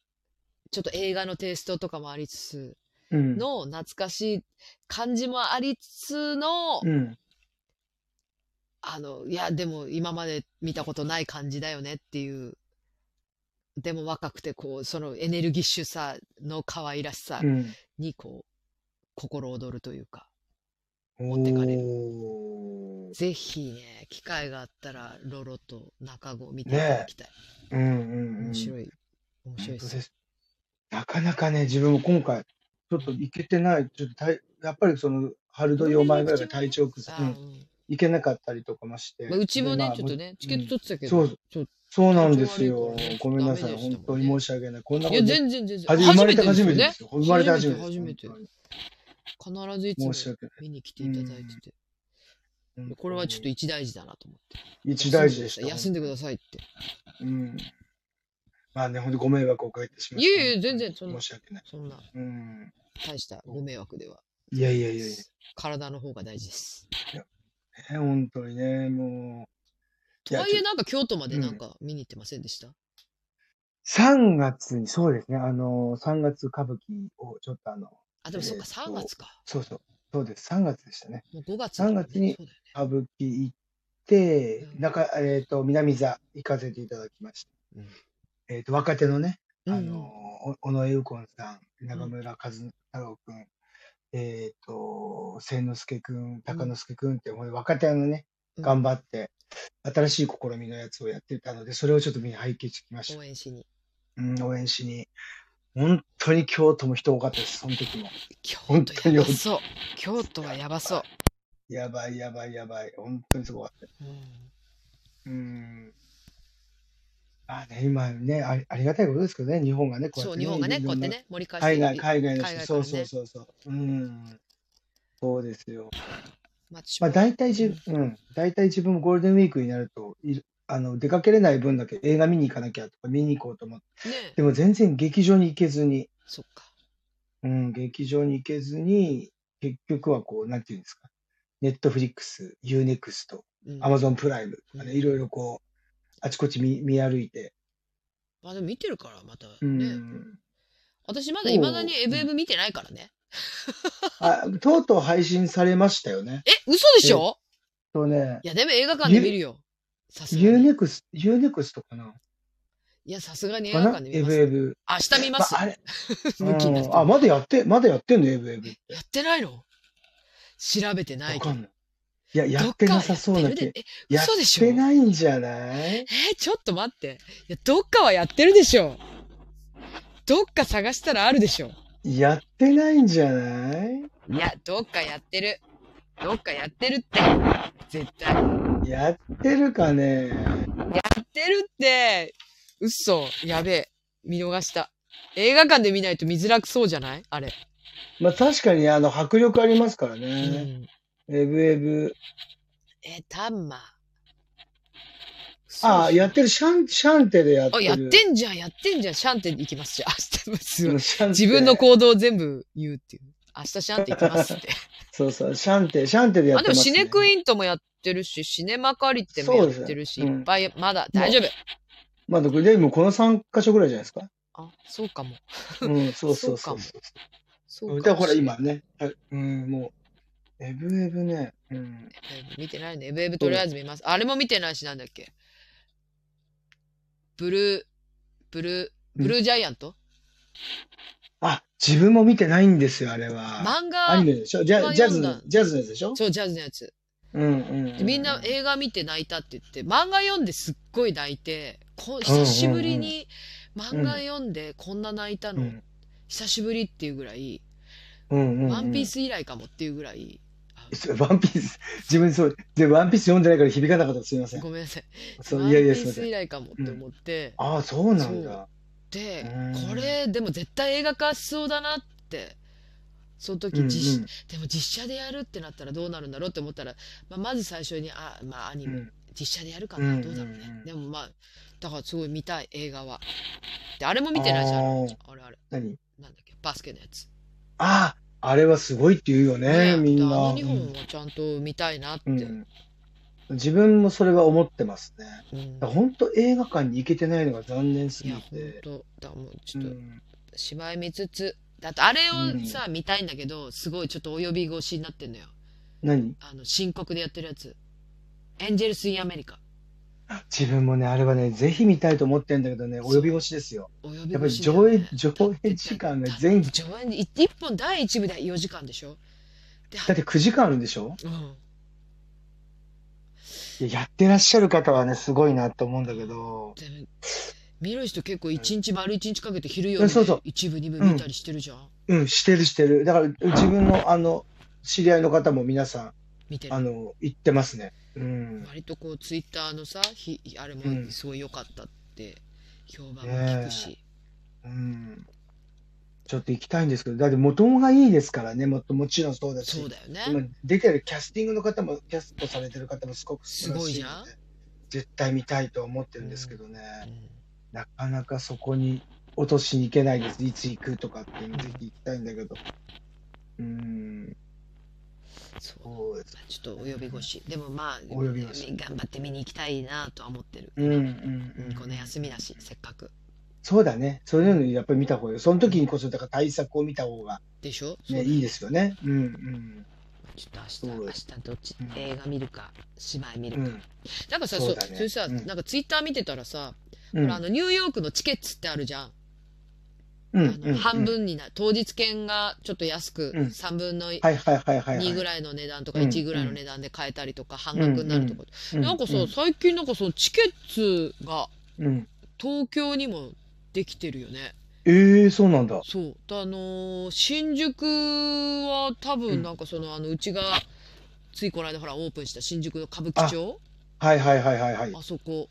Speaker 1: ちょっと映画のテイストとかもありつつ、
Speaker 2: うん。
Speaker 1: の懐かしい感じもありつつの、
Speaker 2: うん。
Speaker 1: あの、いや、でも今まで見たことない感じだよねっていう、でも若くてこう、そのエネルギッシュさの可愛らしさ
Speaker 2: うん。
Speaker 1: にこう、心躍るというか、
Speaker 2: 持
Speaker 1: ってかれる
Speaker 2: る。
Speaker 1: ぜひね、機会があったら、ロロと中子を見てい
Speaker 2: ねえ
Speaker 1: ただきたい。
Speaker 2: うんうんうん。
Speaker 1: 面白い。面白いで
Speaker 2: 本当
Speaker 1: す。
Speaker 2: ですなかなかね、自分も今回、ちょっと行けてない、ちょっと体やっぱりその、春土曜前ぐらいが体調崩
Speaker 1: あ
Speaker 2: れ、う
Speaker 1: ー
Speaker 2: ん、行けなかったりとかまして。
Speaker 1: うんまあうちも
Speaker 2: で
Speaker 1: ね
Speaker 2: ま、あ
Speaker 1: ちょっとね、チケット取ってたけ
Speaker 2: そ
Speaker 1: ど、
Speaker 2: う
Speaker 1: ちょっ
Speaker 2: そうなんです
Speaker 1: 体調
Speaker 2: よ
Speaker 1: 悪いからね。
Speaker 2: ごめんなさい、
Speaker 1: ダメでしたもんね
Speaker 2: 本当に申し訳ない。こんな
Speaker 1: と
Speaker 2: こ
Speaker 1: い
Speaker 2: と
Speaker 1: や、全然全然。
Speaker 2: はじ生まれて初めて
Speaker 1: で
Speaker 2: ですすよ。生まれて初めてです。
Speaker 1: 初めて初
Speaker 2: 本
Speaker 1: よね。必ずい
Speaker 2: 当
Speaker 1: つも
Speaker 2: に申し訳
Speaker 1: 見に来ていただいてて。
Speaker 2: ない。
Speaker 1: これはちょっと一大事だなと思って。
Speaker 2: 一大事でした。
Speaker 1: 休んでくださいって。
Speaker 2: い。うん。まあね、本当ご迷惑をかけてしまっ
Speaker 1: い
Speaker 2: た。
Speaker 1: えいえ全然そんな
Speaker 2: 申し訳ない。
Speaker 1: そんな
Speaker 2: うん。
Speaker 1: 大したご迷惑では。
Speaker 2: いやいやいやいや。
Speaker 1: 体の方が大事です。
Speaker 2: ね本当にね、もう。
Speaker 1: とはい
Speaker 2: いやちょ
Speaker 1: えなんか京都までなんか見に行ってませんでした、
Speaker 2: 3月に、そうですね、あの、3月歌舞伎をちょっとあの、
Speaker 1: あ、でもそっか
Speaker 2: えー
Speaker 1: 3月か。
Speaker 2: そうそう、そうです、3月でしたね。
Speaker 1: もう5月
Speaker 2: 3月に
Speaker 1: そうだよね
Speaker 2: 歌舞伎行って
Speaker 1: う、ん
Speaker 2: 中、えっ、と、南座行かせていただきました。
Speaker 1: うん
Speaker 2: えっ、と、若手のね、
Speaker 1: うんうん
Speaker 2: あの、お尾上右近さん、中村和太郎君、えっ、と、千之助君、鷹之助君って、ほんで若手のね、
Speaker 1: うん
Speaker 2: 頑張って、新しい試みのやつをやってたので、それをちょっと見に拝見してきました
Speaker 1: 応。援しに。
Speaker 2: うん、応援しに。本当に京都も人多かったです、その時も。
Speaker 1: 京
Speaker 2: 本
Speaker 1: 都
Speaker 2: 当に
Speaker 1: やばそう。京都はやばそう。
Speaker 2: やばいやばいやばい、本当にすごかった。うん。あね、今ねあり、ありがたいことですけどね、日本がね、こうや
Speaker 1: そ
Speaker 2: っ
Speaker 1: う、
Speaker 2: て
Speaker 1: 日
Speaker 2: ね、
Speaker 1: 本がね、
Speaker 2: い
Speaker 1: こうやっ
Speaker 2: ろん
Speaker 1: て
Speaker 2: な
Speaker 1: ね、盛り返し
Speaker 2: 海
Speaker 1: て
Speaker 2: 外、海外の
Speaker 1: 海
Speaker 2: 人、
Speaker 1: 外か
Speaker 2: そ
Speaker 1: ら
Speaker 2: う
Speaker 1: ね
Speaker 2: そうそうそう。うん。そうですよ。
Speaker 1: まあ、私
Speaker 2: ま
Speaker 1: も
Speaker 2: あ、大体じ、うん、大体自分もゴールデンウィークになると、いるあの出かけれない分だけ映画見に行かなきゃとか見に行こうと思って、
Speaker 1: ね
Speaker 2: でも全然劇場に行けずに、
Speaker 1: そっか。
Speaker 2: うん、劇場に行けずに、結局はこう、なんていうんですか、ネットフリックス、ユーネクスト、
Speaker 1: うん
Speaker 2: アマゾンプライムとか
Speaker 1: う
Speaker 2: ね、
Speaker 1: ん
Speaker 2: いろいろこう、あちこち見見歩いて、
Speaker 1: まあでも見てるから、またね。
Speaker 2: うん、
Speaker 1: 私まだ未だにエブエブ見てないからね。
Speaker 2: あとうとう配信されましたよね。
Speaker 1: え、嘘でしょ
Speaker 2: とね
Speaker 1: い、や、でも映画館で見るよ。さす
Speaker 2: ユ
Speaker 1: が
Speaker 2: ー
Speaker 1: に。
Speaker 2: ネクスト、ユーネクストかない
Speaker 1: や、さすがに映
Speaker 2: か
Speaker 1: 画
Speaker 2: な
Speaker 1: 館で見
Speaker 2: エ
Speaker 1: ま
Speaker 2: ブ
Speaker 1: す。
Speaker 2: エブ。
Speaker 1: 明日見ます
Speaker 2: ま。あ、あれ、
Speaker 1: 向きにな
Speaker 2: う
Speaker 1: っ
Speaker 2: んあ、
Speaker 1: て
Speaker 2: まだやって、まだやってんの、エブエブって。
Speaker 1: やってないの調べてない
Speaker 2: わ
Speaker 1: けど
Speaker 2: かんない。いや、やってなさそう
Speaker 1: どっ
Speaker 2: な
Speaker 1: かはやって
Speaker 2: 気。
Speaker 1: るでえ
Speaker 2: やっ
Speaker 1: 嘘でしょ
Speaker 2: てないんじゃない
Speaker 1: えーちょっと待って。いや、どっかはやってるでしょ。どっか探したらあるでしょ。
Speaker 2: やってないんじゃない
Speaker 1: いや、どっかやってる。どっかやってるって。絶対。や
Speaker 2: やってるかね
Speaker 1: ってるって。嘘。やべえ。見逃した。映画館で見ないと見づらくそうじゃないあれ。
Speaker 2: まあ確かにあの迫力ありますから
Speaker 1: う
Speaker 2: ね。
Speaker 1: ん、
Speaker 2: エブエブ。
Speaker 1: え、タンマ。嘘
Speaker 2: ああ、やってる。シャン、シャンテでやって
Speaker 1: あ、
Speaker 2: る。
Speaker 1: やってんじゃん、やってんじゃん。シャンテ行きますじゃん。明日、すごい
Speaker 2: うんシャンテ
Speaker 1: 自分の行動を全部言うっていう。明日シャンテ行きます って。
Speaker 2: そうそう、シャンテ、シャンテでやっ
Speaker 1: あ、
Speaker 2: て
Speaker 1: で
Speaker 2: ま
Speaker 1: も
Speaker 2: す、ね。
Speaker 1: シネクイントもやってるし、シネマカリテもやってるし、
Speaker 2: そうですねうん
Speaker 1: いっぱい、まだ大丈夫。
Speaker 2: まあ、でもこの3箇所ぐらいじゃな いですか。
Speaker 1: あ、そうかも。
Speaker 2: うん、そうそうそう。
Speaker 1: そうそ
Speaker 2: そうう
Speaker 1: か
Speaker 2: だ
Speaker 1: も
Speaker 2: からほら
Speaker 1: しれない
Speaker 2: 今。ね、あうん、もう、エブエブね、うん。
Speaker 1: 見てないね。エブエブとりあえず見ます。あれも見てないし、なんだっけ。ブルー、ブルー、ブルージャイアント、
Speaker 2: あ、自分も見てないんですよ、あれは。
Speaker 1: 漫
Speaker 2: ア
Speaker 1: 画、
Speaker 2: ニメでしょジャ
Speaker 1: 漫画
Speaker 2: ジャ
Speaker 1: 読
Speaker 2: ズ
Speaker 1: んだ
Speaker 2: の、ジャズのやつでしょ
Speaker 1: そう、ジャズのやつ。
Speaker 2: うんうんうん。
Speaker 1: みんな映画見て泣いたって言って、漫画読んですっごい泣いて、こ久しぶりに漫画読んでこんな泣いた
Speaker 2: う
Speaker 1: の、
Speaker 2: ん
Speaker 1: 久しぶりっていうぐらい、
Speaker 2: うんうんうん。
Speaker 1: ワンピース以来かもっていうぐらい、あ
Speaker 2: そうワンピース、 自分そう、で、ワンピース読んでないから響かなかったすみません。
Speaker 1: ごめんなさい。
Speaker 2: そう、
Speaker 1: ワン
Speaker 2: い
Speaker 1: ピ
Speaker 2: やいや、
Speaker 1: ー
Speaker 2: すみませ
Speaker 1: ス
Speaker 2: ん。
Speaker 1: 以来かもって思って、
Speaker 2: ああ、そうなんだ。
Speaker 1: で
Speaker 2: うん、
Speaker 1: これ、でも絶対映画化しそうだなって、その
Speaker 2: うんう
Speaker 1: 時
Speaker 2: ん
Speaker 1: 実、でも実写でやるってなったらどうなるんだろうって思ったら、まあ、まず最初に、あ、まあ、アニ
Speaker 2: う
Speaker 1: メ、
Speaker 2: ん
Speaker 1: 実写でやるか
Speaker 2: うんうんう
Speaker 1: な、
Speaker 2: ん
Speaker 1: どうだろうね。でもまあ、だからすごい見たい、映画は。で、あれも見てないじゃん。
Speaker 2: あ
Speaker 1: あ
Speaker 2: ー
Speaker 1: れあれ、
Speaker 2: 何
Speaker 1: なんだっけ、バスケのやつ。
Speaker 2: ああ、あれはすごいって言うよね、みん
Speaker 1: だから
Speaker 2: な。
Speaker 1: あの2本はちゃんと見たいなって。
Speaker 2: うんうん自分もそれは思ってますね。
Speaker 1: うん
Speaker 2: 本当映画館に行けてないのが残念す
Speaker 1: い
Speaker 2: ぎ
Speaker 1: や、本
Speaker 2: て。
Speaker 1: 当だからもうち
Speaker 2: う
Speaker 1: ょっと、
Speaker 2: ん
Speaker 1: 芝居見つつ、だってあれをさ、見たいんだけど、すごいちょっとお呼び越しになってんのよ。
Speaker 2: 何
Speaker 1: あの、深刻でやってるやつ。エンジェルス・イン・アメリカ。
Speaker 2: 自分もね、あれはね、ぜひ見たいと思ってんだけどね、お
Speaker 1: そう
Speaker 2: 呼び越しですよ。
Speaker 1: お呼び
Speaker 2: やっぱり
Speaker 1: 越しだ
Speaker 2: 上
Speaker 1: よね、
Speaker 2: 映、上映時間が
Speaker 1: だって
Speaker 2: 全、だ
Speaker 1: 上映に、一本第一部で4時間でしょで、
Speaker 2: って9時間あるんでしょ
Speaker 1: うん。
Speaker 2: いややってらっしゃる方はね、すごいなと思うんだけど、
Speaker 1: で見る人結構一日、丸一日かけて昼夜で
Speaker 2: そうそう
Speaker 1: 一部、二部見たりしてるじゃん。
Speaker 2: うん、してるしてる。だから自分のあの、知り合いの方も皆さ
Speaker 1: 見て
Speaker 2: ん、あ
Speaker 1: る。
Speaker 2: の、行ってますね。うん。
Speaker 1: 割とこう、ツイッターのさ、ひあれも
Speaker 2: うん
Speaker 1: すごい良かったって、評判も聞くし。
Speaker 2: うん。ちょっと行きたいんですけど、だって元もがいいですからね、もっともちろんそうだし。
Speaker 1: そうだよね。
Speaker 2: 今出てるキャスティングの方も、キャストされてる方もすごく素晴らしいの
Speaker 1: すごい
Speaker 2: で
Speaker 1: じゃ
Speaker 2: 絶対見たいと思ってるんですけどね、
Speaker 1: うん
Speaker 2: なかなかそこに落としに行けないです。いつ行くとかっていうの、ぜひ行きたいんだけど。うん、
Speaker 1: そう
Speaker 2: そうです。
Speaker 1: ちょっとお呼び越し。でもまあ、
Speaker 2: お呼び越し
Speaker 1: 頑張って見に行きたいなとは思ってる。
Speaker 2: うん、うん、うん。
Speaker 1: この休みだし、せっかく。
Speaker 2: そうだね。そういうのやっぱり見た方がいい。その時にこそ、だから対策を見た方が、
Speaker 1: でしょそう
Speaker 2: ね、いいですよね。うん、うん。
Speaker 1: ちょっと
Speaker 2: そ
Speaker 1: 明日、明
Speaker 2: うで
Speaker 1: 日どっち
Speaker 2: うん、
Speaker 1: 映画見るか、芝居見
Speaker 2: う
Speaker 1: るか。
Speaker 2: ん、
Speaker 1: なんかさ、
Speaker 2: そ
Speaker 1: そうう
Speaker 2: だね
Speaker 1: それさ、
Speaker 2: うん
Speaker 1: なんかツイッター見てたらさ、
Speaker 2: うん、
Speaker 1: あの、ニューヨークのチケッツってあるじゃん。
Speaker 2: うん、
Speaker 1: あ
Speaker 2: うん
Speaker 1: の、半。分にな、当日券がちょっと安く、
Speaker 2: うん
Speaker 1: 3分の
Speaker 2: はいはいはいはいはい。
Speaker 1: 2ぐらいの値段とか、
Speaker 2: うん
Speaker 1: 1ぐらいの値段で買えたりとか、半額になるとか。
Speaker 2: うん
Speaker 1: なんかさ
Speaker 2: う、
Speaker 1: 最近なんかそのチケッツが
Speaker 2: うん。
Speaker 1: 東京にもできてるよね。
Speaker 2: ええ、そうなんだ。
Speaker 1: そう。だあのー新宿は多分なんかその、あの、うちが、ついこの間ほら、オープンした新宿の歌舞伎町
Speaker 2: はいはいはいはいはい
Speaker 1: あ。そこ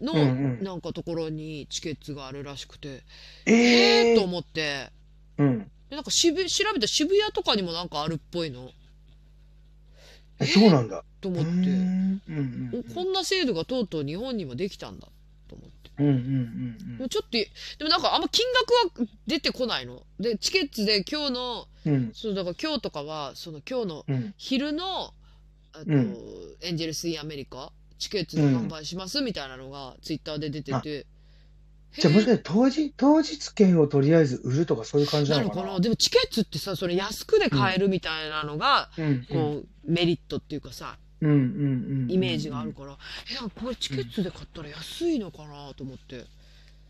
Speaker 1: の、
Speaker 2: うんうん
Speaker 1: なんかところにチケットがあるらしくて、
Speaker 2: え
Speaker 1: え
Speaker 2: え
Speaker 1: ーと思って、
Speaker 2: うん。
Speaker 1: でなんか渋、調べたら渋谷とかにもなんかあるっぽいの、
Speaker 2: えそうなんだ。
Speaker 1: と
Speaker 2: う
Speaker 1: 思
Speaker 2: ー
Speaker 1: って、
Speaker 2: んうんうん
Speaker 1: おこんな制度がとうとう日本にもできたんだ、と思って。
Speaker 2: うんうん
Speaker 1: でもちょっと、でもなんかあんま金額は出てこないの。で、チケットで今日の、
Speaker 2: うんうん
Speaker 1: そう、だから今日とかは、その今日の、
Speaker 2: うん
Speaker 1: 昼のあと、
Speaker 2: うん
Speaker 1: エンジェルス・イン・アメリカチケットで販売しますみたいなのがツイッターで出てて、
Speaker 2: じゃあもしかして当日当日券をとりあえず売るとかそういう感じ
Speaker 1: な
Speaker 2: な
Speaker 1: の
Speaker 2: の
Speaker 1: かな
Speaker 2: かな
Speaker 1: でもチケットってさそれ安くで買えるみたいなのが、
Speaker 2: うんう
Speaker 1: こ
Speaker 2: ん
Speaker 1: うメリットっていうかさ
Speaker 2: うんうんうん
Speaker 1: イメージがあるから、えなんかこれチケットで買ったら安いのかなと思って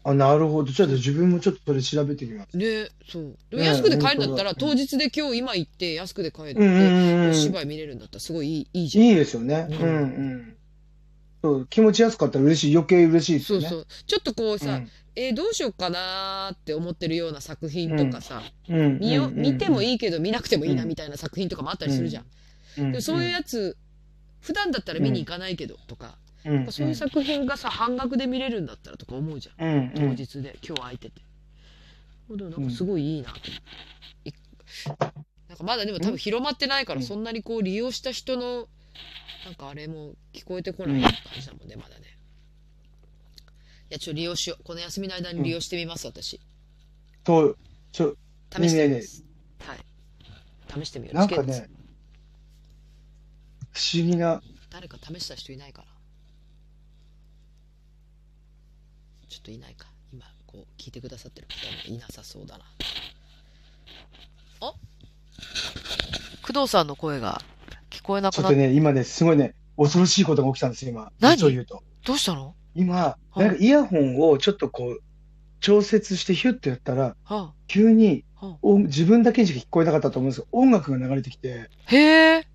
Speaker 2: あなるほどちょっと自分もちょっとそれ調べてみます
Speaker 1: ねそうでも
Speaker 2: ねえ
Speaker 1: 安くで買えるんだったら、
Speaker 2: 本当だ
Speaker 1: 当日で今日今行って安くで買えて、
Speaker 2: うんうん
Speaker 1: お
Speaker 2: うん
Speaker 1: 芝居見れるんだったらすごいいいいいじゃん。
Speaker 2: いいですよね
Speaker 1: うん
Speaker 2: うんうんそう気持ち安かったら嬉しい余計嬉しいです
Speaker 1: そ
Speaker 2: よ
Speaker 1: う
Speaker 2: ね
Speaker 1: そうちょっとこうさ、
Speaker 2: うん
Speaker 1: えーどうしようかなーって思ってるような作品とかさ、
Speaker 2: うん
Speaker 1: 見よ、見ても
Speaker 2: い
Speaker 1: いいけど見なくてもいいな
Speaker 2: うん
Speaker 1: みたいな作品とかもあったりするじゃん。でもそういうやつ、普段だったら見に行かないけどとか、
Speaker 2: つ
Speaker 1: そういう作品がさ、半額で見れるんだったらとか思うじゃん。
Speaker 2: うんうん
Speaker 1: 当日で、今日空いてて。でもなんかすごいいいなと思っていなんかまだでも多分広まってないから、
Speaker 2: うん
Speaker 1: そんなにこう利用した人の、なんかあれも聞こえてこな
Speaker 2: うん
Speaker 1: い感じだもんね、まだね。いや、ちょ、利用しよう。この休みの間に利用してみます、私。
Speaker 2: そうちょ
Speaker 1: 試してみます。はい。試してみよう。
Speaker 2: なんか
Speaker 1: チケッ
Speaker 2: ね
Speaker 1: ト
Speaker 2: 不思議な
Speaker 1: 誰か試した人いないかなちょっといないか今こう聞いてくださってる方もいなさそうだなあ工藤さんの声が聞こえな
Speaker 2: ち
Speaker 1: く
Speaker 2: ょっ
Speaker 1: な
Speaker 2: と
Speaker 1: っ
Speaker 2: ね、今ね、すごいね、恐ろしいことが起きたんですよ、今。
Speaker 1: 何
Speaker 2: 実を言うと。
Speaker 1: どうしたの
Speaker 2: 今、
Speaker 1: い
Speaker 2: なんかイヤホンをちょっとこう、調節してヒュッとやったら、
Speaker 1: は
Speaker 2: 急に
Speaker 1: は
Speaker 2: お自分だけにしか聞こえなかったと思うんですけど、音楽が流れてきて、
Speaker 1: あ、へえ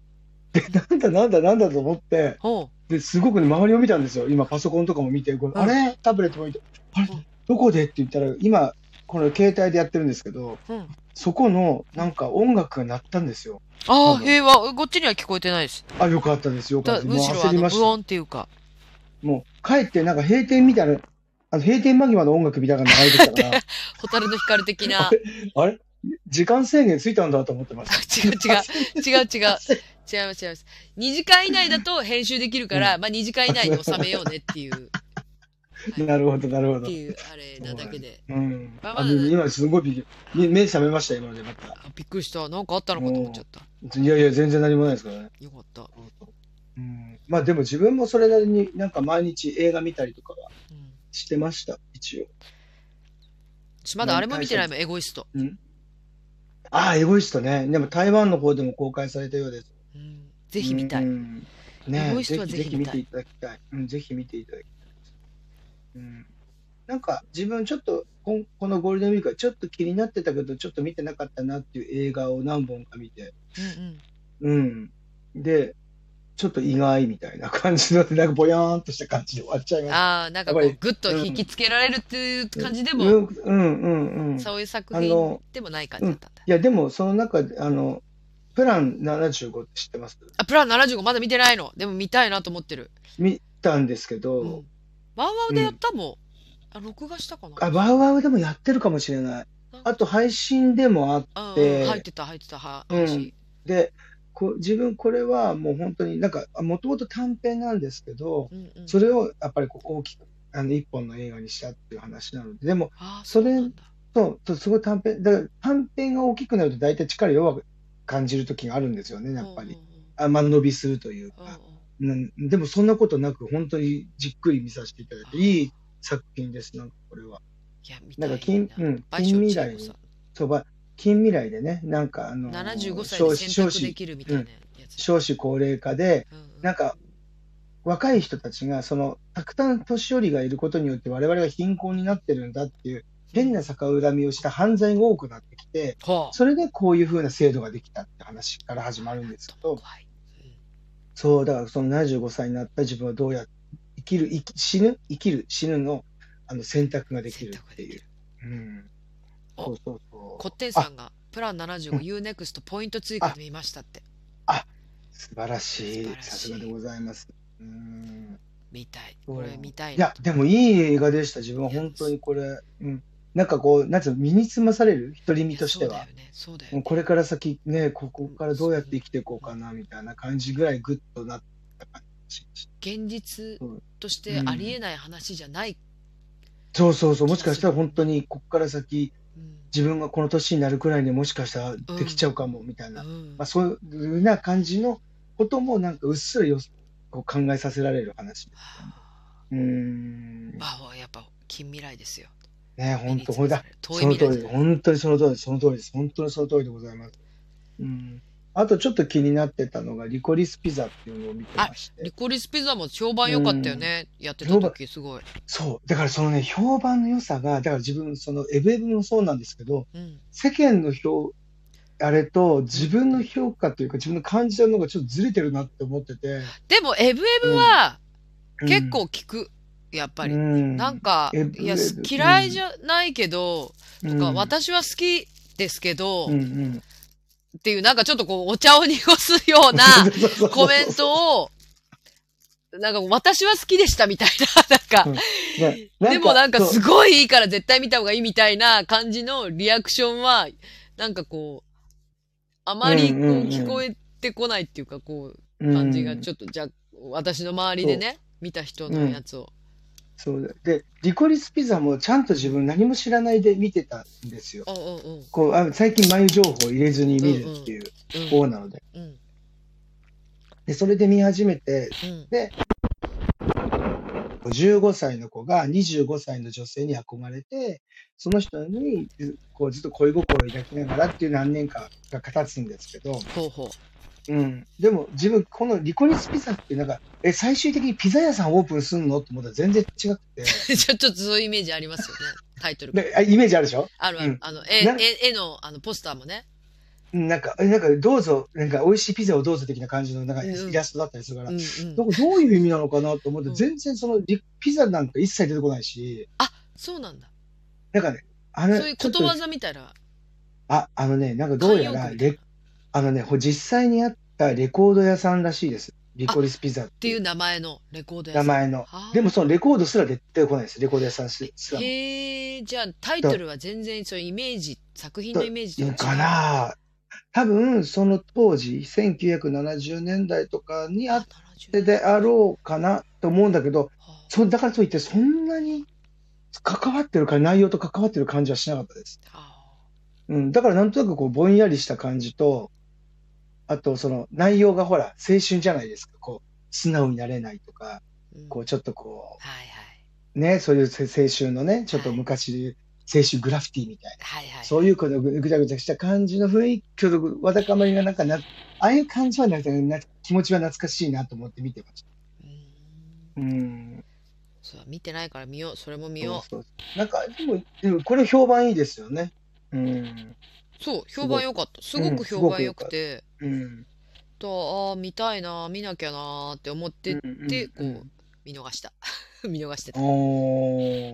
Speaker 2: なんだなんだなんだと思って、
Speaker 1: ほ
Speaker 2: で、すごくね、周りを見たんですよ。今、パソコンとかも見て、これ
Speaker 1: う
Speaker 2: あ
Speaker 1: ん
Speaker 2: れタブレットも見て、あれ
Speaker 1: うん
Speaker 2: どこでって言ったら、今、この携帯でやってるんですけど、
Speaker 1: ううん
Speaker 2: そこの、なんか音楽が鳴ったんですよ。
Speaker 1: あ
Speaker 2: あ
Speaker 1: あ、
Speaker 2: の
Speaker 1: 平和。こっちには聞こえてないです。
Speaker 2: あ、よかったですよ。よかっ
Speaker 1: だ
Speaker 2: た
Speaker 1: むし
Speaker 2: も
Speaker 1: ろ
Speaker 2: う焦
Speaker 1: あ
Speaker 2: り
Speaker 1: の、
Speaker 2: まし
Speaker 1: 無
Speaker 2: た。
Speaker 1: 音っていうか。
Speaker 2: もう、帰ってなんか閉店みたいな、あの閉店間際の音楽みたいなのが流れてき たから、
Speaker 1: 蛍の光的 な。
Speaker 2: あれ時間制限ついたんだと思ってました。
Speaker 1: 違う違う。違う違う。違います 違います。2時間以内だと編集できるから、まあ2時間以内に収めようね っていう、はい
Speaker 2: なるほど、なるほ
Speaker 1: って
Speaker 2: ど。
Speaker 1: いうあれなだけで。
Speaker 2: うん。
Speaker 1: まあ
Speaker 2: あ
Speaker 1: まだね
Speaker 2: 今すごいびっくり目覚めました、今のでまた。
Speaker 1: あびっくりした。なんかあったのかと思っちゃった。
Speaker 2: いやいや、全然何もないですからね。
Speaker 1: よかった。う
Speaker 2: うん、まあでも自分もそれなりになんか毎日映画見たりとかは
Speaker 1: ん。
Speaker 2: してました、一応。
Speaker 1: 私まだあれも見てないもん、エゴイスト。
Speaker 2: ああ、エゴイストね。でも台湾の方でも公開されたようです。
Speaker 1: うん。ぜひ見た
Speaker 2: う
Speaker 1: い。
Speaker 2: んね
Speaker 1: エ
Speaker 2: え
Speaker 1: ゴイストはぜひ
Speaker 2: 見ていただきたい。うん、ぜひ見ていただきたい。うん、なんか自分ちょっとこんこのゴールデンウィークはちょっと気になってたけどちょっと見てなかったなっていう映画を何本か見て、
Speaker 1: うんうん。
Speaker 2: うん、でちょっと意外みたいな感じのなんかぼやーんとした感じで終わっちゃいました。
Speaker 1: ああ、なんかこ
Speaker 2: やっ
Speaker 1: う、
Speaker 2: ぱり
Speaker 1: ぐっと引きつけられるっていう感じで
Speaker 2: う
Speaker 1: も、
Speaker 2: んうんうんうん。
Speaker 1: そういう作
Speaker 2: あ
Speaker 1: 品
Speaker 2: の
Speaker 1: でもない感じだったんだ。
Speaker 2: いやでもその中であのプラン75って知ってます？
Speaker 1: あ、プラン75まだ見てないの。でも見たいなと思ってる。
Speaker 2: 見たんですけど、
Speaker 1: うん。ワウワウでやったもん。あ、録画したかな。
Speaker 2: あワウワウでもやってるかもしれない。あと配信でもあっ
Speaker 1: うんうん
Speaker 2: で
Speaker 1: 入ってた、入ってた、は、
Speaker 2: うん
Speaker 1: 話
Speaker 2: でこ自分これはもう本当になんかもともと短編なんですけど
Speaker 1: うんうん
Speaker 2: それをやっぱりこう大きくあの一本の映画にしたっていう話なのででも
Speaker 1: あーそ
Speaker 2: それ
Speaker 1: れなんだ。
Speaker 2: そうそうすごい短編だから短編が大きくなると大体力弱く感じる時があるんですよねやっぱり
Speaker 1: うんうん
Speaker 2: あ間延びするという
Speaker 1: うんうん
Speaker 2: か、うん、でもそんなことなく本当にじっくり見させていただいていい作品ですなんかこれはい
Speaker 1: や、見た
Speaker 2: ないん
Speaker 1: な
Speaker 2: か近,、うん、
Speaker 1: 賠償
Speaker 2: 近未
Speaker 1: 千
Speaker 2: 来
Speaker 1: 恵子
Speaker 2: に
Speaker 1: さん
Speaker 2: そうば近未来でねなんかあの
Speaker 1: 75歳
Speaker 2: 少
Speaker 1: で
Speaker 2: 子
Speaker 1: 選
Speaker 2: 少
Speaker 1: 択で
Speaker 2: 子
Speaker 1: きるみたいなやつ。
Speaker 2: 少子高齢化で
Speaker 1: うんうん
Speaker 2: なんか、若い人たちが、その、たくさん年寄りがいることによって我々が貧困になってるんだっていう、変な逆恨みをした犯罪が多くなってきて、
Speaker 1: はあ
Speaker 2: それでこういうふうな制度ができたって話から始まるんですけど、
Speaker 1: 怖いうん
Speaker 2: そう、だからその75歳になった自分はどうやって生きる、生き死ぬ、生きる、死ぬの、あの、選択ができる
Speaker 1: 選択
Speaker 2: っ
Speaker 1: が
Speaker 2: て
Speaker 1: でき
Speaker 2: いう
Speaker 1: る。
Speaker 2: うん。
Speaker 1: お
Speaker 2: そうそうそう。
Speaker 1: こってんさんが、プラン75、UNEXT ポイント追加で見ましたって。
Speaker 2: 素晴ら
Speaker 1: 素
Speaker 2: しい
Speaker 1: 晴。らしい
Speaker 2: さすがでございます。うん。
Speaker 1: 見たい。
Speaker 2: そう
Speaker 1: これ見たい
Speaker 2: いや
Speaker 1: な。、
Speaker 2: でもいい映画でした。自分は本当にこれ、うん。なんかこう、なんつうの、身につまされる、独り
Speaker 1: い
Speaker 2: 身
Speaker 1: や
Speaker 2: とし
Speaker 1: そ
Speaker 2: て
Speaker 1: うだ
Speaker 2: は
Speaker 1: よ。ね。そうだよ
Speaker 2: もう
Speaker 1: ね。
Speaker 2: これから先ね、ここからどうやって生きていこうかな、みたいな感じぐらいグッとなった感じ。
Speaker 1: 現実とし
Speaker 2: う
Speaker 1: て
Speaker 2: ん
Speaker 1: ありえない話じゃない。
Speaker 2: そうそうそう、もしかしたら本当にここから先、
Speaker 1: うん
Speaker 2: 自分がこの年になるくらいにもしかしたらできちゃうかも、みたいな。
Speaker 1: うん
Speaker 2: まあそういうふうな感じのこともなんかうっすらよこう考えさせられる話。
Speaker 1: はあ
Speaker 2: うーん。
Speaker 1: まあ、やっぱ近未来ですよ。
Speaker 2: ね、本当、ほんと、
Speaker 1: 遠い
Speaker 2: その
Speaker 1: 未来
Speaker 2: 通
Speaker 1: じゃ
Speaker 2: りで
Speaker 1: ない
Speaker 2: 本当にその通りです、その通りです、本当にその通りでございます。うん。あとちょっと気になってたのが、リコリスピザっていうのを見てまし
Speaker 1: リ
Speaker 2: て。
Speaker 1: コリスピザも評判良かったよね。やってた時すごい。
Speaker 2: そう。だからそのね、評判の良さが、だから自分、その、エブエブもそうなんですけど、
Speaker 1: うん。
Speaker 2: 世間の評、あれと自分の評価というか、自分の感じたのがちょっとずれてるなって思ってて。
Speaker 1: でも、エブエブは
Speaker 2: うん
Speaker 1: 結構効く。やっぱり。
Speaker 2: うん
Speaker 1: なんか、
Speaker 2: エブ
Speaker 1: いや、
Speaker 2: エブ
Speaker 1: す嫌いじゃないけど、
Speaker 2: う
Speaker 1: と
Speaker 2: ん
Speaker 1: か、私は好きですけど、
Speaker 2: う
Speaker 1: っ
Speaker 2: んうん
Speaker 1: ていう、なんかちょっとこう、お茶を濁すような
Speaker 2: そうそうそう
Speaker 1: コメントを、なんか、私は好きでしたみたいな、 なんか、
Speaker 2: ね
Speaker 1: でもなんか
Speaker 2: そう
Speaker 1: すごいいいから絶対見た方がいいみたいな感じのリアクションは、なんかこう、あまりこ
Speaker 2: う
Speaker 1: うん
Speaker 2: うんうん
Speaker 1: 聞こえてこないっていうか、こう、感じが
Speaker 2: うん
Speaker 1: ちょっと、じゃあ私の周りでね、見た人のやつを。
Speaker 2: そうだ。で、リコリスピザもちゃんと自分何も知らないで見てたんですよ。
Speaker 1: うんうん
Speaker 2: こうあ最近眉情報を入れずに見るっていう
Speaker 1: うん。
Speaker 2: 方なので。
Speaker 1: うんうん
Speaker 2: で、それで見始めて、
Speaker 1: うん。
Speaker 2: 15歳の子が25歳の女性に憧れて、その人にこうずっと恋心を抱きながらっていう何年かが経つんですけど、
Speaker 1: ほうほう。
Speaker 2: うん。でも自分、このリコリスピザってなんか、え、最終的にピザ屋さんオープンするのと思ったら全然違くて。
Speaker 1: ちょちょっとそういうイメージありますよね。タイトルが。
Speaker 2: であイメージあるでしょ
Speaker 1: あるあ
Speaker 2: う
Speaker 1: る
Speaker 2: ん。
Speaker 1: あの、
Speaker 2: な
Speaker 1: 絵、絵絵の、あの、ポスターもね。
Speaker 2: なんか、えなんかどうぞ、なんか美味しいピザをどうぞ的な感じのなんか
Speaker 1: うん
Speaker 2: イラストだったりするから
Speaker 1: うん、うん
Speaker 2: なんかどういう意味なのかなと思って、
Speaker 1: うん
Speaker 2: 全然そのリピザなんか一切出てこないし、
Speaker 1: そうなんだ。
Speaker 2: なんかね、あ
Speaker 1: そ
Speaker 2: れ、
Speaker 1: ういうこ
Speaker 2: ち
Speaker 1: と
Speaker 2: ょっ
Speaker 1: わ
Speaker 2: と
Speaker 1: ざみたいな。
Speaker 2: あ、あのね、なんかどうや
Speaker 1: 慣用
Speaker 2: ら
Speaker 1: 句みたいな
Speaker 2: レ、あのね、ほ実際にあったレコード屋さんらしいです。リコリスピザっ
Speaker 1: って
Speaker 2: て
Speaker 1: い
Speaker 2: いう
Speaker 1: う名前のレコード屋さ
Speaker 2: 名
Speaker 1: ん。
Speaker 2: 前の。
Speaker 1: はあ
Speaker 2: でもそのレコードすら出てこないです。レコード屋さんすすらも。
Speaker 1: へえ、じゃあタイトルは全然そういうイメージ、作品のイメージと
Speaker 2: の
Speaker 1: 違う
Speaker 2: かな多分その当時、1970年代とかにあっ
Speaker 1: 70
Speaker 2: てであろうかなと思うんだけど、
Speaker 1: はあ
Speaker 2: そだからといってそんなに関わってるか、内容と関わってる感じはしなかったです。
Speaker 1: あ
Speaker 2: うん、だからなんとなくこうぼんやりした感じと、あとその内容がほら青春じゃないですか。こう素直になれないとか、
Speaker 1: ーうん
Speaker 2: こうちょっとこ
Speaker 1: はいは
Speaker 2: うね、そういうせ青春のね、ちょっと昔で言う青春グラフィティみたい
Speaker 1: い。
Speaker 2: な、
Speaker 1: はいはい。
Speaker 2: そういうこのぐぐちゃぐちゃした感じの雰囲気、ちょっとわだかまりがなんかな、ああいう感じはなんかな気持ちは懐かしいなと思って見てました。
Speaker 1: うん
Speaker 2: うん。
Speaker 1: そう見てないから見よう。それも見よ
Speaker 2: そうそうなんかでも、でもこれ評判いいですよね。うん。
Speaker 1: う。そう、評判良かった。すごく評判良くて、
Speaker 2: うん。
Speaker 1: とああ、見たいな、見なきゃなって思ってて、
Speaker 2: うんうん
Speaker 1: こう、見逃した。 見逃してた。
Speaker 2: お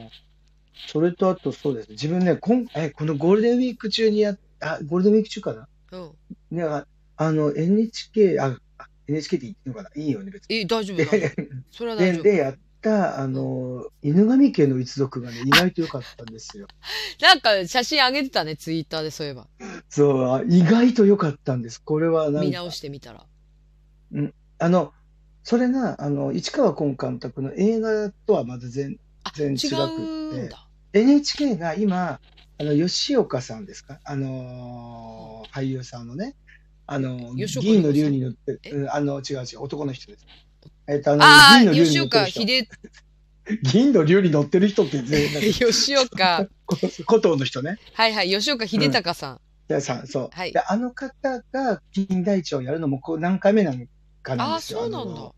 Speaker 2: それとあとそうです。自分ね、こん、え、このゴールデンウィーク中にやっ、あ、ゴールデンウィーク中かな
Speaker 1: うん。
Speaker 2: ね、あ、あの、NHK、あ、あ NHK って言っていいのかないいよね、別に。
Speaker 1: え、大丈夫大丈夫。それは大
Speaker 2: で、
Speaker 1: 丈夫。
Speaker 2: でやった、あの、犬神家の一族がね、意外と良かったんですよ。
Speaker 1: なんか写真上げてたね、ツイッターでそういえば。
Speaker 2: そう、あ意外と良かったんです。これはなん
Speaker 1: 見
Speaker 2: か、
Speaker 1: 直してみたら。
Speaker 2: あの、それが、あの、市川崑監督の映画とはまた全、
Speaker 1: あ、
Speaker 2: 全
Speaker 1: 違
Speaker 2: 然違くって
Speaker 1: うんだ。
Speaker 2: NHK が今、あの吉岡さんですか、あのー俳優さんのね、あのー
Speaker 1: 吉岡
Speaker 2: 議員の竜に乗って
Speaker 1: え、
Speaker 2: うんあの違う違う、男の人です。えっと、あの
Speaker 1: あ
Speaker 2: 議員
Speaker 1: あ、
Speaker 2: の竜に
Speaker 1: 吉
Speaker 2: 乗って
Speaker 1: 岡
Speaker 2: る人
Speaker 1: 秀、
Speaker 2: 議員の竜に乗ってる人って全然
Speaker 1: 吉岡、
Speaker 2: 古藤の 人ね。
Speaker 1: はいはい、吉岡秀隆さん。
Speaker 2: でさんそう、
Speaker 1: はい
Speaker 2: であの方が金田一をやるのもこう何回目なんかなん
Speaker 1: あ
Speaker 2: で
Speaker 1: あ、
Speaker 2: すよ。
Speaker 1: そうなんだ。
Speaker 2: の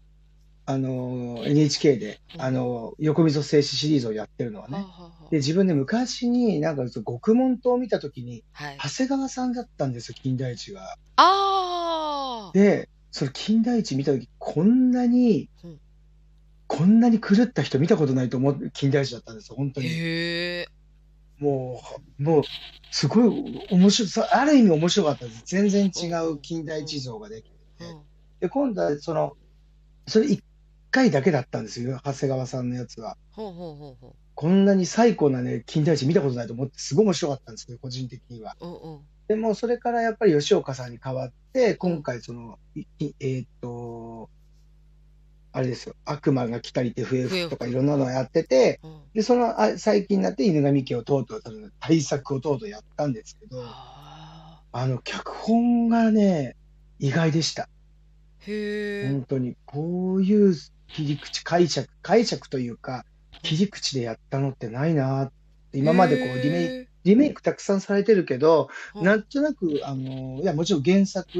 Speaker 2: あのー NHK で、
Speaker 1: うん
Speaker 2: あのー横溝静止シリーズをやってるのは
Speaker 1: はあ
Speaker 2: ね。
Speaker 1: はあは
Speaker 2: で自分ね昔になんかそう獄門島を見たときに
Speaker 1: あはい。
Speaker 2: 長谷川さんだったんですよ金田一が。
Speaker 1: ああ、
Speaker 2: で、その金田一見たとき、こんなに
Speaker 1: うん、
Speaker 2: こんなに狂った人見たことないと思う金田一だったんですよ、本当に。
Speaker 1: へえ。
Speaker 2: もう、もう、すごい面白い、そうある意味面白かったです。全然違う金田一像ができて。
Speaker 1: うん
Speaker 2: で、今度はその、それ1回だけだったんですよ、長谷川さんのやつは。
Speaker 1: ほうほうほうほ
Speaker 2: こんなに最高なね、金田一見たことないと思って、すごい面白かったんですけど、個人的には。
Speaker 1: う。うんうん。
Speaker 2: でもそれからやっぱり吉岡さんに代わって、今回その、いいえーっと、あれですよ、悪魔が来たりって
Speaker 1: 笛
Speaker 2: FF
Speaker 1: 吹く
Speaker 2: とかいろんなのをやってて、
Speaker 1: うん
Speaker 2: で、そのあ最近になって犬神家をとうとう、その対策をとうとうやったんですけど、
Speaker 1: あ
Speaker 2: あの、脚本がね、意外でした。
Speaker 1: ーへえ
Speaker 2: 本。当に、こういう切り口、解釈、解釈というか、切り口でやったのってないなーって、今までこうリメイク
Speaker 1: イ
Speaker 2: リメイクたくさんされてるけど、
Speaker 1: うん
Speaker 2: なんとなく、あの、いや、もちろん原作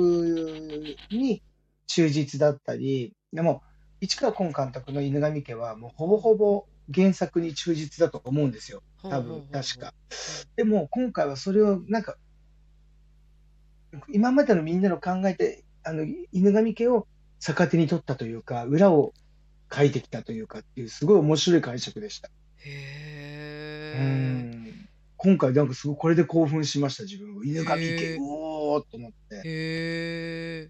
Speaker 2: に忠実だったり、でも、市川崑監督の犬神家は、もうほぼほぼ原作に忠実だと思うんですよ。
Speaker 1: ク
Speaker 2: 多分、確か。。でも、今回はそれを、なんか、今までのみんなの考えて、あの、犬神家を逆手に取ったというか、裏を書いてきたというかっていう、すごい面白い解釈でした。う
Speaker 1: へ
Speaker 2: ん今回なんかすごいこれで興奮しました自分犬神
Speaker 1: へ
Speaker 2: 家
Speaker 1: ー
Speaker 2: おーっと思って、
Speaker 1: え。へえ。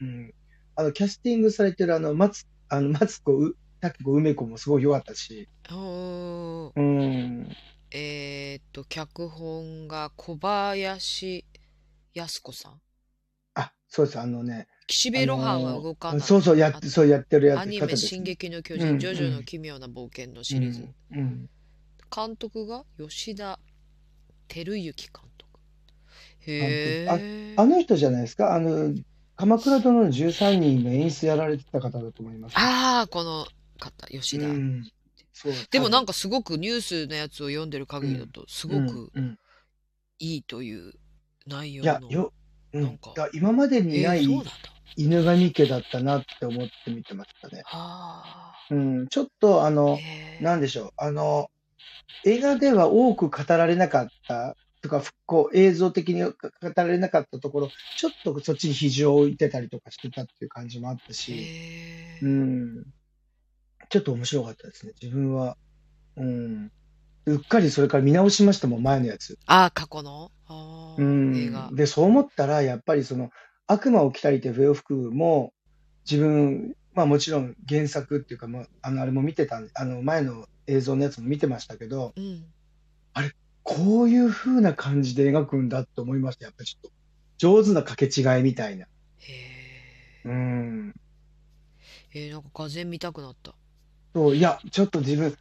Speaker 2: うん、あのキャスティングされてるあの松あの松子う滝子梅子もすごい良かったし、
Speaker 1: うん
Speaker 2: うん、
Speaker 1: えーっと、脚本が小林靖子さん。
Speaker 2: あそうですあのね
Speaker 1: 岸辺露伴は動かない。
Speaker 2: そうそうやってそうやってるやつ
Speaker 1: アニ
Speaker 2: 方
Speaker 1: メ「
Speaker 2: です
Speaker 1: 進撃の巨
Speaker 2: う
Speaker 1: 人」
Speaker 2: ん
Speaker 1: ジョジョの奇妙な冒険」のシリーズ。
Speaker 2: うんうん
Speaker 1: 監督が吉田照之監督。へえ。
Speaker 2: あの人じゃないですかあの鎌倉殿の13人の演出やられてた方だと思います
Speaker 1: ああ、この方、吉田
Speaker 2: う。ん、そう
Speaker 1: でもなん
Speaker 2: か
Speaker 1: かすごくニュースのやつを読んでる限りだと、すごく
Speaker 2: うんうん
Speaker 1: いいという内容
Speaker 2: いや
Speaker 1: の。
Speaker 2: よ、うん、
Speaker 1: なんか
Speaker 2: だら今まで
Speaker 1: え
Speaker 2: に
Speaker 1: ー
Speaker 2: ない、
Speaker 1: そうなんだ。
Speaker 2: 犬神家だったなって思って見てましたね。
Speaker 1: あ
Speaker 2: うん、ちょっとあ
Speaker 1: あ。
Speaker 2: の、
Speaker 1: へー
Speaker 2: なんでしょう、あの、映画では多く語られなかったとか、こう映像的に語られなかったところ、ちょっとそっちに比重を置いてたりとかしてたっていう感じもあったし、
Speaker 1: へ
Speaker 2: う
Speaker 1: ー
Speaker 2: ん、ちょっと面白かったですね、自分は。うん、うっかりそれから見直しましたもん、前のやつ。
Speaker 1: ああ、過去のあ
Speaker 2: う
Speaker 1: ー映画
Speaker 2: ん。。で、そう思ったら、やっぱりその、悪魔を着たりて笛を吹くも、自分、まあもちろん原作っていうか、まあ、あの、あれも見てたん、あの、前の映像のやつも見てましたけど、
Speaker 1: うん。
Speaker 2: こういう風な感じで描くんだと思いました、やっぱりちょっと。上手な掛け違いみたいな。
Speaker 1: へえ。
Speaker 2: うん。
Speaker 1: えー、なんか画然見たくなった。
Speaker 2: そう、いや、ちょっと自分、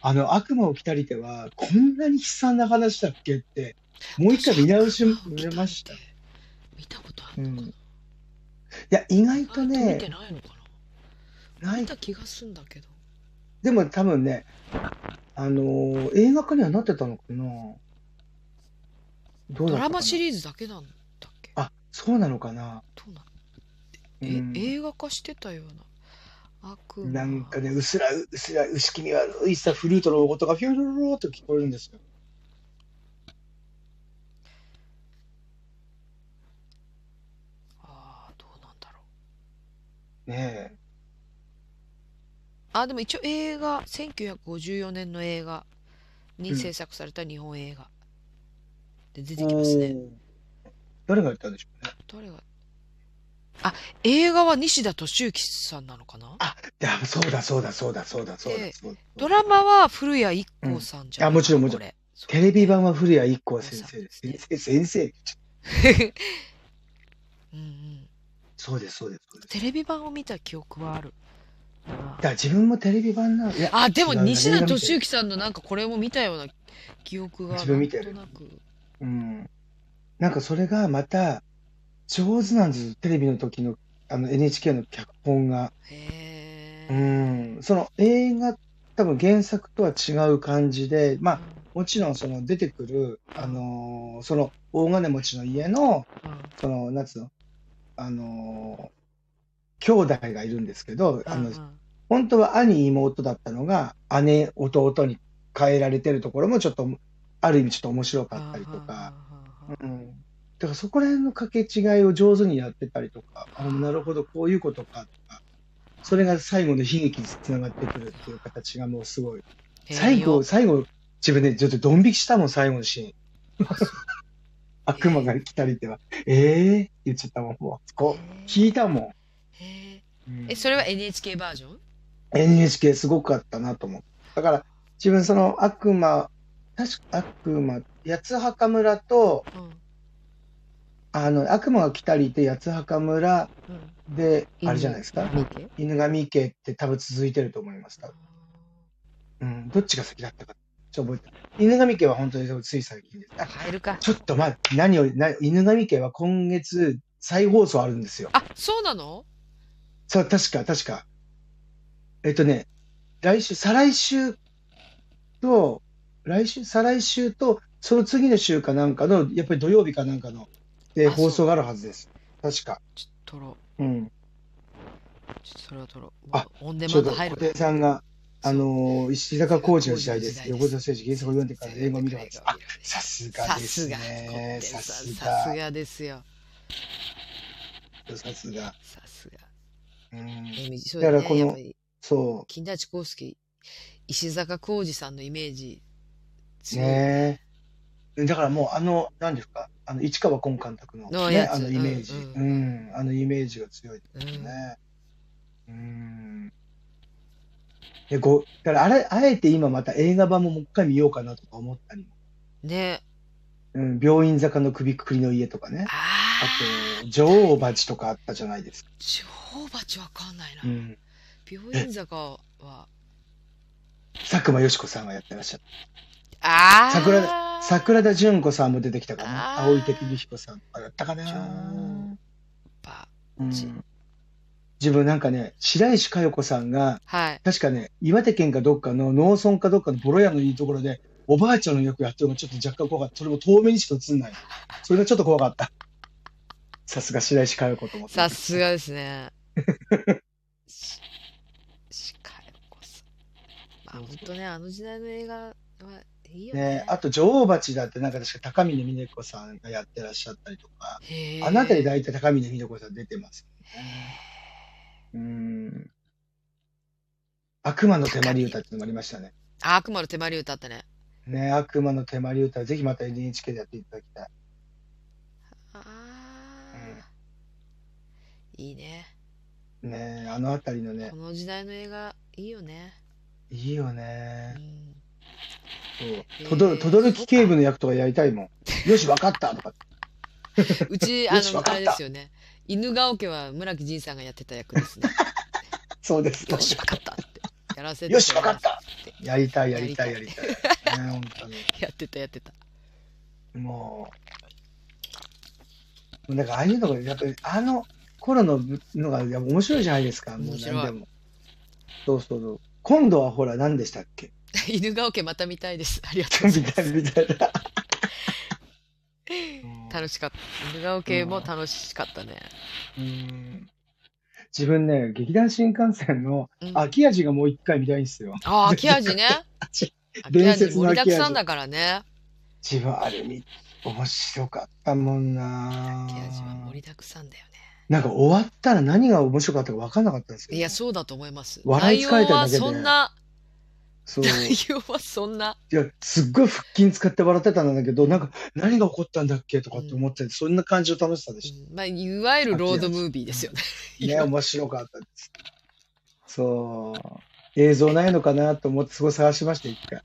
Speaker 2: あの、悪魔を着たりては、こんなに悲惨な話だっけって、もう一回見直しました。い。
Speaker 1: 見たことあるのかな、
Speaker 2: うんや、意外
Speaker 1: 意外
Speaker 2: と
Speaker 1: と見て
Speaker 2: ね、
Speaker 1: ないのか
Speaker 2: な
Speaker 1: な。
Speaker 2: い
Speaker 1: 見た気がすんだけど。
Speaker 2: でも多分ね、あのー映画化にはなってたのかなどうだったかな
Speaker 1: ドラマシリーズだけなんだっけ
Speaker 2: あ、そうなのかな
Speaker 1: どうなの
Speaker 2: う
Speaker 1: え、
Speaker 2: ん
Speaker 1: 映画化してたような。悪魔
Speaker 2: なんかね、うすらう、うすら、薄気味悪いさ、フルートの音がフィュルルルルと聞こえるんですよ。
Speaker 1: ああ、どうなんだろう。
Speaker 2: ねえ。
Speaker 1: あー、でも一応映画、1954年の映画
Speaker 2: う
Speaker 1: に
Speaker 2: ん
Speaker 1: 制作された日本映画。で出てきますね。
Speaker 2: おー誰がやったんでしょうね。
Speaker 1: 誰が。あ、映画は西田敏行さんなのかない
Speaker 2: や、そうだ、そうだ、そうだ、そうだ、そうだ、
Speaker 1: で
Speaker 2: そうだ。
Speaker 1: ドラマは古谷一行さんじゃ
Speaker 2: うんあもちろんもちろん
Speaker 1: ん。
Speaker 2: テレビ版は古谷一行先生です。
Speaker 1: そう
Speaker 2: 先
Speaker 1: で
Speaker 2: 生、先生。
Speaker 1: うんうん。
Speaker 2: そうです、そうです。そうです
Speaker 1: テレビ版を見た記憶はある。
Speaker 2: だから自分もテレビ版なの。いや、
Speaker 1: あ、でも
Speaker 2: 違うな
Speaker 1: 西
Speaker 2: 映
Speaker 1: 田
Speaker 2: 画見てる
Speaker 1: 敏行さんのなんかこれも見たような記憶が
Speaker 2: 自分見てる
Speaker 1: なんとなく。
Speaker 2: うん。なんかそれがまた、上手なんですよ。テレビの時の、あの NHK の脚本が。
Speaker 1: へ
Speaker 2: う
Speaker 1: え。
Speaker 2: ん。その映画、多分原作とは違う感じで、まあ、もちろんその出てくる、あのーその大金持ちの家の、
Speaker 1: うんうん
Speaker 2: その、なんつうの、あのー兄弟がいるんですけど、あの
Speaker 1: う、ん
Speaker 2: 本当は兄妹だったのが姉弟に変えられてるところもちょっとある意味ちょっと面白かったりとか、。うん、だからそこら辺の掛け違いを上手にやってたりとかあなるほどこういうことかとかそれが最後の悲劇につながってくるっていう形がもうすごい最後最後自分でちょっとドン引きしたもん最後のシーン悪魔が来たりではええー、言っちゃったもんもうこう聞いたも
Speaker 1: へえ。
Speaker 2: ん、うん
Speaker 1: え、それは NHK バージョン
Speaker 2: NHK すごかったなと思う。だから、自分その悪魔、確か悪魔、八つ墓村と、
Speaker 1: うん
Speaker 2: あの、悪魔が来たりって八つ墓村
Speaker 1: うん。
Speaker 2: で、あれじゃないですか。
Speaker 1: 見て
Speaker 2: 犬神池って多分続いてると思います。多分うん、どっちが先だったか。ちょっと覚えてない犬神池は本当につい最近です。あ、
Speaker 1: 入るか。
Speaker 2: ちょっと待って、何より、な犬神池は今月再放送あるんですよ。
Speaker 1: あ、そうなの
Speaker 2: そう、確か、確か。えっとね、来週、再来週と、来週、再来週と、その次の週かなんかの、やっぱり土曜日かなんかの、で、
Speaker 1: あそう
Speaker 2: 放送があるはずです。確か。
Speaker 1: ちょっと撮ろ
Speaker 2: うん。
Speaker 1: う。ちょっとそれは撮ろう。
Speaker 2: あ
Speaker 1: もうオンデ
Speaker 2: ち
Speaker 1: マ
Speaker 2: ょう
Speaker 1: ンド
Speaker 2: ど、
Speaker 1: 入
Speaker 2: 小
Speaker 1: る
Speaker 2: 手さんが、あのー、石坂浩二の時代で
Speaker 1: 時
Speaker 2: す。
Speaker 1: 代です
Speaker 2: 横澤誠治原作を読んでから映画を見るはず。あ、
Speaker 1: さ
Speaker 2: さすが
Speaker 1: さ
Speaker 2: ですす
Speaker 1: が。
Speaker 2: ね。さす
Speaker 1: さ
Speaker 2: が
Speaker 1: す。がですよ。
Speaker 2: さすが。
Speaker 1: さすが。
Speaker 2: うん。
Speaker 1: そう
Speaker 2: だ
Speaker 1: だ
Speaker 2: か
Speaker 1: からら
Speaker 2: こ
Speaker 1: この、や
Speaker 2: の
Speaker 1: っぱり
Speaker 2: そ
Speaker 1: 金田一耕助、石坂浩二さんのイメージ、
Speaker 2: う。
Speaker 1: 強い
Speaker 2: ねだからもう、あの、何ですか、あの、市川崑監督の、
Speaker 1: の
Speaker 2: ね、
Speaker 1: やつ
Speaker 2: あのイメージ。
Speaker 1: う
Speaker 2: うん。あのイメージが強い。
Speaker 1: うん
Speaker 2: ね。うん。で、ご、だからあれ、あえて今また映画版ももう一回見ようかなとか思ったりも。
Speaker 1: ね。
Speaker 2: うん、病院坂の首くくりの家とかね。
Speaker 1: ああ、
Speaker 2: あと、女王蜂とかあったじゃないですか。
Speaker 1: 女王蜂わかんないな。
Speaker 2: うん。
Speaker 1: 病院坂は、
Speaker 2: 佐久間よしこさんがやってらっしゃっ
Speaker 1: ああ、
Speaker 2: 桜た。桜田淳子さんも出てきたかな。
Speaker 1: あー
Speaker 2: 青井哲彦さんとかだったか
Speaker 1: 女
Speaker 2: な
Speaker 1: 王。葉
Speaker 2: うん
Speaker 1: じ
Speaker 2: 自分なんかね、白石佳代子さんが、
Speaker 1: はい。
Speaker 2: 確かね、岩手県かどっかの農村かどっかのボロ屋のいいところで、おばあちゃんの役やってるのがちょっと若干怖かった。それも遠目にしか映んない。それがちょっと怖かった。さすが白石佳代子と思って。
Speaker 1: さすがです ね。し、しかよこさん。まあ、本当ね、あの時代の映画はいいよね
Speaker 2: ね。あと女王蜂だってなんか確か高峰峰子さんがやってらっしゃったりとか、
Speaker 1: へえ
Speaker 2: あの辺り大体高峰峰子さん出てますよね。うん。悪魔の手まり歌っていうのもありましたね。
Speaker 1: あ悪魔の手まり歌ったね。
Speaker 2: ね、悪魔の手まり歌、ぜひまた NHK でやっていただきたい。
Speaker 1: ああ、いいね。
Speaker 2: ね、あのあたりのね
Speaker 1: こ、の時代の映画、いいよね。
Speaker 2: いいよ
Speaker 1: う
Speaker 2: ね。
Speaker 1: ん
Speaker 2: そう。とど
Speaker 1: えー
Speaker 2: とどるき警部の役とかやりたいもん。よし、わかったとか。
Speaker 1: うち、あ
Speaker 2: よし
Speaker 1: の
Speaker 2: わ、かっ
Speaker 1: あ
Speaker 2: た
Speaker 1: れですよね。犬が家は村木仁さんがやってた役です ね。
Speaker 2: そうです。
Speaker 1: よし、わかったって。やらせて
Speaker 2: よしわかった
Speaker 1: て
Speaker 2: やりたい、やりたい、やりたい。ね、本当に。
Speaker 1: やってた、やってた。
Speaker 2: もう、なんかああいうのが、やっぱりあの頃のぶのがやっぱ面白いじゃないですか、もう
Speaker 1: 面白い
Speaker 2: 何でも。そうそうそう。今度はほら、何でしたっけ
Speaker 1: 犬が家また見たいです。ありがとうご
Speaker 2: み
Speaker 1: ざいま
Speaker 2: たいな、みたい な。
Speaker 1: す。楽しかった。犬が家も楽しかったね。
Speaker 2: うん自分ね、劇団新幹線の
Speaker 1: うんあ
Speaker 2: 秋味がもう一回見たいんですよ。
Speaker 1: あ、秋味ね。 秋
Speaker 2: 伝
Speaker 1: 味
Speaker 2: 説の
Speaker 1: 盛り
Speaker 2: 秋
Speaker 1: だ
Speaker 2: 味
Speaker 1: くさんだからね。
Speaker 2: 自分、あれ見、面白かったもんな
Speaker 1: 秋味は盛りだくさんだよ
Speaker 2: なんか終わったら何が面白かったか分かんなかったんですけ
Speaker 1: ね。
Speaker 2: ど。
Speaker 1: いや、そうだと思います。
Speaker 2: 笑い
Speaker 1: 内
Speaker 2: 疲
Speaker 1: 容
Speaker 2: れてるだ
Speaker 1: は
Speaker 2: けで
Speaker 1: そんな、
Speaker 2: そう。
Speaker 1: 内容はそんな。
Speaker 2: いや、すっごい腹筋使って笑ってたんだけど、なんか、何が起こったんだっけとかって思って、そんな感じの楽しさでし
Speaker 1: うんまあ、いわゆるロードムービーですよね。
Speaker 2: た。ね、面白かったです。そう。映像ないのかなと思って、すごい探しました、一回。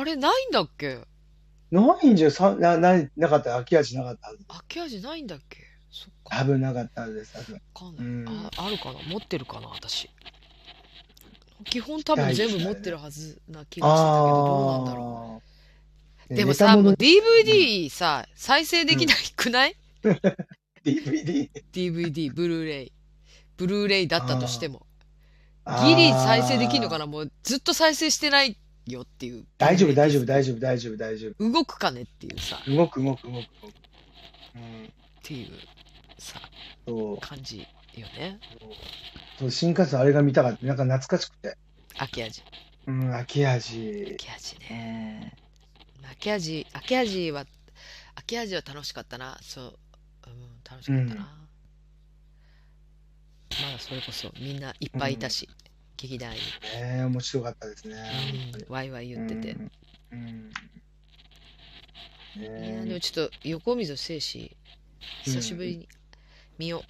Speaker 1: あれ、ないんだっけ
Speaker 2: ないんじゃ、さな、ない、なかった、秋味なかったはず。
Speaker 1: 秋味ないんだっけそっか。
Speaker 2: 多分なかったはずです、多分。
Speaker 1: わかんない、
Speaker 2: うん
Speaker 1: ああるかな持ってるかな私基本多分全部持ってるはずな気がしてたけどどうなんだろ
Speaker 2: ろ
Speaker 1: うでもさもう
Speaker 2: う
Speaker 1: DVD さ再生できないくない、
Speaker 2: DVD。
Speaker 1: DVD ブルーレイブルーレイだったとしても
Speaker 2: あー
Speaker 1: ギリ再生できるのかなもうずっと再生してないよっていう
Speaker 2: 大丈夫、大丈夫、大丈夫、大丈夫、大丈
Speaker 1: 夫動くかねっていうさっ
Speaker 2: 夫。動く、動く、動く、動く。うん。
Speaker 1: ていうさ
Speaker 2: そう。
Speaker 1: 感じよね
Speaker 2: そう新幹線あれが見たかった。なんか懐かしくて。
Speaker 1: 秋味
Speaker 2: うん、秋味。
Speaker 1: 秋味ね
Speaker 2: ね
Speaker 1: 秋味秋味は秋味は楽しかったなそう、うん、楽しかったな、
Speaker 2: うん
Speaker 1: まだそれこそみんないっぱいいたし、劇団員、
Speaker 2: え、面白かったですね。
Speaker 1: うん、ワイワイ言ってて、
Speaker 2: うん。うん。
Speaker 1: いや
Speaker 2: ね
Speaker 1: でも
Speaker 2: え。
Speaker 1: ちょっと横溝正史久しぶりに見よ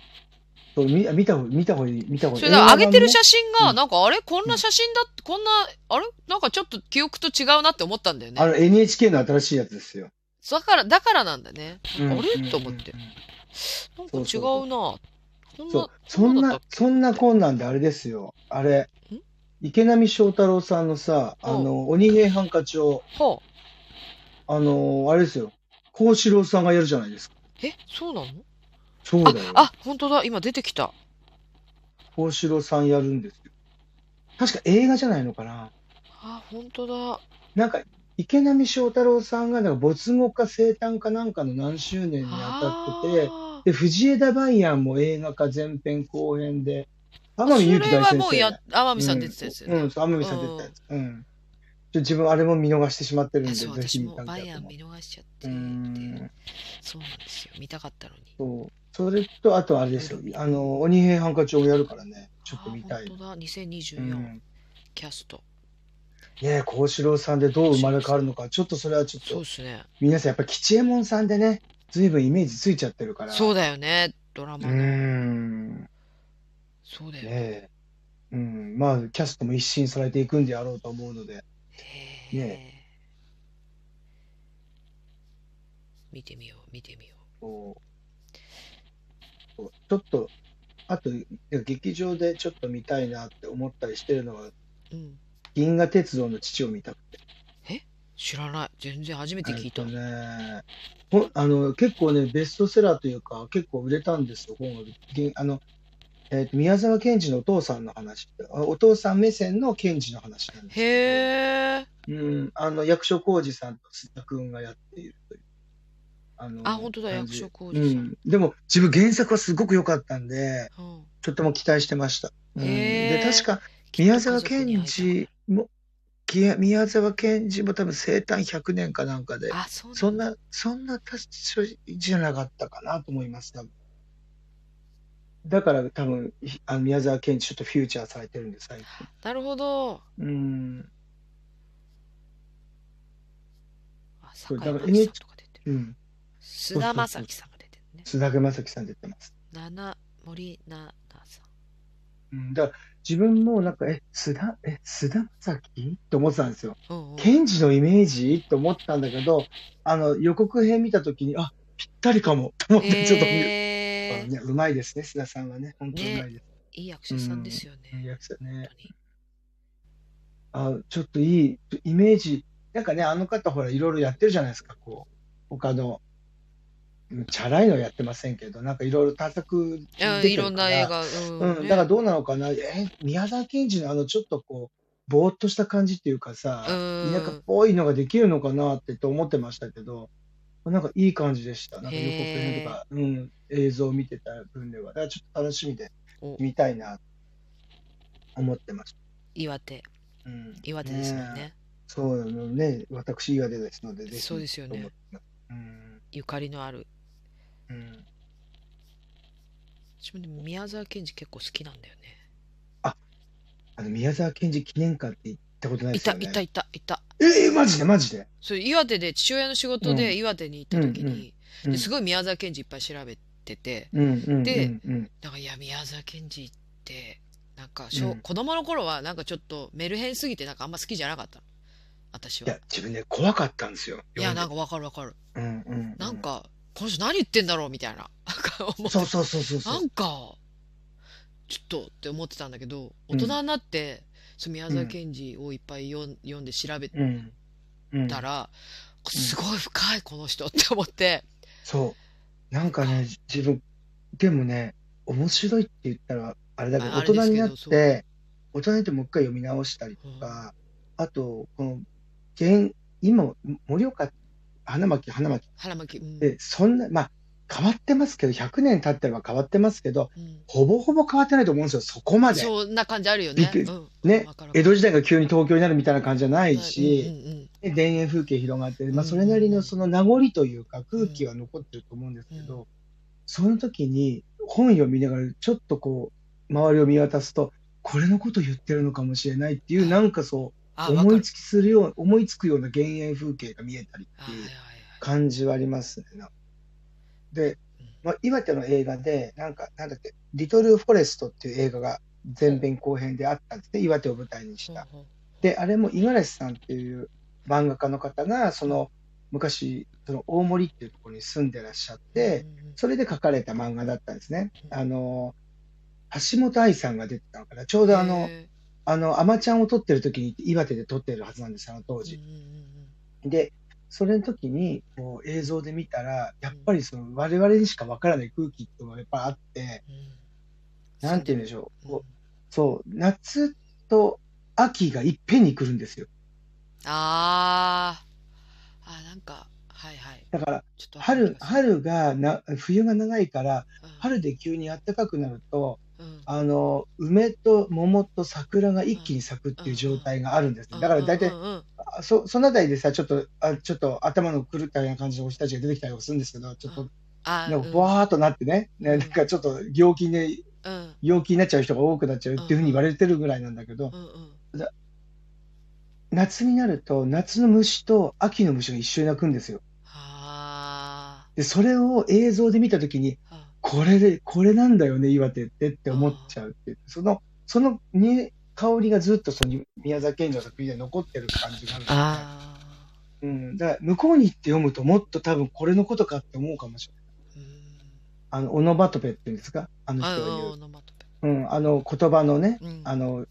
Speaker 2: そう見見た方見た方がいい見た方
Speaker 1: う、
Speaker 2: がいい。
Speaker 1: それだから上げてる写
Speaker 2: 映
Speaker 1: 真が、
Speaker 2: うん
Speaker 1: なんかあれこんな写真だってこんなあれなんかちょっと記憶と違うなって思ったんだよ
Speaker 2: 画も
Speaker 1: ね
Speaker 2: ね。あの NHK の新しいやつですよ。
Speaker 1: だからだからなんだね
Speaker 2: うん
Speaker 1: あれ
Speaker 2: うん
Speaker 1: と思って
Speaker 2: うん
Speaker 1: なんか
Speaker 2: そう
Speaker 1: 違
Speaker 2: そう
Speaker 1: う
Speaker 2: そ
Speaker 1: な
Speaker 2: うそう
Speaker 1: こ
Speaker 2: そん
Speaker 1: んなだ
Speaker 2: な
Speaker 1: った
Speaker 2: そんなこんなんであれですよ。あれ
Speaker 1: ん
Speaker 2: 池波正太郎さんのさあの鬼平犯科帳
Speaker 1: はあ
Speaker 2: あのあれですよ。幸四郎さんがやるじゃないですか。
Speaker 1: えそうなの
Speaker 2: そうだよ。
Speaker 1: あ、あ、本当だ、今出てきた。
Speaker 2: 幸四郎さんやるんですよ。確か映画じゃないのかな。
Speaker 1: あ、本当だ。
Speaker 2: なんか、池波正太郎さんがなんか没後か生誕かなんかの何周年にあたってて、
Speaker 1: あー
Speaker 2: で、藤枝梅安も映画化前編後編で、天海祐希
Speaker 1: それ
Speaker 2: 大
Speaker 1: は
Speaker 2: 先
Speaker 1: もう
Speaker 2: 生。
Speaker 1: や、天海さん出てたやつ。
Speaker 2: うん、うん、そう天海さん出てたやつ。うん。ちょ自分あれも見逃してしまってるん
Speaker 1: い
Speaker 2: で、
Speaker 1: やそう、
Speaker 2: ぜひ
Speaker 1: 私
Speaker 2: 見
Speaker 1: も
Speaker 2: たん
Speaker 1: バ
Speaker 2: だ
Speaker 1: イ
Speaker 2: け
Speaker 1: アン
Speaker 2: ど。
Speaker 1: 見逃しちゃってて、
Speaker 2: うん。
Speaker 1: そうなんですよ、見たかったのに。
Speaker 2: そう。それと、あとあれですよ。あの、鬼平犯科帳をやるからね、ちょっと見た
Speaker 1: あ
Speaker 2: い
Speaker 1: ー。本当だ、2024、
Speaker 2: うん。
Speaker 1: キャスト。
Speaker 2: ねえ、幸四郎さんでどう生まれ変わるのか、ちょっとそれはちょっ
Speaker 1: そう
Speaker 2: と
Speaker 1: で、すね。
Speaker 2: 皆さんやっぱ吉右衛門さんでね、ずいぶんイメージついちゃってるから。
Speaker 1: そうだよね、ドラ
Speaker 2: う
Speaker 1: マ
Speaker 2: ー
Speaker 1: の。
Speaker 2: ん。ね
Speaker 1: そうだよね。
Speaker 2: え。うん。まあ、キャストも一新されていくんであろうと思うので、
Speaker 1: へー
Speaker 2: ね
Speaker 1: 見てみよう、見てみよう。
Speaker 2: こうこうちょっと、あと、劇場でちょっと見たいなって思ったりしてるのは、
Speaker 1: うん、
Speaker 2: 銀河鉄道の父を見たくて。
Speaker 1: 知らない、全然初めて聞いた。
Speaker 2: えっとねほあの結構ね、ベストセラーというか、結構売れたんですよ、本が。銀あのえっと宮沢賢治のお父さんの話あお父さん目線の賢治の話なんです
Speaker 1: へえ。
Speaker 2: うん、あの役所広司さんと須田君がやっているという。あの
Speaker 1: あ、本当だ、
Speaker 2: 感
Speaker 1: 役
Speaker 2: じ
Speaker 1: 所広司さ。
Speaker 2: うんん。でも、自分原作はすごく良かったんで、
Speaker 1: うん
Speaker 2: とても期待してました。うん、
Speaker 1: へ
Speaker 2: で、
Speaker 1: ー
Speaker 2: 確か
Speaker 1: きっと
Speaker 2: 宮沢
Speaker 1: 家族に会
Speaker 2: 賢
Speaker 1: いたい
Speaker 2: 治も、き宮沢賢治も多分生誕100年かなんかで、
Speaker 1: あ、そう
Speaker 2: そん
Speaker 1: だ。
Speaker 2: な、そんな確かじゃなかったかなと思います、多分だから多分、ひあの宮沢賢治ちょっとフューチャーされてるんです、最近。
Speaker 1: なるほど。
Speaker 2: うん。そう
Speaker 1: 中井
Speaker 2: だから
Speaker 1: 貴一さんとか出てる
Speaker 2: うん。
Speaker 1: 菅田将暉さんが出てるね。
Speaker 2: 須田将暉さん出てます。
Speaker 1: 七森七々さん。
Speaker 2: うん。だから自分もなんか、え、須田、え、須田将暉と思ってたんですよ。
Speaker 1: うんうん
Speaker 2: ケンジのイメージと思ったんだけど、あの、予告編見たときに、あ、ぴったりかもと思って、ちょっと見る。
Speaker 1: えー
Speaker 2: ね、うまいですね、須田さんはね。本当にうまいです。
Speaker 1: いい役者さんですよね。
Speaker 2: いい役者ね
Speaker 1: 本当に
Speaker 2: あ、ちょっといい、イメージ。なんかね、あの方ほら、いろいろやってるじゃないですか、こう。他の、うんチャラいのやってませんけど、なんかいろいろ多作出てるから
Speaker 1: いろんな映画。うん
Speaker 2: うん、
Speaker 1: ね
Speaker 2: だからどうなのかな、え宮沢賢治のあのちょっとこう、ぼーっとした感じっていうかさ、
Speaker 1: うん
Speaker 2: 田舎っぽいのができるのかなってと思ってましたけど、なんかいい感じでした、なんか予告編とか、うん、映像を見てた分では、だからちょっと楽しみで
Speaker 1: お
Speaker 2: 見たいな思ってまし
Speaker 1: 岩手、
Speaker 2: た。うん、
Speaker 1: 岩手ですもん
Speaker 2: ねえ。
Speaker 1: ね。
Speaker 2: そうよね、私岩手ですので、ぜひ
Speaker 1: そうですよね
Speaker 2: と思ってます。うん
Speaker 1: ゆかりのある。
Speaker 2: うん、
Speaker 1: 私もでも宮沢賢治結構好きなんだよね。
Speaker 2: あの宮沢賢治記念館って行ったことないで
Speaker 1: い
Speaker 2: す
Speaker 1: た、
Speaker 2: よね。
Speaker 1: いた、いた、いた。
Speaker 2: えーマジでマジで。
Speaker 1: そう、岩手で、父親の仕事
Speaker 2: う
Speaker 1: で
Speaker 2: ん
Speaker 1: 岩手に行った時
Speaker 2: うん
Speaker 1: に、
Speaker 2: うん
Speaker 1: ですごい宮沢賢治いっぱい調べてて、
Speaker 2: うんうん
Speaker 1: で
Speaker 2: うんうん
Speaker 1: なんか、いや、宮沢賢治って、なんか、しょ
Speaker 2: うん
Speaker 1: 子供の頃は、なんかちょっとメルヘンすぎて、なんかあんま好きじゃなかったの。私
Speaker 2: い
Speaker 1: は
Speaker 2: や。、自分ね、怖かったんですよ。
Speaker 1: いや、な
Speaker 2: 読
Speaker 1: ん
Speaker 2: で
Speaker 1: かわかるわかる。
Speaker 2: うんうんう
Speaker 1: なん、か、この人何言ってんだろうみたいな。なんか思って
Speaker 2: そうそうそうそうそ
Speaker 1: な
Speaker 2: う。
Speaker 1: んか、ちょっとって思ってたんだけど、大人になって、その宮沢賢治をいっぱい読ん読んで調べ
Speaker 2: うん。うん、
Speaker 1: たら、すごい深い、この人って思って。
Speaker 2: そう。なんかね、自分、でもね、面白いって言ったら、あれだけど、
Speaker 1: まああ
Speaker 2: 大
Speaker 1: れで
Speaker 2: 人
Speaker 1: す
Speaker 2: に
Speaker 1: けど
Speaker 2: なって、大人になってもう一回読み直したりとか、あと、この、現今、盛岡、花巻、花巻っ
Speaker 1: 腹巻き。うん
Speaker 2: て、そんな、まあ、変わってますけど、100年経ってれば変わってますけど、
Speaker 1: うん
Speaker 2: ほぼほぼ変わってないと思うんですよ、そこまで。
Speaker 1: そんな感じあるよね。
Speaker 2: びっくり
Speaker 1: うんわ
Speaker 2: ね
Speaker 1: かるわかる
Speaker 2: 江戸時代が急に東京になるみたいな感じじゃないし、
Speaker 1: うんうんうん
Speaker 2: で田園風景広がって、まあ、
Speaker 1: うん
Speaker 2: それなりのその名残というか空気は残ってると思うんですけど、
Speaker 1: う
Speaker 2: その時に本読みながらちょっとこう周りを見渡すとこれのこと言ってるのかもしれないっていうなんかそ
Speaker 1: あ、
Speaker 2: う
Speaker 1: わか
Speaker 2: 思い
Speaker 1: る。
Speaker 2: つきするよう思いつくような田園風景が見えたり
Speaker 1: あ
Speaker 2: っ
Speaker 1: は
Speaker 2: て
Speaker 1: い
Speaker 2: い
Speaker 1: は
Speaker 2: う
Speaker 1: いはい
Speaker 2: 感じはありますね。なんかで、まあ、岩手の映画でなんかなんだっけ「リトル・フォレスト」っていう映画が前編後編であったんですね岩手を舞台にし
Speaker 1: ほう
Speaker 2: た。
Speaker 1: ほう
Speaker 2: で、あれも五十嵐さんっていう漫画家の方が、その昔、その大森っていうところに住んでらっしゃって
Speaker 1: う、んうん
Speaker 2: それで書かれた漫画だったんですね。
Speaker 1: うん
Speaker 2: あの、橋本愛さんが出てたのかな。ちょうどあの、
Speaker 1: へ
Speaker 2: あの、アマちゃんを撮ってる時に岩手で撮ってるはずなんです、あの当
Speaker 1: ーう
Speaker 2: 時。
Speaker 1: んうんうん
Speaker 2: で、それの時にこう映像で見たら、やっぱりその我々にしかわからない空気っていうのがやっぱあって、
Speaker 1: うんうん
Speaker 2: なんて言うんでしょう。
Speaker 1: うん
Speaker 2: こうそう、夏と秋がいっぺんに来るんですよ。
Speaker 1: あーあ、なんか、はいはい。
Speaker 2: だから、
Speaker 1: ちょっとわかる気
Speaker 2: 春
Speaker 1: がする、
Speaker 2: 春がな、冬が長いから、
Speaker 1: うん、
Speaker 2: 春で急に暖かくなると、
Speaker 1: うん
Speaker 2: あの、梅と桃と桜が一気に咲くっていう状態があるんですね。だから大体
Speaker 1: う、んうんうん
Speaker 2: あそ、そのあたりでさ、ちょっと、あ、ちょっと頭の狂ったような感じの人たちが出てきたりもするんですけど、ちょっと、
Speaker 1: あ
Speaker 2: なんか、
Speaker 1: うん
Speaker 2: ぼわーっとなってね、
Speaker 1: う
Speaker 2: ね、
Speaker 1: ん
Speaker 2: なんかちょっと、病気で、
Speaker 1: うん
Speaker 2: 陽気になっちゃう人が多くなっちゃうっていうふうに言われてるぐらいなんだけど、
Speaker 1: うんうん
Speaker 2: 夏になると、夏の虫と秋の虫が一緒に鳴くんですよ。
Speaker 1: あ
Speaker 2: で、それを映像で見たときに、
Speaker 1: ーあ
Speaker 2: これで、これなんだよね、岩手ってって思っちゃうっていう、その、そのに香りがずっとその宮沢賢治の作品で残ってる感じがあるんですよね
Speaker 1: あ
Speaker 2: うん。だから、向こうに行って読むと、もっと多分これのことかって思うかもしれな
Speaker 1: ー
Speaker 2: い。
Speaker 1: うん
Speaker 2: あの、オノバトペっていうんですかあの
Speaker 1: あ
Speaker 2: 人
Speaker 1: うん
Speaker 2: が言
Speaker 1: オノマトペ
Speaker 2: う。うん、あの言葉のね、
Speaker 1: うん
Speaker 2: あの、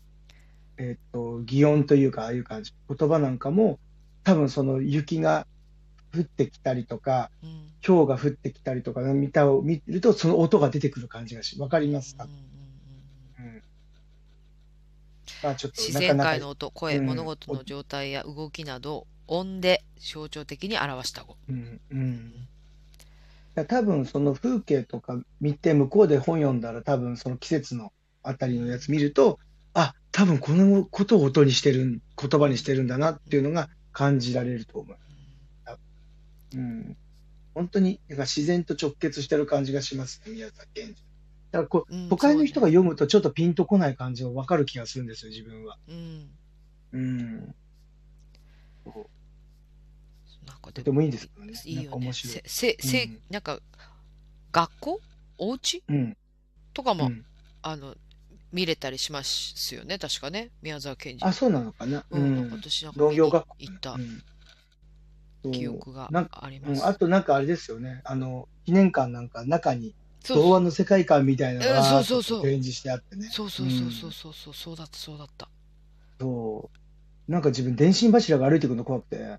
Speaker 2: えっと、擬音というか、ああいう感じ。言葉なんかも、多分その雪が降ってきたりとか、
Speaker 1: うん
Speaker 2: 氷が降ってきたりとか、見たを見ると、その音が出てくる感じがし、わかりますか
Speaker 1: うんうんうんうん
Speaker 2: うんまあちょっと
Speaker 1: 自
Speaker 2: なか
Speaker 1: 然
Speaker 2: なか
Speaker 1: 界の音、声、
Speaker 2: うん
Speaker 1: 物事の状態や動きなど、音で象徴的に表した語。
Speaker 2: うんうん、だから多分その風景とか見て向こうで本読んだら多分その季節のあたりのやつ見るとあ多分このことを音にしてるん言葉にしてるんだなっていうのが感じられると思う、うん、本当になんか自然と直結してる感じがしますね宮崎賢治だからこう
Speaker 1: うん
Speaker 2: 都会の人が読むとちょっとピンとこない感じが分かる気がするんですよ自分は。
Speaker 1: うん、
Speaker 2: うん
Speaker 1: なんか
Speaker 2: とてもいいですよね。
Speaker 1: いい
Speaker 2: なんか
Speaker 1: よね。
Speaker 2: 面白
Speaker 1: せ
Speaker 2: い。、
Speaker 1: せ、せ、
Speaker 2: うん
Speaker 1: なんか、学校お家
Speaker 2: うん。
Speaker 1: とかも、
Speaker 2: うん
Speaker 1: あの、見れたりしますよね、確かね。宮沢賢治。
Speaker 2: あ、そうなのかな。
Speaker 1: う、
Speaker 2: うん
Speaker 1: なん
Speaker 2: ん
Speaker 1: か。私なんか
Speaker 2: 農業学校。
Speaker 1: 行った
Speaker 2: うんそう
Speaker 1: 記憶が
Speaker 2: なんか
Speaker 1: あり
Speaker 2: う
Speaker 1: ま
Speaker 2: ん、
Speaker 1: す。
Speaker 2: あとなんかあれですよね。あの、記念館なんか中に、
Speaker 1: そう
Speaker 2: 童話の世界観みたいなの
Speaker 1: え
Speaker 2: が
Speaker 1: そうそうそう
Speaker 2: 展示してあってね。
Speaker 1: そうそうそうそうそうそう、そうだった、そうだった。
Speaker 2: そう。なんか自分、電信柱が歩いてくるの怖くて、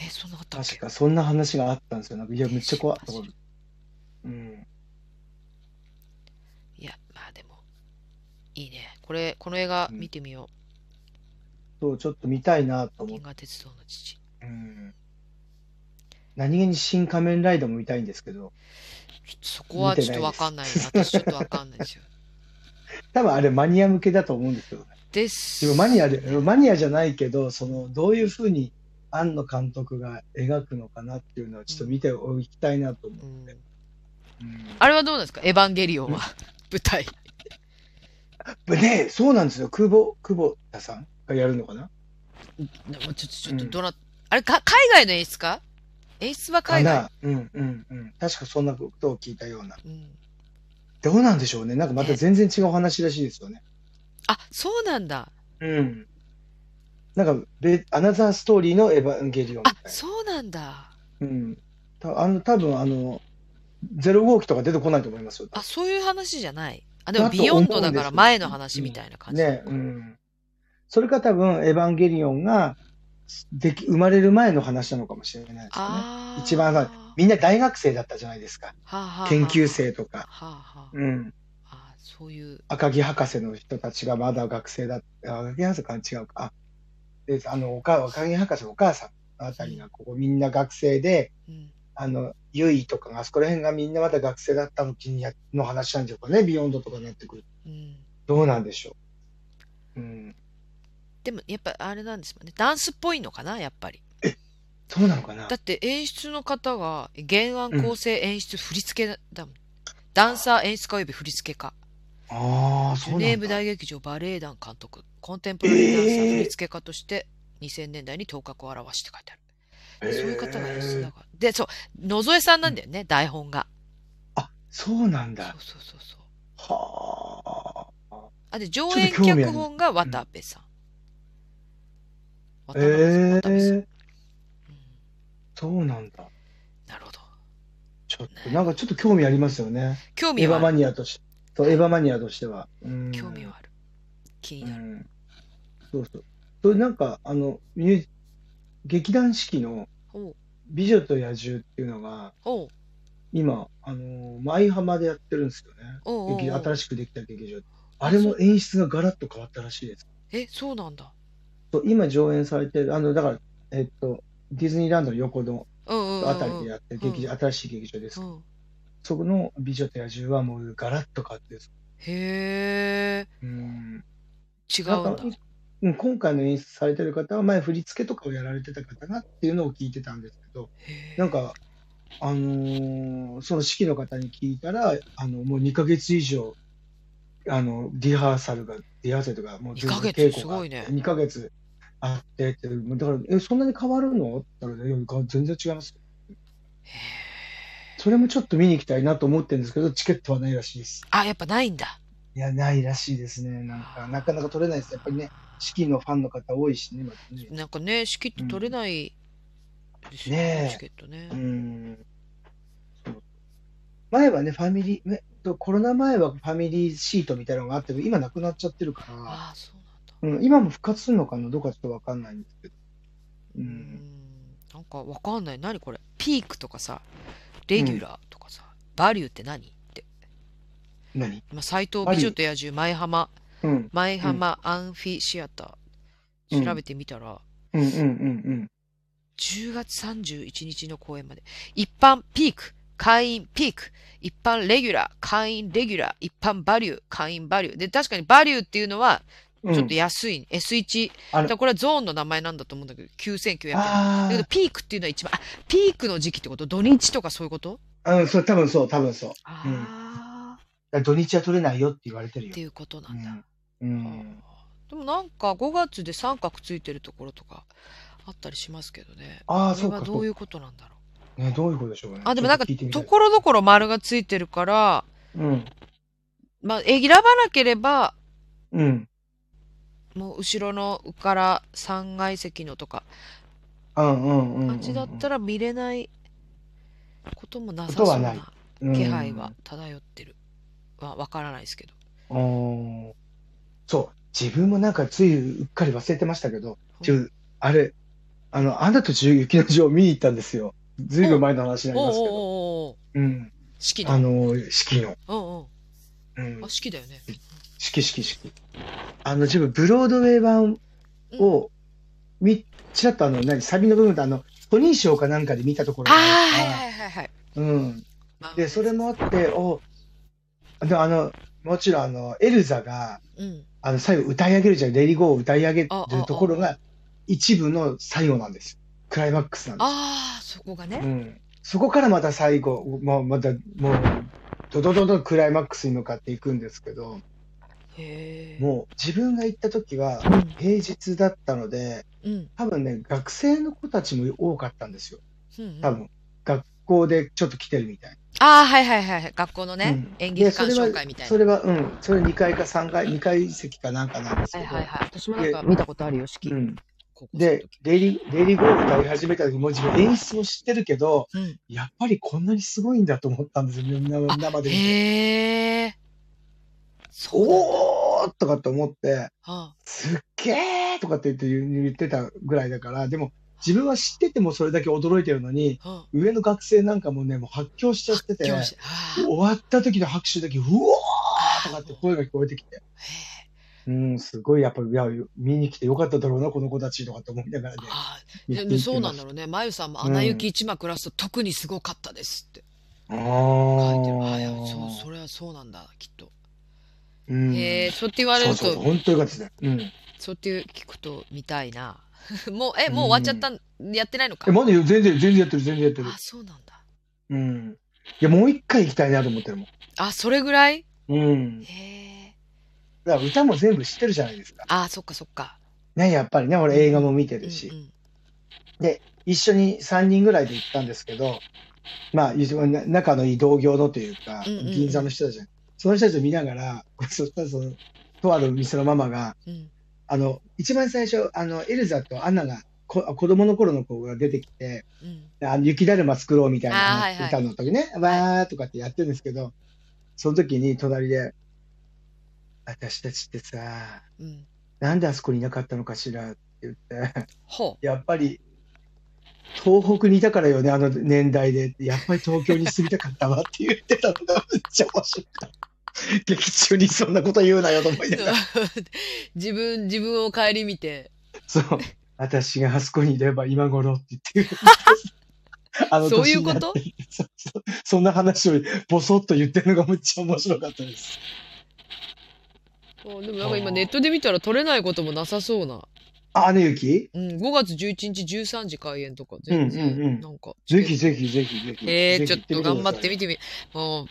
Speaker 1: えー、そんなあったっけ
Speaker 2: 確かそんな話があったんですよ。なんか、いや、めっちゃ怖い
Speaker 1: 電。信柱
Speaker 2: うん。
Speaker 1: いや、まあでも、いいね。これ、この映画
Speaker 2: うん
Speaker 1: 見てみよ
Speaker 2: そう、ちょっと見たいなと
Speaker 1: う。
Speaker 2: 思っ
Speaker 1: 銀
Speaker 2: て。
Speaker 1: 河鉄道の父。
Speaker 2: うん。何気に新仮面ライダーも見たいんですけど、
Speaker 1: ちょっとそこはちょっとわかんないな。私ちょっとわかんないですよ。
Speaker 2: 多分あれマニア向けだと思うんですけどね。
Speaker 1: です。
Speaker 2: でもマニアで、マニアじゃないけど、その、どういうふうに庵野監督が描くのかなっていうのは、ちょっと見ておきたいなと思う
Speaker 1: う。ん
Speaker 2: うん
Speaker 1: あれはどうなんですかエヴァンゲリオンは。舞台。
Speaker 2: ねえそうなんですよ。久保、久保田さんがやるのかな
Speaker 1: でもちょっと、ちょっと、どな、あれか、海外の演出か演出は海外。
Speaker 2: かなうんうんうん。確かそんなことを聞いたような。
Speaker 1: うん。
Speaker 2: どうなんでしょうね。なんかまた全然違う話らしいですよね。
Speaker 1: あ、そうなんだ。
Speaker 2: うん。なんか、べアナザーストーリーのエヴァンゲリオンみ
Speaker 1: あ、
Speaker 2: たい
Speaker 1: そうなんだ。
Speaker 2: な。うん。たあの多分あの、ゼロ号機とか出てこないと思いますよ。
Speaker 1: あ、そういう話じゃない。あ、でも、
Speaker 2: だと
Speaker 1: ビヨンドだか
Speaker 2: 思うんです
Speaker 1: ら
Speaker 2: よ
Speaker 1: 前の話みたいな感じ。
Speaker 2: ねうん。それか多分、エヴァンゲリオンができ生まれる前の話なのかもしれないですね。
Speaker 1: ああ。
Speaker 2: 一番
Speaker 1: は
Speaker 2: さみんな大学生だったじゃないですか。
Speaker 1: あはあはあ
Speaker 2: 研究生とか。
Speaker 1: はあはあ。
Speaker 2: うん。
Speaker 1: あそういう。
Speaker 2: 赤木博士の人たちがまだ学生だった。赤木博士か違うか。あで、あの、おか赤木博士のお母さんあたりが、ここみんな学生で、
Speaker 1: うん。
Speaker 2: あの、ゆいとかが、あそこら辺がみんなまだ学生だった時にやの話なんでしょうかね。ビヨンドとかになってくる。
Speaker 1: うん。
Speaker 2: どうなんでしょう。うん。
Speaker 1: でも、やっぱ、あれなんですもんね。ダンスっぽいのかな、やっぱり。
Speaker 2: そうなのかな
Speaker 1: だって、演出の方が、原案、構成、演出、振り付けだもん。ダンサー、演出家及び振り付け家。
Speaker 2: ああ、
Speaker 1: ジ
Speaker 2: そ
Speaker 1: ュ
Speaker 2: うなんだ。
Speaker 1: ネーブ大劇場バレエ団監督、コンテンポラリーダンサー、振り付け家として2000年代に頭角を現して書いてある。そういう方が演出だ
Speaker 2: へー
Speaker 1: から。で、そう、野添さんなんだよね、台本が。
Speaker 2: あ、そうなん
Speaker 1: そう
Speaker 2: だ。
Speaker 1: そうそうそう。
Speaker 2: はあ。
Speaker 1: あ、で、上
Speaker 2: と興
Speaker 1: 演
Speaker 2: 味ある
Speaker 1: 脚本が渡部さん。渡
Speaker 2: え
Speaker 1: 辺さん、渡部さん。う
Speaker 2: え
Speaker 1: ん
Speaker 2: ー、そうなんだ。
Speaker 1: なるほど。
Speaker 2: ちょっと、なんかちょっと興味ありますよね。
Speaker 1: 興味
Speaker 2: エヴ
Speaker 1: は
Speaker 2: ァマ
Speaker 1: ある。
Speaker 2: ニアとして、そうエヴァマニアとしては。うん
Speaker 1: 興味はある。気に
Speaker 2: う
Speaker 1: なる。
Speaker 2: ん。そうそう。それなんか、あの、ミュージ劇団四季の
Speaker 1: おう
Speaker 2: 美女と野獣っていうのが、
Speaker 1: おう
Speaker 2: 今、あの、舞浜でやってるんですよね。
Speaker 1: おうおう
Speaker 2: 劇
Speaker 1: おう
Speaker 2: 新しくできた劇場。あれも演出がガラッと変わったらしいです。
Speaker 1: え、そうなんだ。
Speaker 2: そう今上演されてる、あの、だから、えっと、ディズニーランドの横の
Speaker 1: うんうんうんうん。
Speaker 2: あたりでやってる劇場、新しい劇場です
Speaker 1: う。ん
Speaker 2: そこの美女と野獣はもうガラッと変わってる。
Speaker 1: へえ、
Speaker 2: うん。
Speaker 1: 違
Speaker 2: なん
Speaker 1: うん
Speaker 2: か
Speaker 1: だ。
Speaker 2: うん、今回の演出されてる方は前振り付けとかをやられてた方がっていうのを聞いてたんですけど
Speaker 1: へー
Speaker 2: なんか、あのーその指揮の方に聞いたらあのもう2ヶ月以上あのリハーサルがリハーサルとかもうずっと
Speaker 1: 2ヶ月
Speaker 2: 稽古があ
Speaker 1: すご
Speaker 2: って
Speaker 1: いね
Speaker 2: 2ヶ月あってってもうだからえそんなに変わるのって言ったらいや全然違いますそれもちょっと見に行きたいなと思ってるんですけどチケットはないらしいです
Speaker 1: あ、やっぱないんだ。
Speaker 2: いや、ないらしいですね。なんか、なかなか取れないです。やっぱりね、四季のファンの方多いしね、またね。
Speaker 1: なんかね、チケット取れないですよ
Speaker 2: ねえ
Speaker 1: チケットね
Speaker 2: う。ん。そう前はね、ファミリー、ねとコロナ前はファミリーシートみたいなのがあって、今なくなっちゃってるか
Speaker 1: ああ、そうなんだ。
Speaker 2: ら、うん、今も復活するのかな、どうかちょっとわかんないんですけど。う。
Speaker 1: うんん。なんかわかんない。何これピークとかさ、レギュラーとかさ、バリューって何って。
Speaker 2: 何
Speaker 1: まあ、斎藤
Speaker 2: バ
Speaker 1: 美
Speaker 2: リュー
Speaker 1: 女と野獣、舞浜、
Speaker 2: うん。
Speaker 1: 舞浜アンフィシアタ
Speaker 2: う
Speaker 1: ー、
Speaker 2: ん
Speaker 1: 調べてみたら、
Speaker 2: うんうんうん
Speaker 1: 10月31日の公演まで。一般ピーク、会員ピーク、一般レギュラー、会員レギュラー、一般バリュー、会員バリュー。で、確かにバリューっていうのは、
Speaker 2: うん。
Speaker 1: ちょっと
Speaker 2: や
Speaker 1: 安い、S1。
Speaker 2: あ
Speaker 1: だ
Speaker 2: れ
Speaker 1: からこれはゾーンの名前なんだと思うんだけど、9900円。だ
Speaker 2: あ
Speaker 1: けど、ピークっていうのは一番、あ、ピークの時期ってこと土日とかそういうこと
Speaker 2: あ、うん、そう、多分そう、多分そう。
Speaker 1: あ
Speaker 2: だから土日は取れないよって言われてる
Speaker 1: ーっ
Speaker 2: よ
Speaker 1: て。いうことなんだ。
Speaker 2: うん。
Speaker 1: あ
Speaker 2: うん
Speaker 1: ーでもなんか5月で三角ついてるところとかあったりしますけどね。
Speaker 2: ああ、
Speaker 1: これ
Speaker 2: そう
Speaker 1: は
Speaker 2: か、
Speaker 1: ど
Speaker 2: そう
Speaker 1: いううことなんだろう。
Speaker 2: か。ね、どういうことでしょうね。
Speaker 1: あ、でもなんか、
Speaker 2: ちょっ聞いてみた
Speaker 1: と
Speaker 2: い
Speaker 1: ころどころ丸がついてるから、
Speaker 2: うん。
Speaker 1: まあ、選ばなければ、
Speaker 2: うん。
Speaker 1: もう後ろのから3階席のとか、
Speaker 2: うんうんうん。
Speaker 1: 感じだったら
Speaker 2: ら、
Speaker 1: 見れないこともなさそ
Speaker 2: こ
Speaker 1: う
Speaker 2: とはない
Speaker 1: な
Speaker 2: うん
Speaker 1: 気配は。漂ってる。は、わからないですけど。
Speaker 2: うんそう。自分もなんかついうっかり忘れてましたけど、自分、あれ、あの、アナと雪の女王見に行ったんですよ。ずいぶん前の話になり
Speaker 1: お
Speaker 2: ま
Speaker 1: う
Speaker 2: すけ
Speaker 1: お
Speaker 2: ど。
Speaker 1: うおうおう
Speaker 2: うん。
Speaker 1: 式だ。
Speaker 2: あ
Speaker 1: うん
Speaker 2: の、式の。
Speaker 1: う
Speaker 2: うん
Speaker 1: ん。あ、。式だよね。
Speaker 2: 式式式。あの、自分、ブロードウェイ版を、み、ちらっとあの、何、サビの部分とあの、トニー賞かなんかで見たところ
Speaker 1: ああ、
Speaker 2: が
Speaker 1: は
Speaker 2: あっ
Speaker 1: いはいはいはい。
Speaker 2: たうん。
Speaker 1: まあ
Speaker 2: で、それもあって、お、で、あの、もちろんあの、エルザが、
Speaker 1: うん。
Speaker 2: あの、最後歌い上げるじゃん、レリゴーを歌い上げる
Speaker 1: あ
Speaker 2: ところが、一部の最後なんです。クライマックスなんです。
Speaker 1: ああ、そこがね
Speaker 2: う。ん。そこからまた最後、まあ、また、もう、ドドドドクライマックスに向かっていくんですけど、
Speaker 1: へえ。
Speaker 2: もう自分が行った時は、
Speaker 1: うん
Speaker 2: 平日だったので、
Speaker 1: うん。
Speaker 2: 多分ね、学生の子たちも多かったんですよ。
Speaker 1: うん。
Speaker 2: 多分、学校でちょっと来てるみたい。
Speaker 1: ああ、はいはいはいはい。学校の
Speaker 2: う
Speaker 1: ね
Speaker 2: ん、
Speaker 1: 演
Speaker 2: で
Speaker 1: 劇
Speaker 2: そ
Speaker 1: 鑑
Speaker 2: れ
Speaker 1: 賞
Speaker 2: は
Speaker 1: 会みたいな。
Speaker 2: それは、うん、それ2階か3階、2階席かなんかなんです
Speaker 1: は
Speaker 2: け
Speaker 1: い
Speaker 2: ど。
Speaker 1: はいはい。私もなんか見たことあるよ、式
Speaker 2: う。ん、
Speaker 1: 高校生の
Speaker 2: で
Speaker 1: 時、
Speaker 2: レリ、レリゴーを歌い始めた時、もう自分演出も知ってるけど、
Speaker 1: うん。
Speaker 2: やっぱりこんなにすごいんだと思ったんですよ、みんな生で見て。
Speaker 1: へえ。そうなんだ。
Speaker 2: おーとかって思って、
Speaker 1: あ
Speaker 2: すっげーとかって言って言ってたぐらいだから、でも自分は知っててもそれだけ驚いてるのに、
Speaker 1: あ、うん。
Speaker 2: 上の学生なんかもね、もう発狂しちゃってて、
Speaker 1: 教
Speaker 2: 終
Speaker 1: 師あー
Speaker 2: わった時の拍手だけ、うおーとかって声が聞こえてきて、
Speaker 1: へえ
Speaker 2: うん、すごいやっぱり、いや、見に来てよかっただろうな、この子たちとかって思いながらね。
Speaker 1: あ
Speaker 2: 見
Speaker 1: ー、
Speaker 2: て
Speaker 1: で
Speaker 2: ました
Speaker 1: そうなんだろうね。まゆさんも、アナ雪一幕ラスト特にすごかったですって
Speaker 2: あ
Speaker 1: 書いてる。ああ、いやそう、
Speaker 2: ー
Speaker 1: それはそうなんだ、きっと。
Speaker 2: うん
Speaker 1: へえ、そうって言われる
Speaker 2: そうそうそう
Speaker 1: と、
Speaker 2: 本当よかったですね。うん。
Speaker 1: そうって聞くと見たいな。 もう、え、もう終わっちゃったん、やってないのか
Speaker 2: え、。まだよ全然、全然やってる、全然やってる
Speaker 1: あ、。そうなんだ。
Speaker 2: うん。いや、もう一回行きたいなと思ってるもん。
Speaker 1: あ、それぐらい
Speaker 2: うん。だ
Speaker 1: へえ。
Speaker 2: から歌も全部知ってるじゃないですか。
Speaker 1: あ、そっかそっか。
Speaker 2: ね、やっぱりね、俺映画も見て
Speaker 1: うん
Speaker 2: るし
Speaker 1: う。ん
Speaker 2: 一緒に3人ぐらいで行ったんですけど、まあ、一緒にな仲のいい同業のというか、
Speaker 1: うんうんうん
Speaker 2: 銀座の人たちがその人たちを見ながら、そしたらその、とある店のママが、
Speaker 1: うん。
Speaker 2: あの、一番最初、あの、エルザとアナが、こ子供の頃の子が出てきて、
Speaker 1: うん。
Speaker 2: あの雪だるま作ろうみたい
Speaker 1: あーはいは
Speaker 2: ない歌の時ね、わーとかってやってるんですけど、その時に隣で、私たちってさ、
Speaker 1: うん。
Speaker 2: なんであそこにいなかったのかしらって言って、
Speaker 1: ほう。
Speaker 2: やっぱり、東北にいたからよね、あの年代で。やっぱり東京に住みたかったわって言ってたのがめっちゃ面白かった。劇中にそんなこと言うなよと思いながら。
Speaker 1: 自分、自分を顧みて。
Speaker 2: そう。 私があそこにいれば今頃って 言ってる。あ
Speaker 1: そういうこと
Speaker 2: 年になってそうそうそんな話をボソッと言ってるのがめっちゃ面白かったです。
Speaker 1: あでもなんか今ネットで見たら撮れないこともなさそうな。
Speaker 2: あ、ねゆき
Speaker 1: うん、5月11日13時開演とか全然、
Speaker 2: うんうんうん
Speaker 1: なんか。
Speaker 2: ぜひぜひぜひぜひ。
Speaker 1: えー、
Speaker 2: ぜ
Speaker 1: ちょ
Speaker 2: ひ
Speaker 1: っと頑張ってみて
Speaker 2: て
Speaker 1: み、もう、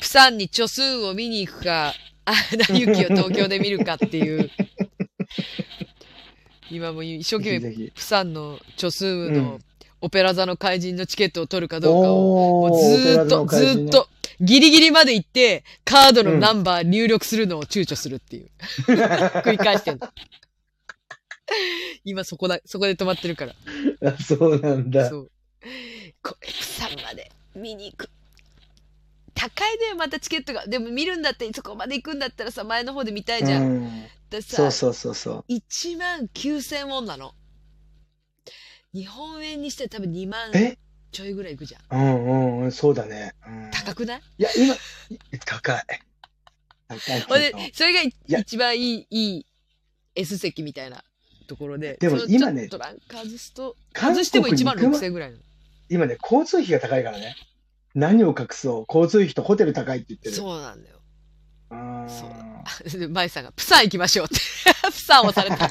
Speaker 1: プサンにチョスーを見に行くか、アナ雪を東京で見るかって いう。今もう一生
Speaker 2: くださ
Speaker 1: 懸命、
Speaker 2: い。ぜひぜ
Speaker 1: プサンのチョスー
Speaker 2: う
Speaker 1: の
Speaker 2: ん
Speaker 1: オペラ座の怪人のチケットを取るか
Speaker 2: ひ。
Speaker 1: どうかを、
Speaker 2: お
Speaker 1: もうずーっと、ずーっ。と、ギリギリまで行って、カードのナンバー入力するのを躊躇するって いう。繰り返してんの。今そこだ、そこで止まってるから。
Speaker 2: あ そうなんだ。
Speaker 1: そう。これ、さんまで見に行く。高いね、またチケットが。でも見るんだって、そこまで行くんだったらさ、前の方で見たいじゃん。
Speaker 2: うん
Speaker 1: でさ、
Speaker 2: そうそうそうそう。
Speaker 1: 1万9000ウォンなの。日本円にして多分2万
Speaker 2: え
Speaker 1: ちょいぐらい行くじゃん。
Speaker 2: うんうんうん、そうだね。うん
Speaker 1: 高くない
Speaker 2: いや、今、高い。高いけど
Speaker 1: ほんで、それがい
Speaker 2: や
Speaker 1: 一番いい、いい S 席みたいなところで。
Speaker 2: でも
Speaker 1: その
Speaker 2: 今ね
Speaker 1: ちょっとランク外すと、
Speaker 2: 韓
Speaker 1: 外しても
Speaker 2: 国
Speaker 1: 1
Speaker 2: に行
Speaker 1: 万
Speaker 2: くま
Speaker 1: 6000ぐらいなの。
Speaker 2: 今ね、交通費が高いからね。何を隠そう。交通費とホテル高いって言ってる。
Speaker 1: そうなんだよ。
Speaker 2: うーん。
Speaker 1: そうでマイさんが、プサン行きましょうって。 プサンをされた。ちょっ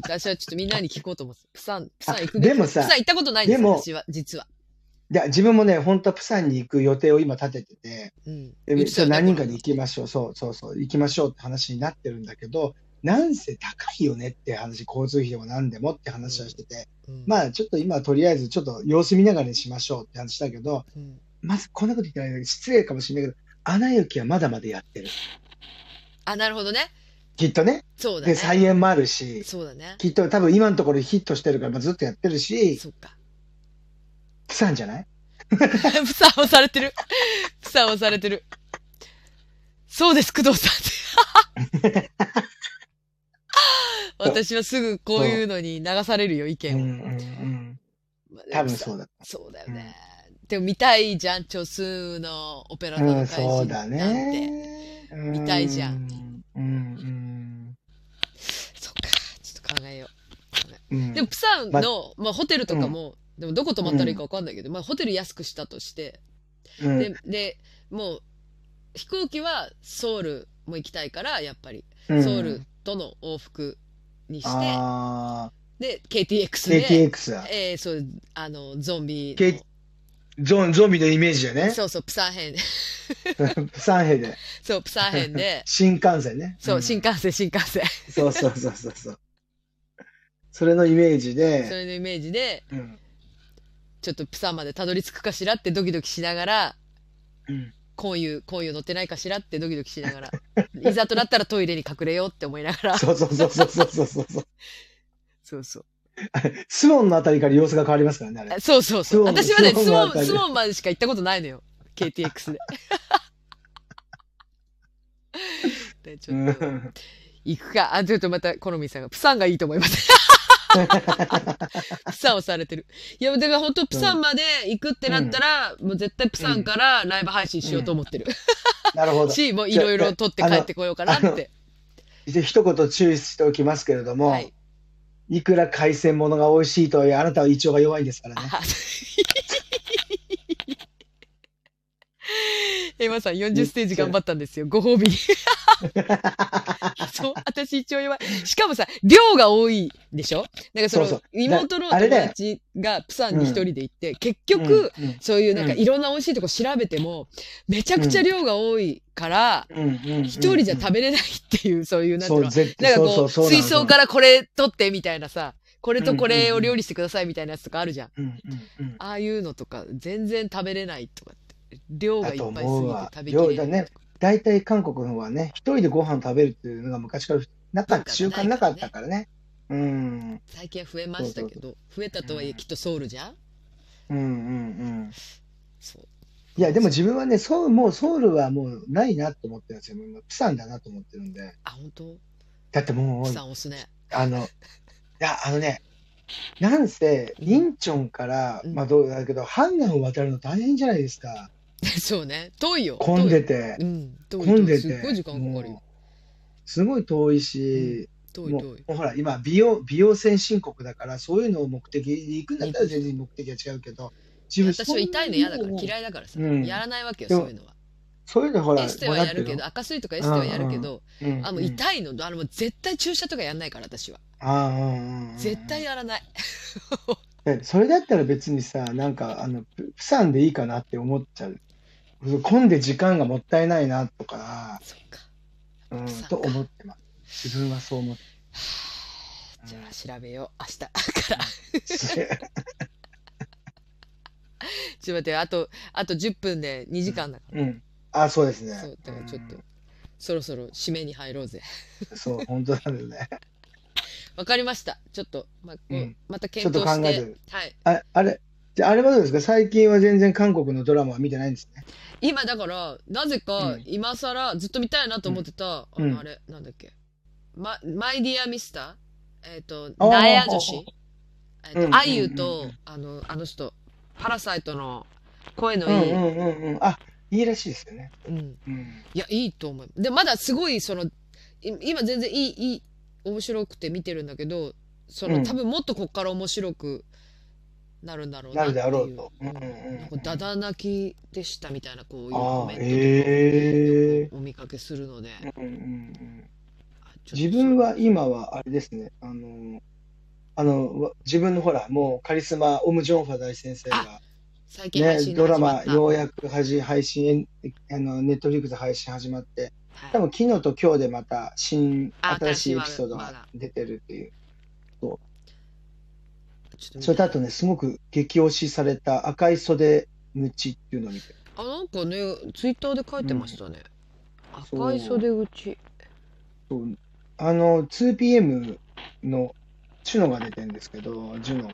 Speaker 1: と私はちょっとみんなに聞こうと思って。プサン、プサン行くべき
Speaker 2: でもさ
Speaker 1: プサン行ったことないんです
Speaker 2: でも
Speaker 1: 私は、実は。
Speaker 2: いや、自分もね、本当はプサンに行く予定を今立ててて、
Speaker 1: うん。
Speaker 2: で
Speaker 1: 言ってたよね
Speaker 2: 何人かで行きましょう。そうそうそう。行きましょうって話になってるんだけど、なんせ高いよねって話、交通費でも何でもって話はしてて、
Speaker 1: うん
Speaker 2: まあちょっと今とりあえずちょっと様子見ながらにしましょうって話だけど、
Speaker 1: うん
Speaker 2: まずこんなこと言ってないのに失礼かもしれないけど、アナ雪はまだまだやってる。
Speaker 1: あ、なるほどね。
Speaker 2: きっとね。
Speaker 1: そうだ
Speaker 2: で、
Speaker 1: ね。
Speaker 2: 再演もあるし、
Speaker 1: そうだね。
Speaker 2: きっと多分今のところヒットしてるからまあずっとやってるし、
Speaker 1: そっか。
Speaker 2: プサンじゃない
Speaker 1: プサンを されてる。プサンをされてる。そうです、工藤さん。 私はすぐこういうのに流されるよ、意
Speaker 2: うんう
Speaker 1: 見を。
Speaker 2: んうん。
Speaker 1: まあ
Speaker 2: 多分そうだ。
Speaker 1: そうだよね。でも見たいじゃん、チョスーのオペラ座
Speaker 2: う
Speaker 1: の
Speaker 2: ん、
Speaker 1: 怪人な
Speaker 2: そうん
Speaker 1: て。
Speaker 2: だね。
Speaker 1: 見たいじゃ
Speaker 2: ん。うん
Speaker 1: そっか、ちょっと考えよ
Speaker 2: うんうん。
Speaker 1: う。でも、プサンの、まあ、ホテルとかも、でもどこ泊まったらいいかわかんないけど、まあ、ホテル安くしたとして、
Speaker 2: うん、
Speaker 1: で、で、もう、飛行機はソウルも行きたいから、やっぱり、
Speaker 2: うん
Speaker 1: ソウルとの往復にして、
Speaker 2: あ
Speaker 1: で、KTX
Speaker 2: ー
Speaker 1: で、
Speaker 2: KTX だ。
Speaker 1: えー、そう、あの、ゾンビの
Speaker 2: K- ゾンゾンビのイメージだよね。
Speaker 1: そうそう、プサン編、
Speaker 2: プサンヘで。、
Speaker 1: そう、プサン編で
Speaker 2: 新幹線ね。
Speaker 1: そう、
Speaker 2: ん
Speaker 1: 新幹線、新幹線。
Speaker 2: そうそうそうそうそう。それのイメージ
Speaker 1: そ
Speaker 2: で、
Speaker 1: れのイメージで、
Speaker 2: うん
Speaker 1: ちょっとプサンまでたどり着くかしらってドキドキしながら、
Speaker 2: うん
Speaker 1: こういう、こういう乗ってないかしらってドキドキしながら、い ざとなったらトイレに隠れようって思いながら、
Speaker 2: そうそうそうそうそうそうそうそう。
Speaker 1: そうそう。
Speaker 2: スモンのあたりから様子が変わりますからね、あれ。
Speaker 1: あそうそう
Speaker 2: ス
Speaker 1: そう。
Speaker 2: モン
Speaker 1: 私はね、
Speaker 2: ス
Speaker 1: ス
Speaker 2: モン
Speaker 1: モ
Speaker 2: のあたり
Speaker 1: ン、スモンまでしか行ったことないのよ。KTX で。でち
Speaker 2: う
Speaker 1: ょっと、
Speaker 2: ん
Speaker 1: 行くか。あ、ちょっとまた、コロミンさんが、プサンがいいと思い ます。プサンをされてる。いや、だから本当プサンまで行くってなったら、もう絶対プサンからライブ配信しようと思ってる。
Speaker 2: なるほど。
Speaker 1: し、もういろいろ撮って帰ってこようかなって。
Speaker 2: で一言注意しておきますけれども、
Speaker 1: はい
Speaker 2: い、。くら海鮮物が美味しいとはいえ、あなたは胃腸が弱いですからね。
Speaker 1: あ エマさん40ステージ頑張ったんですよ。ご褒美に。そう、私一応弱い。しかもさ、量が多いでしょなんかその、
Speaker 2: そうそう
Speaker 1: 妹の
Speaker 2: だあれ
Speaker 1: 友
Speaker 2: だよ
Speaker 1: 達がプサンに一人で行って、結局、
Speaker 2: うん、うん
Speaker 1: そういうなんか
Speaker 2: うん
Speaker 1: いろんな美味しいとこ調べても、めちゃくちゃ量が多いから、
Speaker 2: うんうん
Speaker 1: 一、人じゃ食べれないっていう、そういう、なんてい
Speaker 2: そうう
Speaker 1: の、
Speaker 2: 絶
Speaker 1: なんか
Speaker 2: そう
Speaker 1: こ、
Speaker 2: そううそう。
Speaker 1: 水槽かららこれ取ってみたいなさ、これとこ
Speaker 2: うんうん
Speaker 1: れ
Speaker 2: うん
Speaker 1: を料理してくださいみたいなやつとかあるじゃん。
Speaker 2: うんうんうん
Speaker 1: ああいうのとか全然食べれないとかって量がいっぱいすぎて食べき
Speaker 2: だと思うわ
Speaker 1: れないとか
Speaker 2: 大体韓国の方はね、一人でご飯食べるっていうのが昔からなかった、習
Speaker 1: 文化
Speaker 2: 慣
Speaker 1: がな
Speaker 2: な
Speaker 1: かね
Speaker 2: いからったからね。うん、
Speaker 1: 最近は増えましたけ
Speaker 2: そう
Speaker 1: ど増えたとはいえ
Speaker 2: うん
Speaker 1: きっとソウルじゃん
Speaker 2: うん、うん、うん。
Speaker 1: そう
Speaker 2: いや、でも自分はね、ソウル、もうソウルはもうないなと思ってるんですよ。もうプサンだなと思ってるんで。
Speaker 1: あ本当
Speaker 2: だってもう
Speaker 1: プ、サン押すね
Speaker 2: あの、いや、あのね、なんせ、インチョンから、
Speaker 1: うん
Speaker 2: まあどうだけど、ハンガンを渡るの大変じゃないですか。
Speaker 1: そうね遠いよ
Speaker 2: 混んで
Speaker 1: て
Speaker 2: て
Speaker 1: う、ん遠い
Speaker 2: 混んで
Speaker 1: 遠いす
Speaker 2: て
Speaker 1: っごい時間かかる
Speaker 2: も
Speaker 1: よ
Speaker 2: う、すごい遠いし、
Speaker 1: 遠い
Speaker 2: もう
Speaker 1: 遠い
Speaker 2: もうほら、今、美容、美容先進国だから、そういうのを目的に行くんだったら全然目的は違うけど、自
Speaker 1: 私は痛いの嫌だから
Speaker 2: い。
Speaker 1: 嫌いだからさ
Speaker 2: うん
Speaker 1: やらないわけよ
Speaker 2: で
Speaker 1: そ
Speaker 2: も
Speaker 1: ういうのは
Speaker 2: そういうのほら、
Speaker 1: エステはやるけど赤水とかエステはやるけど
Speaker 2: うん、
Speaker 1: あもう痛いのあのもう絶対注射とかやんないから私は
Speaker 2: あーうんうん
Speaker 1: 絶対やらない
Speaker 2: ねそれだったら別にさ、なんか、あの、ププサンでいいかなって思っちゃう。混んで時間がもったいないなとか、
Speaker 1: そっか
Speaker 2: うん
Speaker 1: プサン、か
Speaker 2: と思ってます。自分はそう思って
Speaker 1: じゃあ調べよう明日から
Speaker 2: ます。
Speaker 1: ちょっと待ってよあと、あと10分で2時間だか
Speaker 2: うん。あ、そうです
Speaker 1: ら。
Speaker 2: ね
Speaker 1: そう、。だからちょっと、そろそろ締めに入ろうぜ。
Speaker 2: うん。そう、本当なんですね。
Speaker 1: わかりました。ちょっと、ま、こう
Speaker 2: うん
Speaker 1: また検討
Speaker 2: ちょ
Speaker 1: し
Speaker 2: っと考えて
Speaker 1: て
Speaker 2: る。
Speaker 1: はい。
Speaker 2: ああれ、じゃああれはどうですか最近は全然韓国のドラマは見てないんですね。
Speaker 1: 今だから、なぜか
Speaker 2: うん、
Speaker 1: 今更ずっと見たいなと思ってた、
Speaker 2: うん
Speaker 1: あ
Speaker 2: うん
Speaker 1: の、あれ、なんだっけ。ま、マイディアミスターえっ、と、
Speaker 2: あー
Speaker 1: ナエア女子。えっ、
Speaker 2: うんうんうん
Speaker 1: と、あゆと、あの、あの人、パラサイトの声の
Speaker 2: うん
Speaker 1: いい。
Speaker 2: う
Speaker 1: うん。
Speaker 2: んうんうん。あ、いいらしいですよね。うん。
Speaker 1: いや、いいと思う。で、まだすごい、その、い今全然いい、いい、面白くて見てるんだけど、その、
Speaker 2: うん
Speaker 1: 多分もっとこっから面白くなるんだろう
Speaker 2: な
Speaker 1: なっ
Speaker 2: る
Speaker 1: てい
Speaker 2: で
Speaker 1: う。
Speaker 2: あろうと。うんうん
Speaker 1: な
Speaker 2: うん
Speaker 1: んか、だだ泣きでしたみたいな、こういうコ
Speaker 2: ああ、
Speaker 1: メントとか
Speaker 2: へえ。
Speaker 1: お見かけするので。
Speaker 2: うんうんうん。
Speaker 1: あちょっと
Speaker 2: 自分は今はあれですね、あの、あの、わ自分のほら、もうカリスマ、オム・ジョンファ大先生が、
Speaker 1: 最近配
Speaker 2: ね、
Speaker 1: 信が
Speaker 2: ドラ
Speaker 1: 始ま
Speaker 2: マ
Speaker 1: っ、た
Speaker 2: ようやくはじ配信、えあの、ネットフリックス配信始まって、
Speaker 1: はい
Speaker 2: 多分昨日と今日でまた新、
Speaker 1: あ
Speaker 2: 新しいエピソード
Speaker 1: 新しい
Speaker 2: が
Speaker 1: 話
Speaker 2: 出てるっていう。
Speaker 1: ちょっと見て
Speaker 2: それとあとね、すごく激推しされた赤い袖口っていうのを見て。
Speaker 1: あなんかねツイッターで書いてましたね、
Speaker 2: うん
Speaker 1: 赤い袖口
Speaker 2: そうあの、2PM のチュノが出てるんですけど、ジュノ。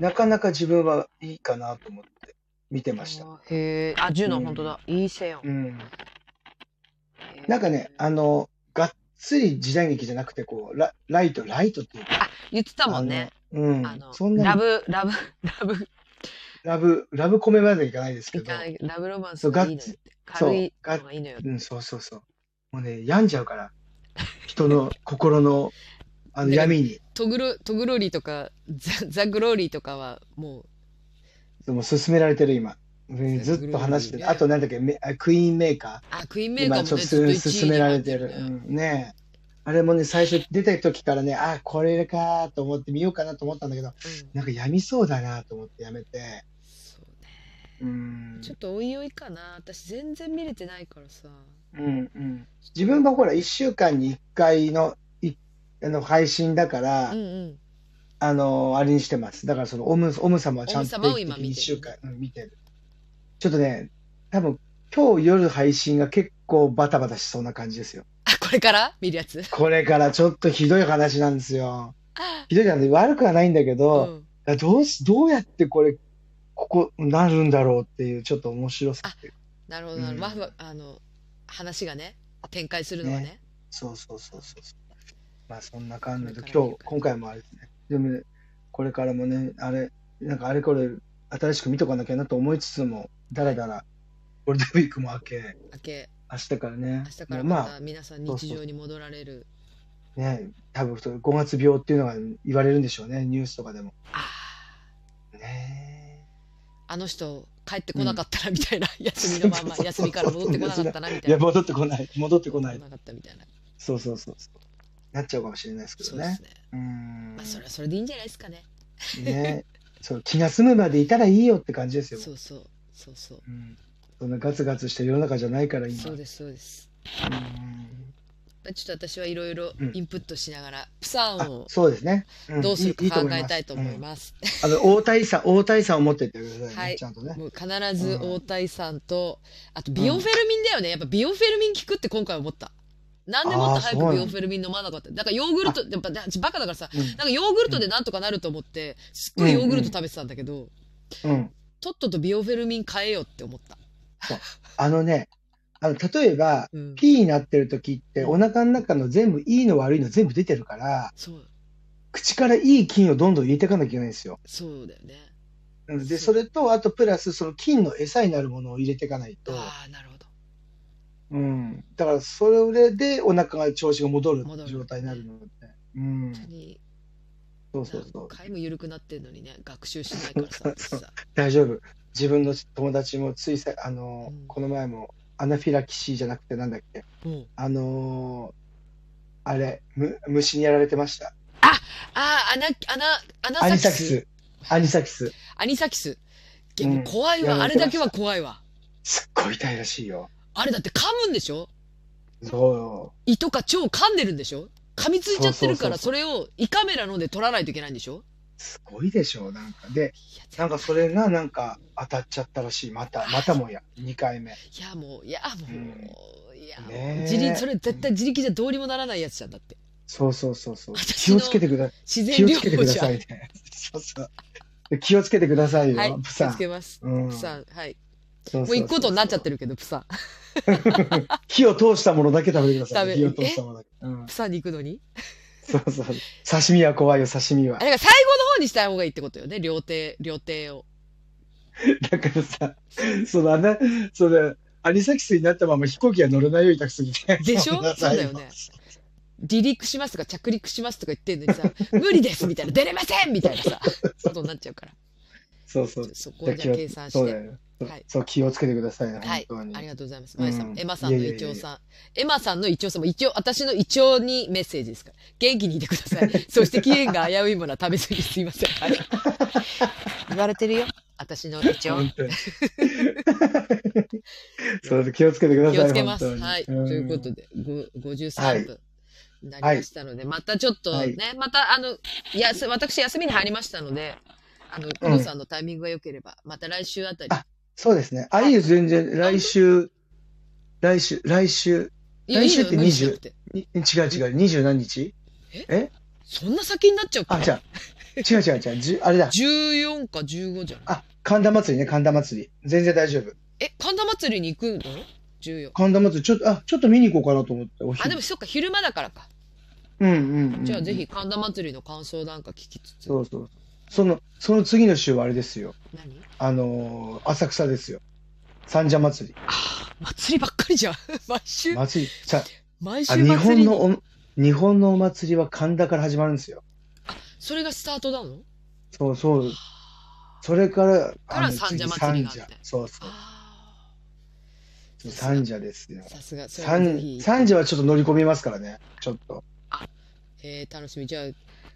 Speaker 2: なかなか自分はいいかなと思って見てました。
Speaker 1: あへえあジュノ、
Speaker 2: うん
Speaker 1: 本当だいいせよ
Speaker 2: うん。なんかね、あの、がっつり時代劇じゃなくて、こう、ラライト、ライトっていうか。
Speaker 1: あ言ってたもんね
Speaker 2: あの。うん。
Speaker 1: あの
Speaker 2: そんな
Speaker 1: ラ
Speaker 2: に
Speaker 1: ブラブ ラブ
Speaker 2: ラブ、ラブコメまでいかないですけ
Speaker 1: い
Speaker 2: ど
Speaker 1: か。ないラブロマンス
Speaker 2: そう
Speaker 1: がいいのよ
Speaker 2: ガッツ
Speaker 1: って軽い
Speaker 2: そう
Speaker 1: のがいいのよ
Speaker 2: うん、そうそうそう。もうね、病んじゃうから。人の心の、あの、闇に。
Speaker 1: トグロトグロリーとかザザグローリーとかはもう
Speaker 2: もう勧められてる今。うんずっと話して
Speaker 1: ぐるぐるね
Speaker 2: る。あと、なんだっけ、めあクイーンメーカ
Speaker 1: あクイーン
Speaker 2: ー。
Speaker 1: メーカー
Speaker 2: 今、
Speaker 1: もね
Speaker 2: ちょっ
Speaker 1: ずっと
Speaker 2: と
Speaker 1: 一位
Speaker 2: 勧められて
Speaker 1: になっ
Speaker 2: る。
Speaker 1: てね
Speaker 2: うんねえあれもね、最初出た時からね、あ、これかと思って見ようかなと思ったんだけど、
Speaker 1: うん
Speaker 2: なんかやみそうだなと思ってやめて。
Speaker 1: そう
Speaker 2: うん。
Speaker 1: ちょっとおいおいかな私全然見れてないからさ
Speaker 2: うんうん、自分はほら1週間に1回のいあの配信だから、
Speaker 1: うんうん
Speaker 2: あのあれにしてますだからそのオムオム様はちゃんと
Speaker 1: オム様を
Speaker 2: 定期
Speaker 1: 今
Speaker 2: 的に
Speaker 1: 見
Speaker 2: 1
Speaker 1: てる
Speaker 2: 週間、うん見てるちょっとね多分今日夜配信が結構バタバタしそうな感じですよ
Speaker 1: あこれから見るやつ
Speaker 2: これからちょっとひどい話なんですよひどい話悪くはないんだけ
Speaker 1: う
Speaker 2: ど、
Speaker 1: ん
Speaker 2: だからどうしどうやってこれここなるんだろうっていうちょっと面白さっていう
Speaker 1: なるほどなるほど、
Speaker 2: うん
Speaker 1: まあふわあの話がね展開するのはね
Speaker 2: そうそうそうそうそう。まあそんな感じで、
Speaker 1: これからいい
Speaker 2: 今
Speaker 1: か、
Speaker 2: 日今回もあれですね。でもね、これからもね、あれ、なんかあれこれ、新しく見とかなきゃなと思いつつも、だらだら、ゴールデンウィークも明け、
Speaker 1: 明け
Speaker 2: 明日からね、
Speaker 1: 明日から
Speaker 2: もう
Speaker 1: ま
Speaker 2: ま
Speaker 1: た皆さん
Speaker 2: そうそ
Speaker 1: 日
Speaker 2: う
Speaker 1: 常に戻られる、
Speaker 2: あね、多分そう5月病っていうのが言われるんでしょうね、ニュースとかでも。
Speaker 1: あ
Speaker 2: ね
Speaker 1: ーあの人帰ってこなかったなみたいな、休みのまんま
Speaker 2: そうそう
Speaker 1: 休
Speaker 2: そう
Speaker 1: みから戻ってこなかったなみ
Speaker 2: え。
Speaker 1: た
Speaker 2: い
Speaker 1: い
Speaker 2: や、
Speaker 1: な
Speaker 2: 戻ってこない、戻ってこない。
Speaker 1: なかったみたいな
Speaker 2: そうそうそうそう。なっちゃうかもしれないですけ
Speaker 1: そ
Speaker 2: ど
Speaker 1: うです
Speaker 2: ね。
Speaker 1: ね
Speaker 2: うーん
Speaker 1: まあそれはそれでいいんじゃないですかね
Speaker 2: ね。そう、気が済むまでいたらいいよって感じですよ。
Speaker 1: そうそうそうそう
Speaker 2: うんそんなガツガツした世の中じゃないから今。
Speaker 1: そうですそうです
Speaker 2: うん
Speaker 1: まあちょっと私はいろいろ
Speaker 2: うん
Speaker 1: インプットしながらプサン
Speaker 2: あ
Speaker 1: を
Speaker 2: そうですね。ん
Speaker 1: どうする
Speaker 2: いい
Speaker 1: か考
Speaker 2: い
Speaker 1: え
Speaker 2: ます
Speaker 1: たいと思います、
Speaker 2: うんあの、大体さ、大体さを持ってってくださいね。
Speaker 1: はい
Speaker 2: ちゃんとね。
Speaker 1: もう必ず大谷さんと、あとビオフェルミンだよねやっぱビオフェルミン効くって今回思ったなんでもっと早
Speaker 2: あーそうな
Speaker 1: く
Speaker 2: ん
Speaker 1: ビ
Speaker 2: だ
Speaker 1: オフェルミン飲まなかっただからヨーグルトやっぱだバカだからさ
Speaker 2: うん
Speaker 1: なんかヨーグルトでなんとかなると思ってすっごいヨーグルト食べてたんだけど、
Speaker 2: うん。
Speaker 1: とっととビオフェルミン変えようって思った、
Speaker 2: あのね、あの、例えば、
Speaker 1: うん、
Speaker 2: P になってる時って、お腹の中の全部いいの悪いの全部出てるから、
Speaker 1: そう
Speaker 2: 口からいい菌をどんどん入れていかなきゃいけないんですよ。
Speaker 1: そうだよね
Speaker 2: うんで、
Speaker 1: そ
Speaker 2: そうれと、あとプラス、その菌の餌になるものを入れていかないと。
Speaker 1: ああなるほど
Speaker 2: うん。だから、それでお腹が調子が戻る
Speaker 1: 戻る
Speaker 2: 状態になるので。うん。
Speaker 1: 本当に
Speaker 2: そうそうそ
Speaker 1: 何
Speaker 2: う。
Speaker 1: 回も緩くなってんのにね学習しないからさ私
Speaker 2: そう
Speaker 1: さ
Speaker 2: 大丈夫。自分の友達もついさ、あの、
Speaker 1: うん
Speaker 2: この前もアナフィラキシーじゃなくてなんだっけ、
Speaker 1: うん
Speaker 2: あのーあれ、む、虫にやられてました。
Speaker 1: ああアナアナアナ
Speaker 2: アニ
Speaker 1: サ
Speaker 2: サ
Speaker 1: キ
Speaker 2: キ
Speaker 1: ス
Speaker 2: ス。アニサキス。
Speaker 1: アニサキス
Speaker 2: うん
Speaker 1: もう怖い
Speaker 2: い
Speaker 1: わ
Speaker 2: や
Speaker 1: あれだけは怖いわ
Speaker 2: すっごい痛いらしいよ。
Speaker 1: あれだって噛むんでしょ
Speaker 2: そ
Speaker 1: 胃とか腸噛んでるんでしょ噛みついちゃってるから
Speaker 2: そ
Speaker 1: それを胃カメラので撮らないといけないんでしょ
Speaker 2: う。すごいでしょう、なんか。で、
Speaker 1: いや
Speaker 2: なんかそれがなんか当たっちゃったらしい。また、またもや。2回目。
Speaker 1: いやもういやもういやもう
Speaker 2: ねえ
Speaker 1: 自力それ絶対自力じゃどうにもならないやつじゃんだって
Speaker 2: そうそうそうそう。
Speaker 1: 私
Speaker 2: 気
Speaker 1: の
Speaker 2: をつけてくだ、
Speaker 1: 自然
Speaker 2: 気を
Speaker 1: 療
Speaker 2: つけて
Speaker 1: 法
Speaker 2: くだ
Speaker 1: じゃ
Speaker 2: さ
Speaker 1: ん
Speaker 2: いね。そうそう。で気をつけてくださいよ、
Speaker 1: はい
Speaker 2: プ
Speaker 1: 気
Speaker 2: サ
Speaker 1: を
Speaker 2: ン
Speaker 1: つ。けます
Speaker 2: うん。
Speaker 1: プサンはい
Speaker 2: も
Speaker 1: もう行くことになっちゃって
Speaker 2: る。
Speaker 1: るけどプサン
Speaker 2: 火を通したものだけ食べてくださいね。
Speaker 1: 食
Speaker 2: 火
Speaker 1: べ
Speaker 2: を通したものだけ。うん
Speaker 1: プ。サンに行くのに
Speaker 2: そうそう。刺身は怖いよ、刺身は
Speaker 1: あ。だから最後の方にした方がいいってことよね料亭料亭を
Speaker 2: だからさ、そのあな、その、アニサキスになったまま飛行機が乗れないよ、痛くすぎて。
Speaker 1: でしょ
Speaker 2: んな最後
Speaker 1: そうだよね離陸しますとか着陸しますとか言ってんのにさ無理ですみたいな出れませんみたいな さことになっちゃうから
Speaker 2: そうそう。
Speaker 1: そこをじゃあ計算し
Speaker 2: そうだ
Speaker 1: て
Speaker 2: よね。そう
Speaker 1: はい
Speaker 2: そう、気をつけてくださいね、
Speaker 1: はい
Speaker 2: 本当に。
Speaker 1: ありがとうございます
Speaker 2: うん
Speaker 1: まやさん、エマさんの
Speaker 2: いや
Speaker 1: 胃
Speaker 2: いやいや
Speaker 1: 腸さんエマさんの胃腸さんも一応私の胃腸にメッセージですから元気にいてくだ さいそして期限が危ういものは食べ過ぎすいません、はい、言われてるよ私の一応。
Speaker 2: 本 当に。そう気をつけてくだ
Speaker 1: 気
Speaker 2: さい。
Speaker 1: をつけます。
Speaker 2: 本当に
Speaker 1: はい。と
Speaker 2: ん
Speaker 1: いうことで、ご53分になりましたので、またちょっとね、
Speaker 2: はい
Speaker 1: また、あの、やす、私休みに入りましたので、あの、工藤さんのタイミングが良ければ、また来週あたり。
Speaker 2: あそうですね。あ、いいです。全然。来週、来週、来週、
Speaker 1: いや
Speaker 2: 来週って
Speaker 1: いいのよ無理しなくて
Speaker 2: に違う違う、二十何日
Speaker 1: そんな先になっちゃうか
Speaker 2: あ、じゃあ、違う違う違うじゅ、あれだ。
Speaker 1: 14か15じゃん。
Speaker 2: あ、神田祭りね、神田祭り。全然大丈夫。
Speaker 1: え、神田祭りに行くの ?14。
Speaker 2: 神田祭り、ちょっと、あ、ちょっと見に行こうかなと思って、お昼
Speaker 1: あ、でも、そっか、昼間だからか。
Speaker 2: うんうん、うん。
Speaker 1: じゃあぜひ。神田祭りの感想なんか聞きつつ。
Speaker 2: そうそう。その、その次の週はあれですよ。
Speaker 1: 何
Speaker 2: あのー浅草ですよ。三社祭り。
Speaker 1: あー祭りばっかりじゃん。 毎週、
Speaker 2: 祭り。さ
Speaker 1: 毎週
Speaker 2: あ、
Speaker 1: 祭り
Speaker 2: 日
Speaker 1: に。
Speaker 2: 本のお、日本のお祭りは神田から始まるんですよ。
Speaker 1: それがスタートなの
Speaker 2: そうそう。それから、
Speaker 1: から
Speaker 2: あの
Speaker 1: 三社
Speaker 2: 次
Speaker 1: 祭りがあって
Speaker 2: 三社そうそ
Speaker 1: あ
Speaker 2: う。三社ですよ
Speaker 1: ー。さすが、それはぜ
Speaker 2: 三
Speaker 1: ひ、
Speaker 2: 三社はちょっと乗り込みますからね。ちょっと。
Speaker 1: えー、楽しみ。じゃあ、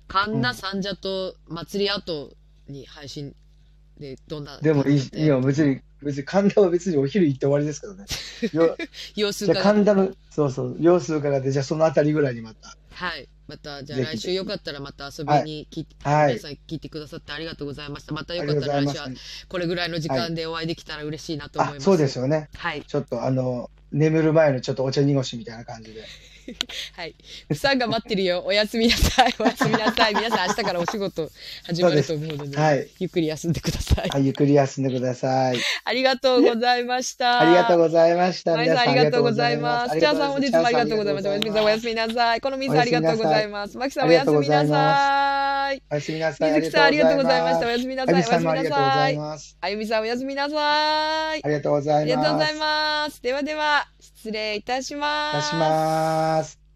Speaker 1: 神田三社と祭り後に配信で、どんな、
Speaker 2: でもいい、
Speaker 1: えー
Speaker 2: いや、別に、別に神田は別にお昼行って終わりですけど ね。よ
Speaker 1: 様子
Speaker 2: じゃあ
Speaker 1: 伺って
Speaker 2: 神田の、そうそう、様子伺って、じゃあそのあたりぐらいにまた。
Speaker 1: はい。また、じゃあ
Speaker 2: ぜひぜ
Speaker 1: 来
Speaker 2: ひ
Speaker 1: 週よかったらまた遊びにき、
Speaker 2: はい
Speaker 1: 皆さん聞いてくださってありがとうございました。また
Speaker 2: あ
Speaker 1: よ
Speaker 2: り
Speaker 1: か
Speaker 2: が
Speaker 1: っ
Speaker 2: とう
Speaker 1: た
Speaker 2: ござ
Speaker 1: ら来
Speaker 2: いま
Speaker 1: 週
Speaker 2: す
Speaker 1: は。これぐらいの時間でお会いできたら嬉しいなと思い
Speaker 2: あ
Speaker 1: ま、す。
Speaker 2: そうです。よね。
Speaker 1: はい。
Speaker 2: ちょっとあの、眠る前のちょっとお茶濁しみたいな感じで。
Speaker 1: はい。プサンが待ってるよ。お やすみなさい。おやすみなさい。皆さん明日からお仕事始まると思うので、
Speaker 2: はい
Speaker 1: ゆっくり休んでください。
Speaker 2: はい、ゆっくり休んでくだ さい。
Speaker 1: ありがとうございました。
Speaker 2: ありがとうございました。
Speaker 1: マイさん
Speaker 2: 皆さん
Speaker 1: ありがとうございます。チャーさん本日もありがとうございます。おやすみなさい。おやすみなさい。このみさんありがとうございます。マキさんおやすみなさい。
Speaker 2: おやすみなさい。
Speaker 1: 水木さんありがとうございました。お
Speaker 2: あ
Speaker 1: やすみな
Speaker 2: り
Speaker 1: さい。お
Speaker 2: が
Speaker 1: やす
Speaker 2: とうございますあゆみさん
Speaker 1: み
Speaker 2: もあり
Speaker 1: な
Speaker 2: がとうご
Speaker 1: さ
Speaker 2: ざ
Speaker 1: いあゆみさんおやすみなさ
Speaker 2: い。ます。
Speaker 1: い。
Speaker 2: ありがとうござ
Speaker 1: あ
Speaker 2: い
Speaker 1: り
Speaker 2: ます。
Speaker 1: がとうござい
Speaker 2: い
Speaker 1: ます。ではでは、失礼いたします。
Speaker 2: たします。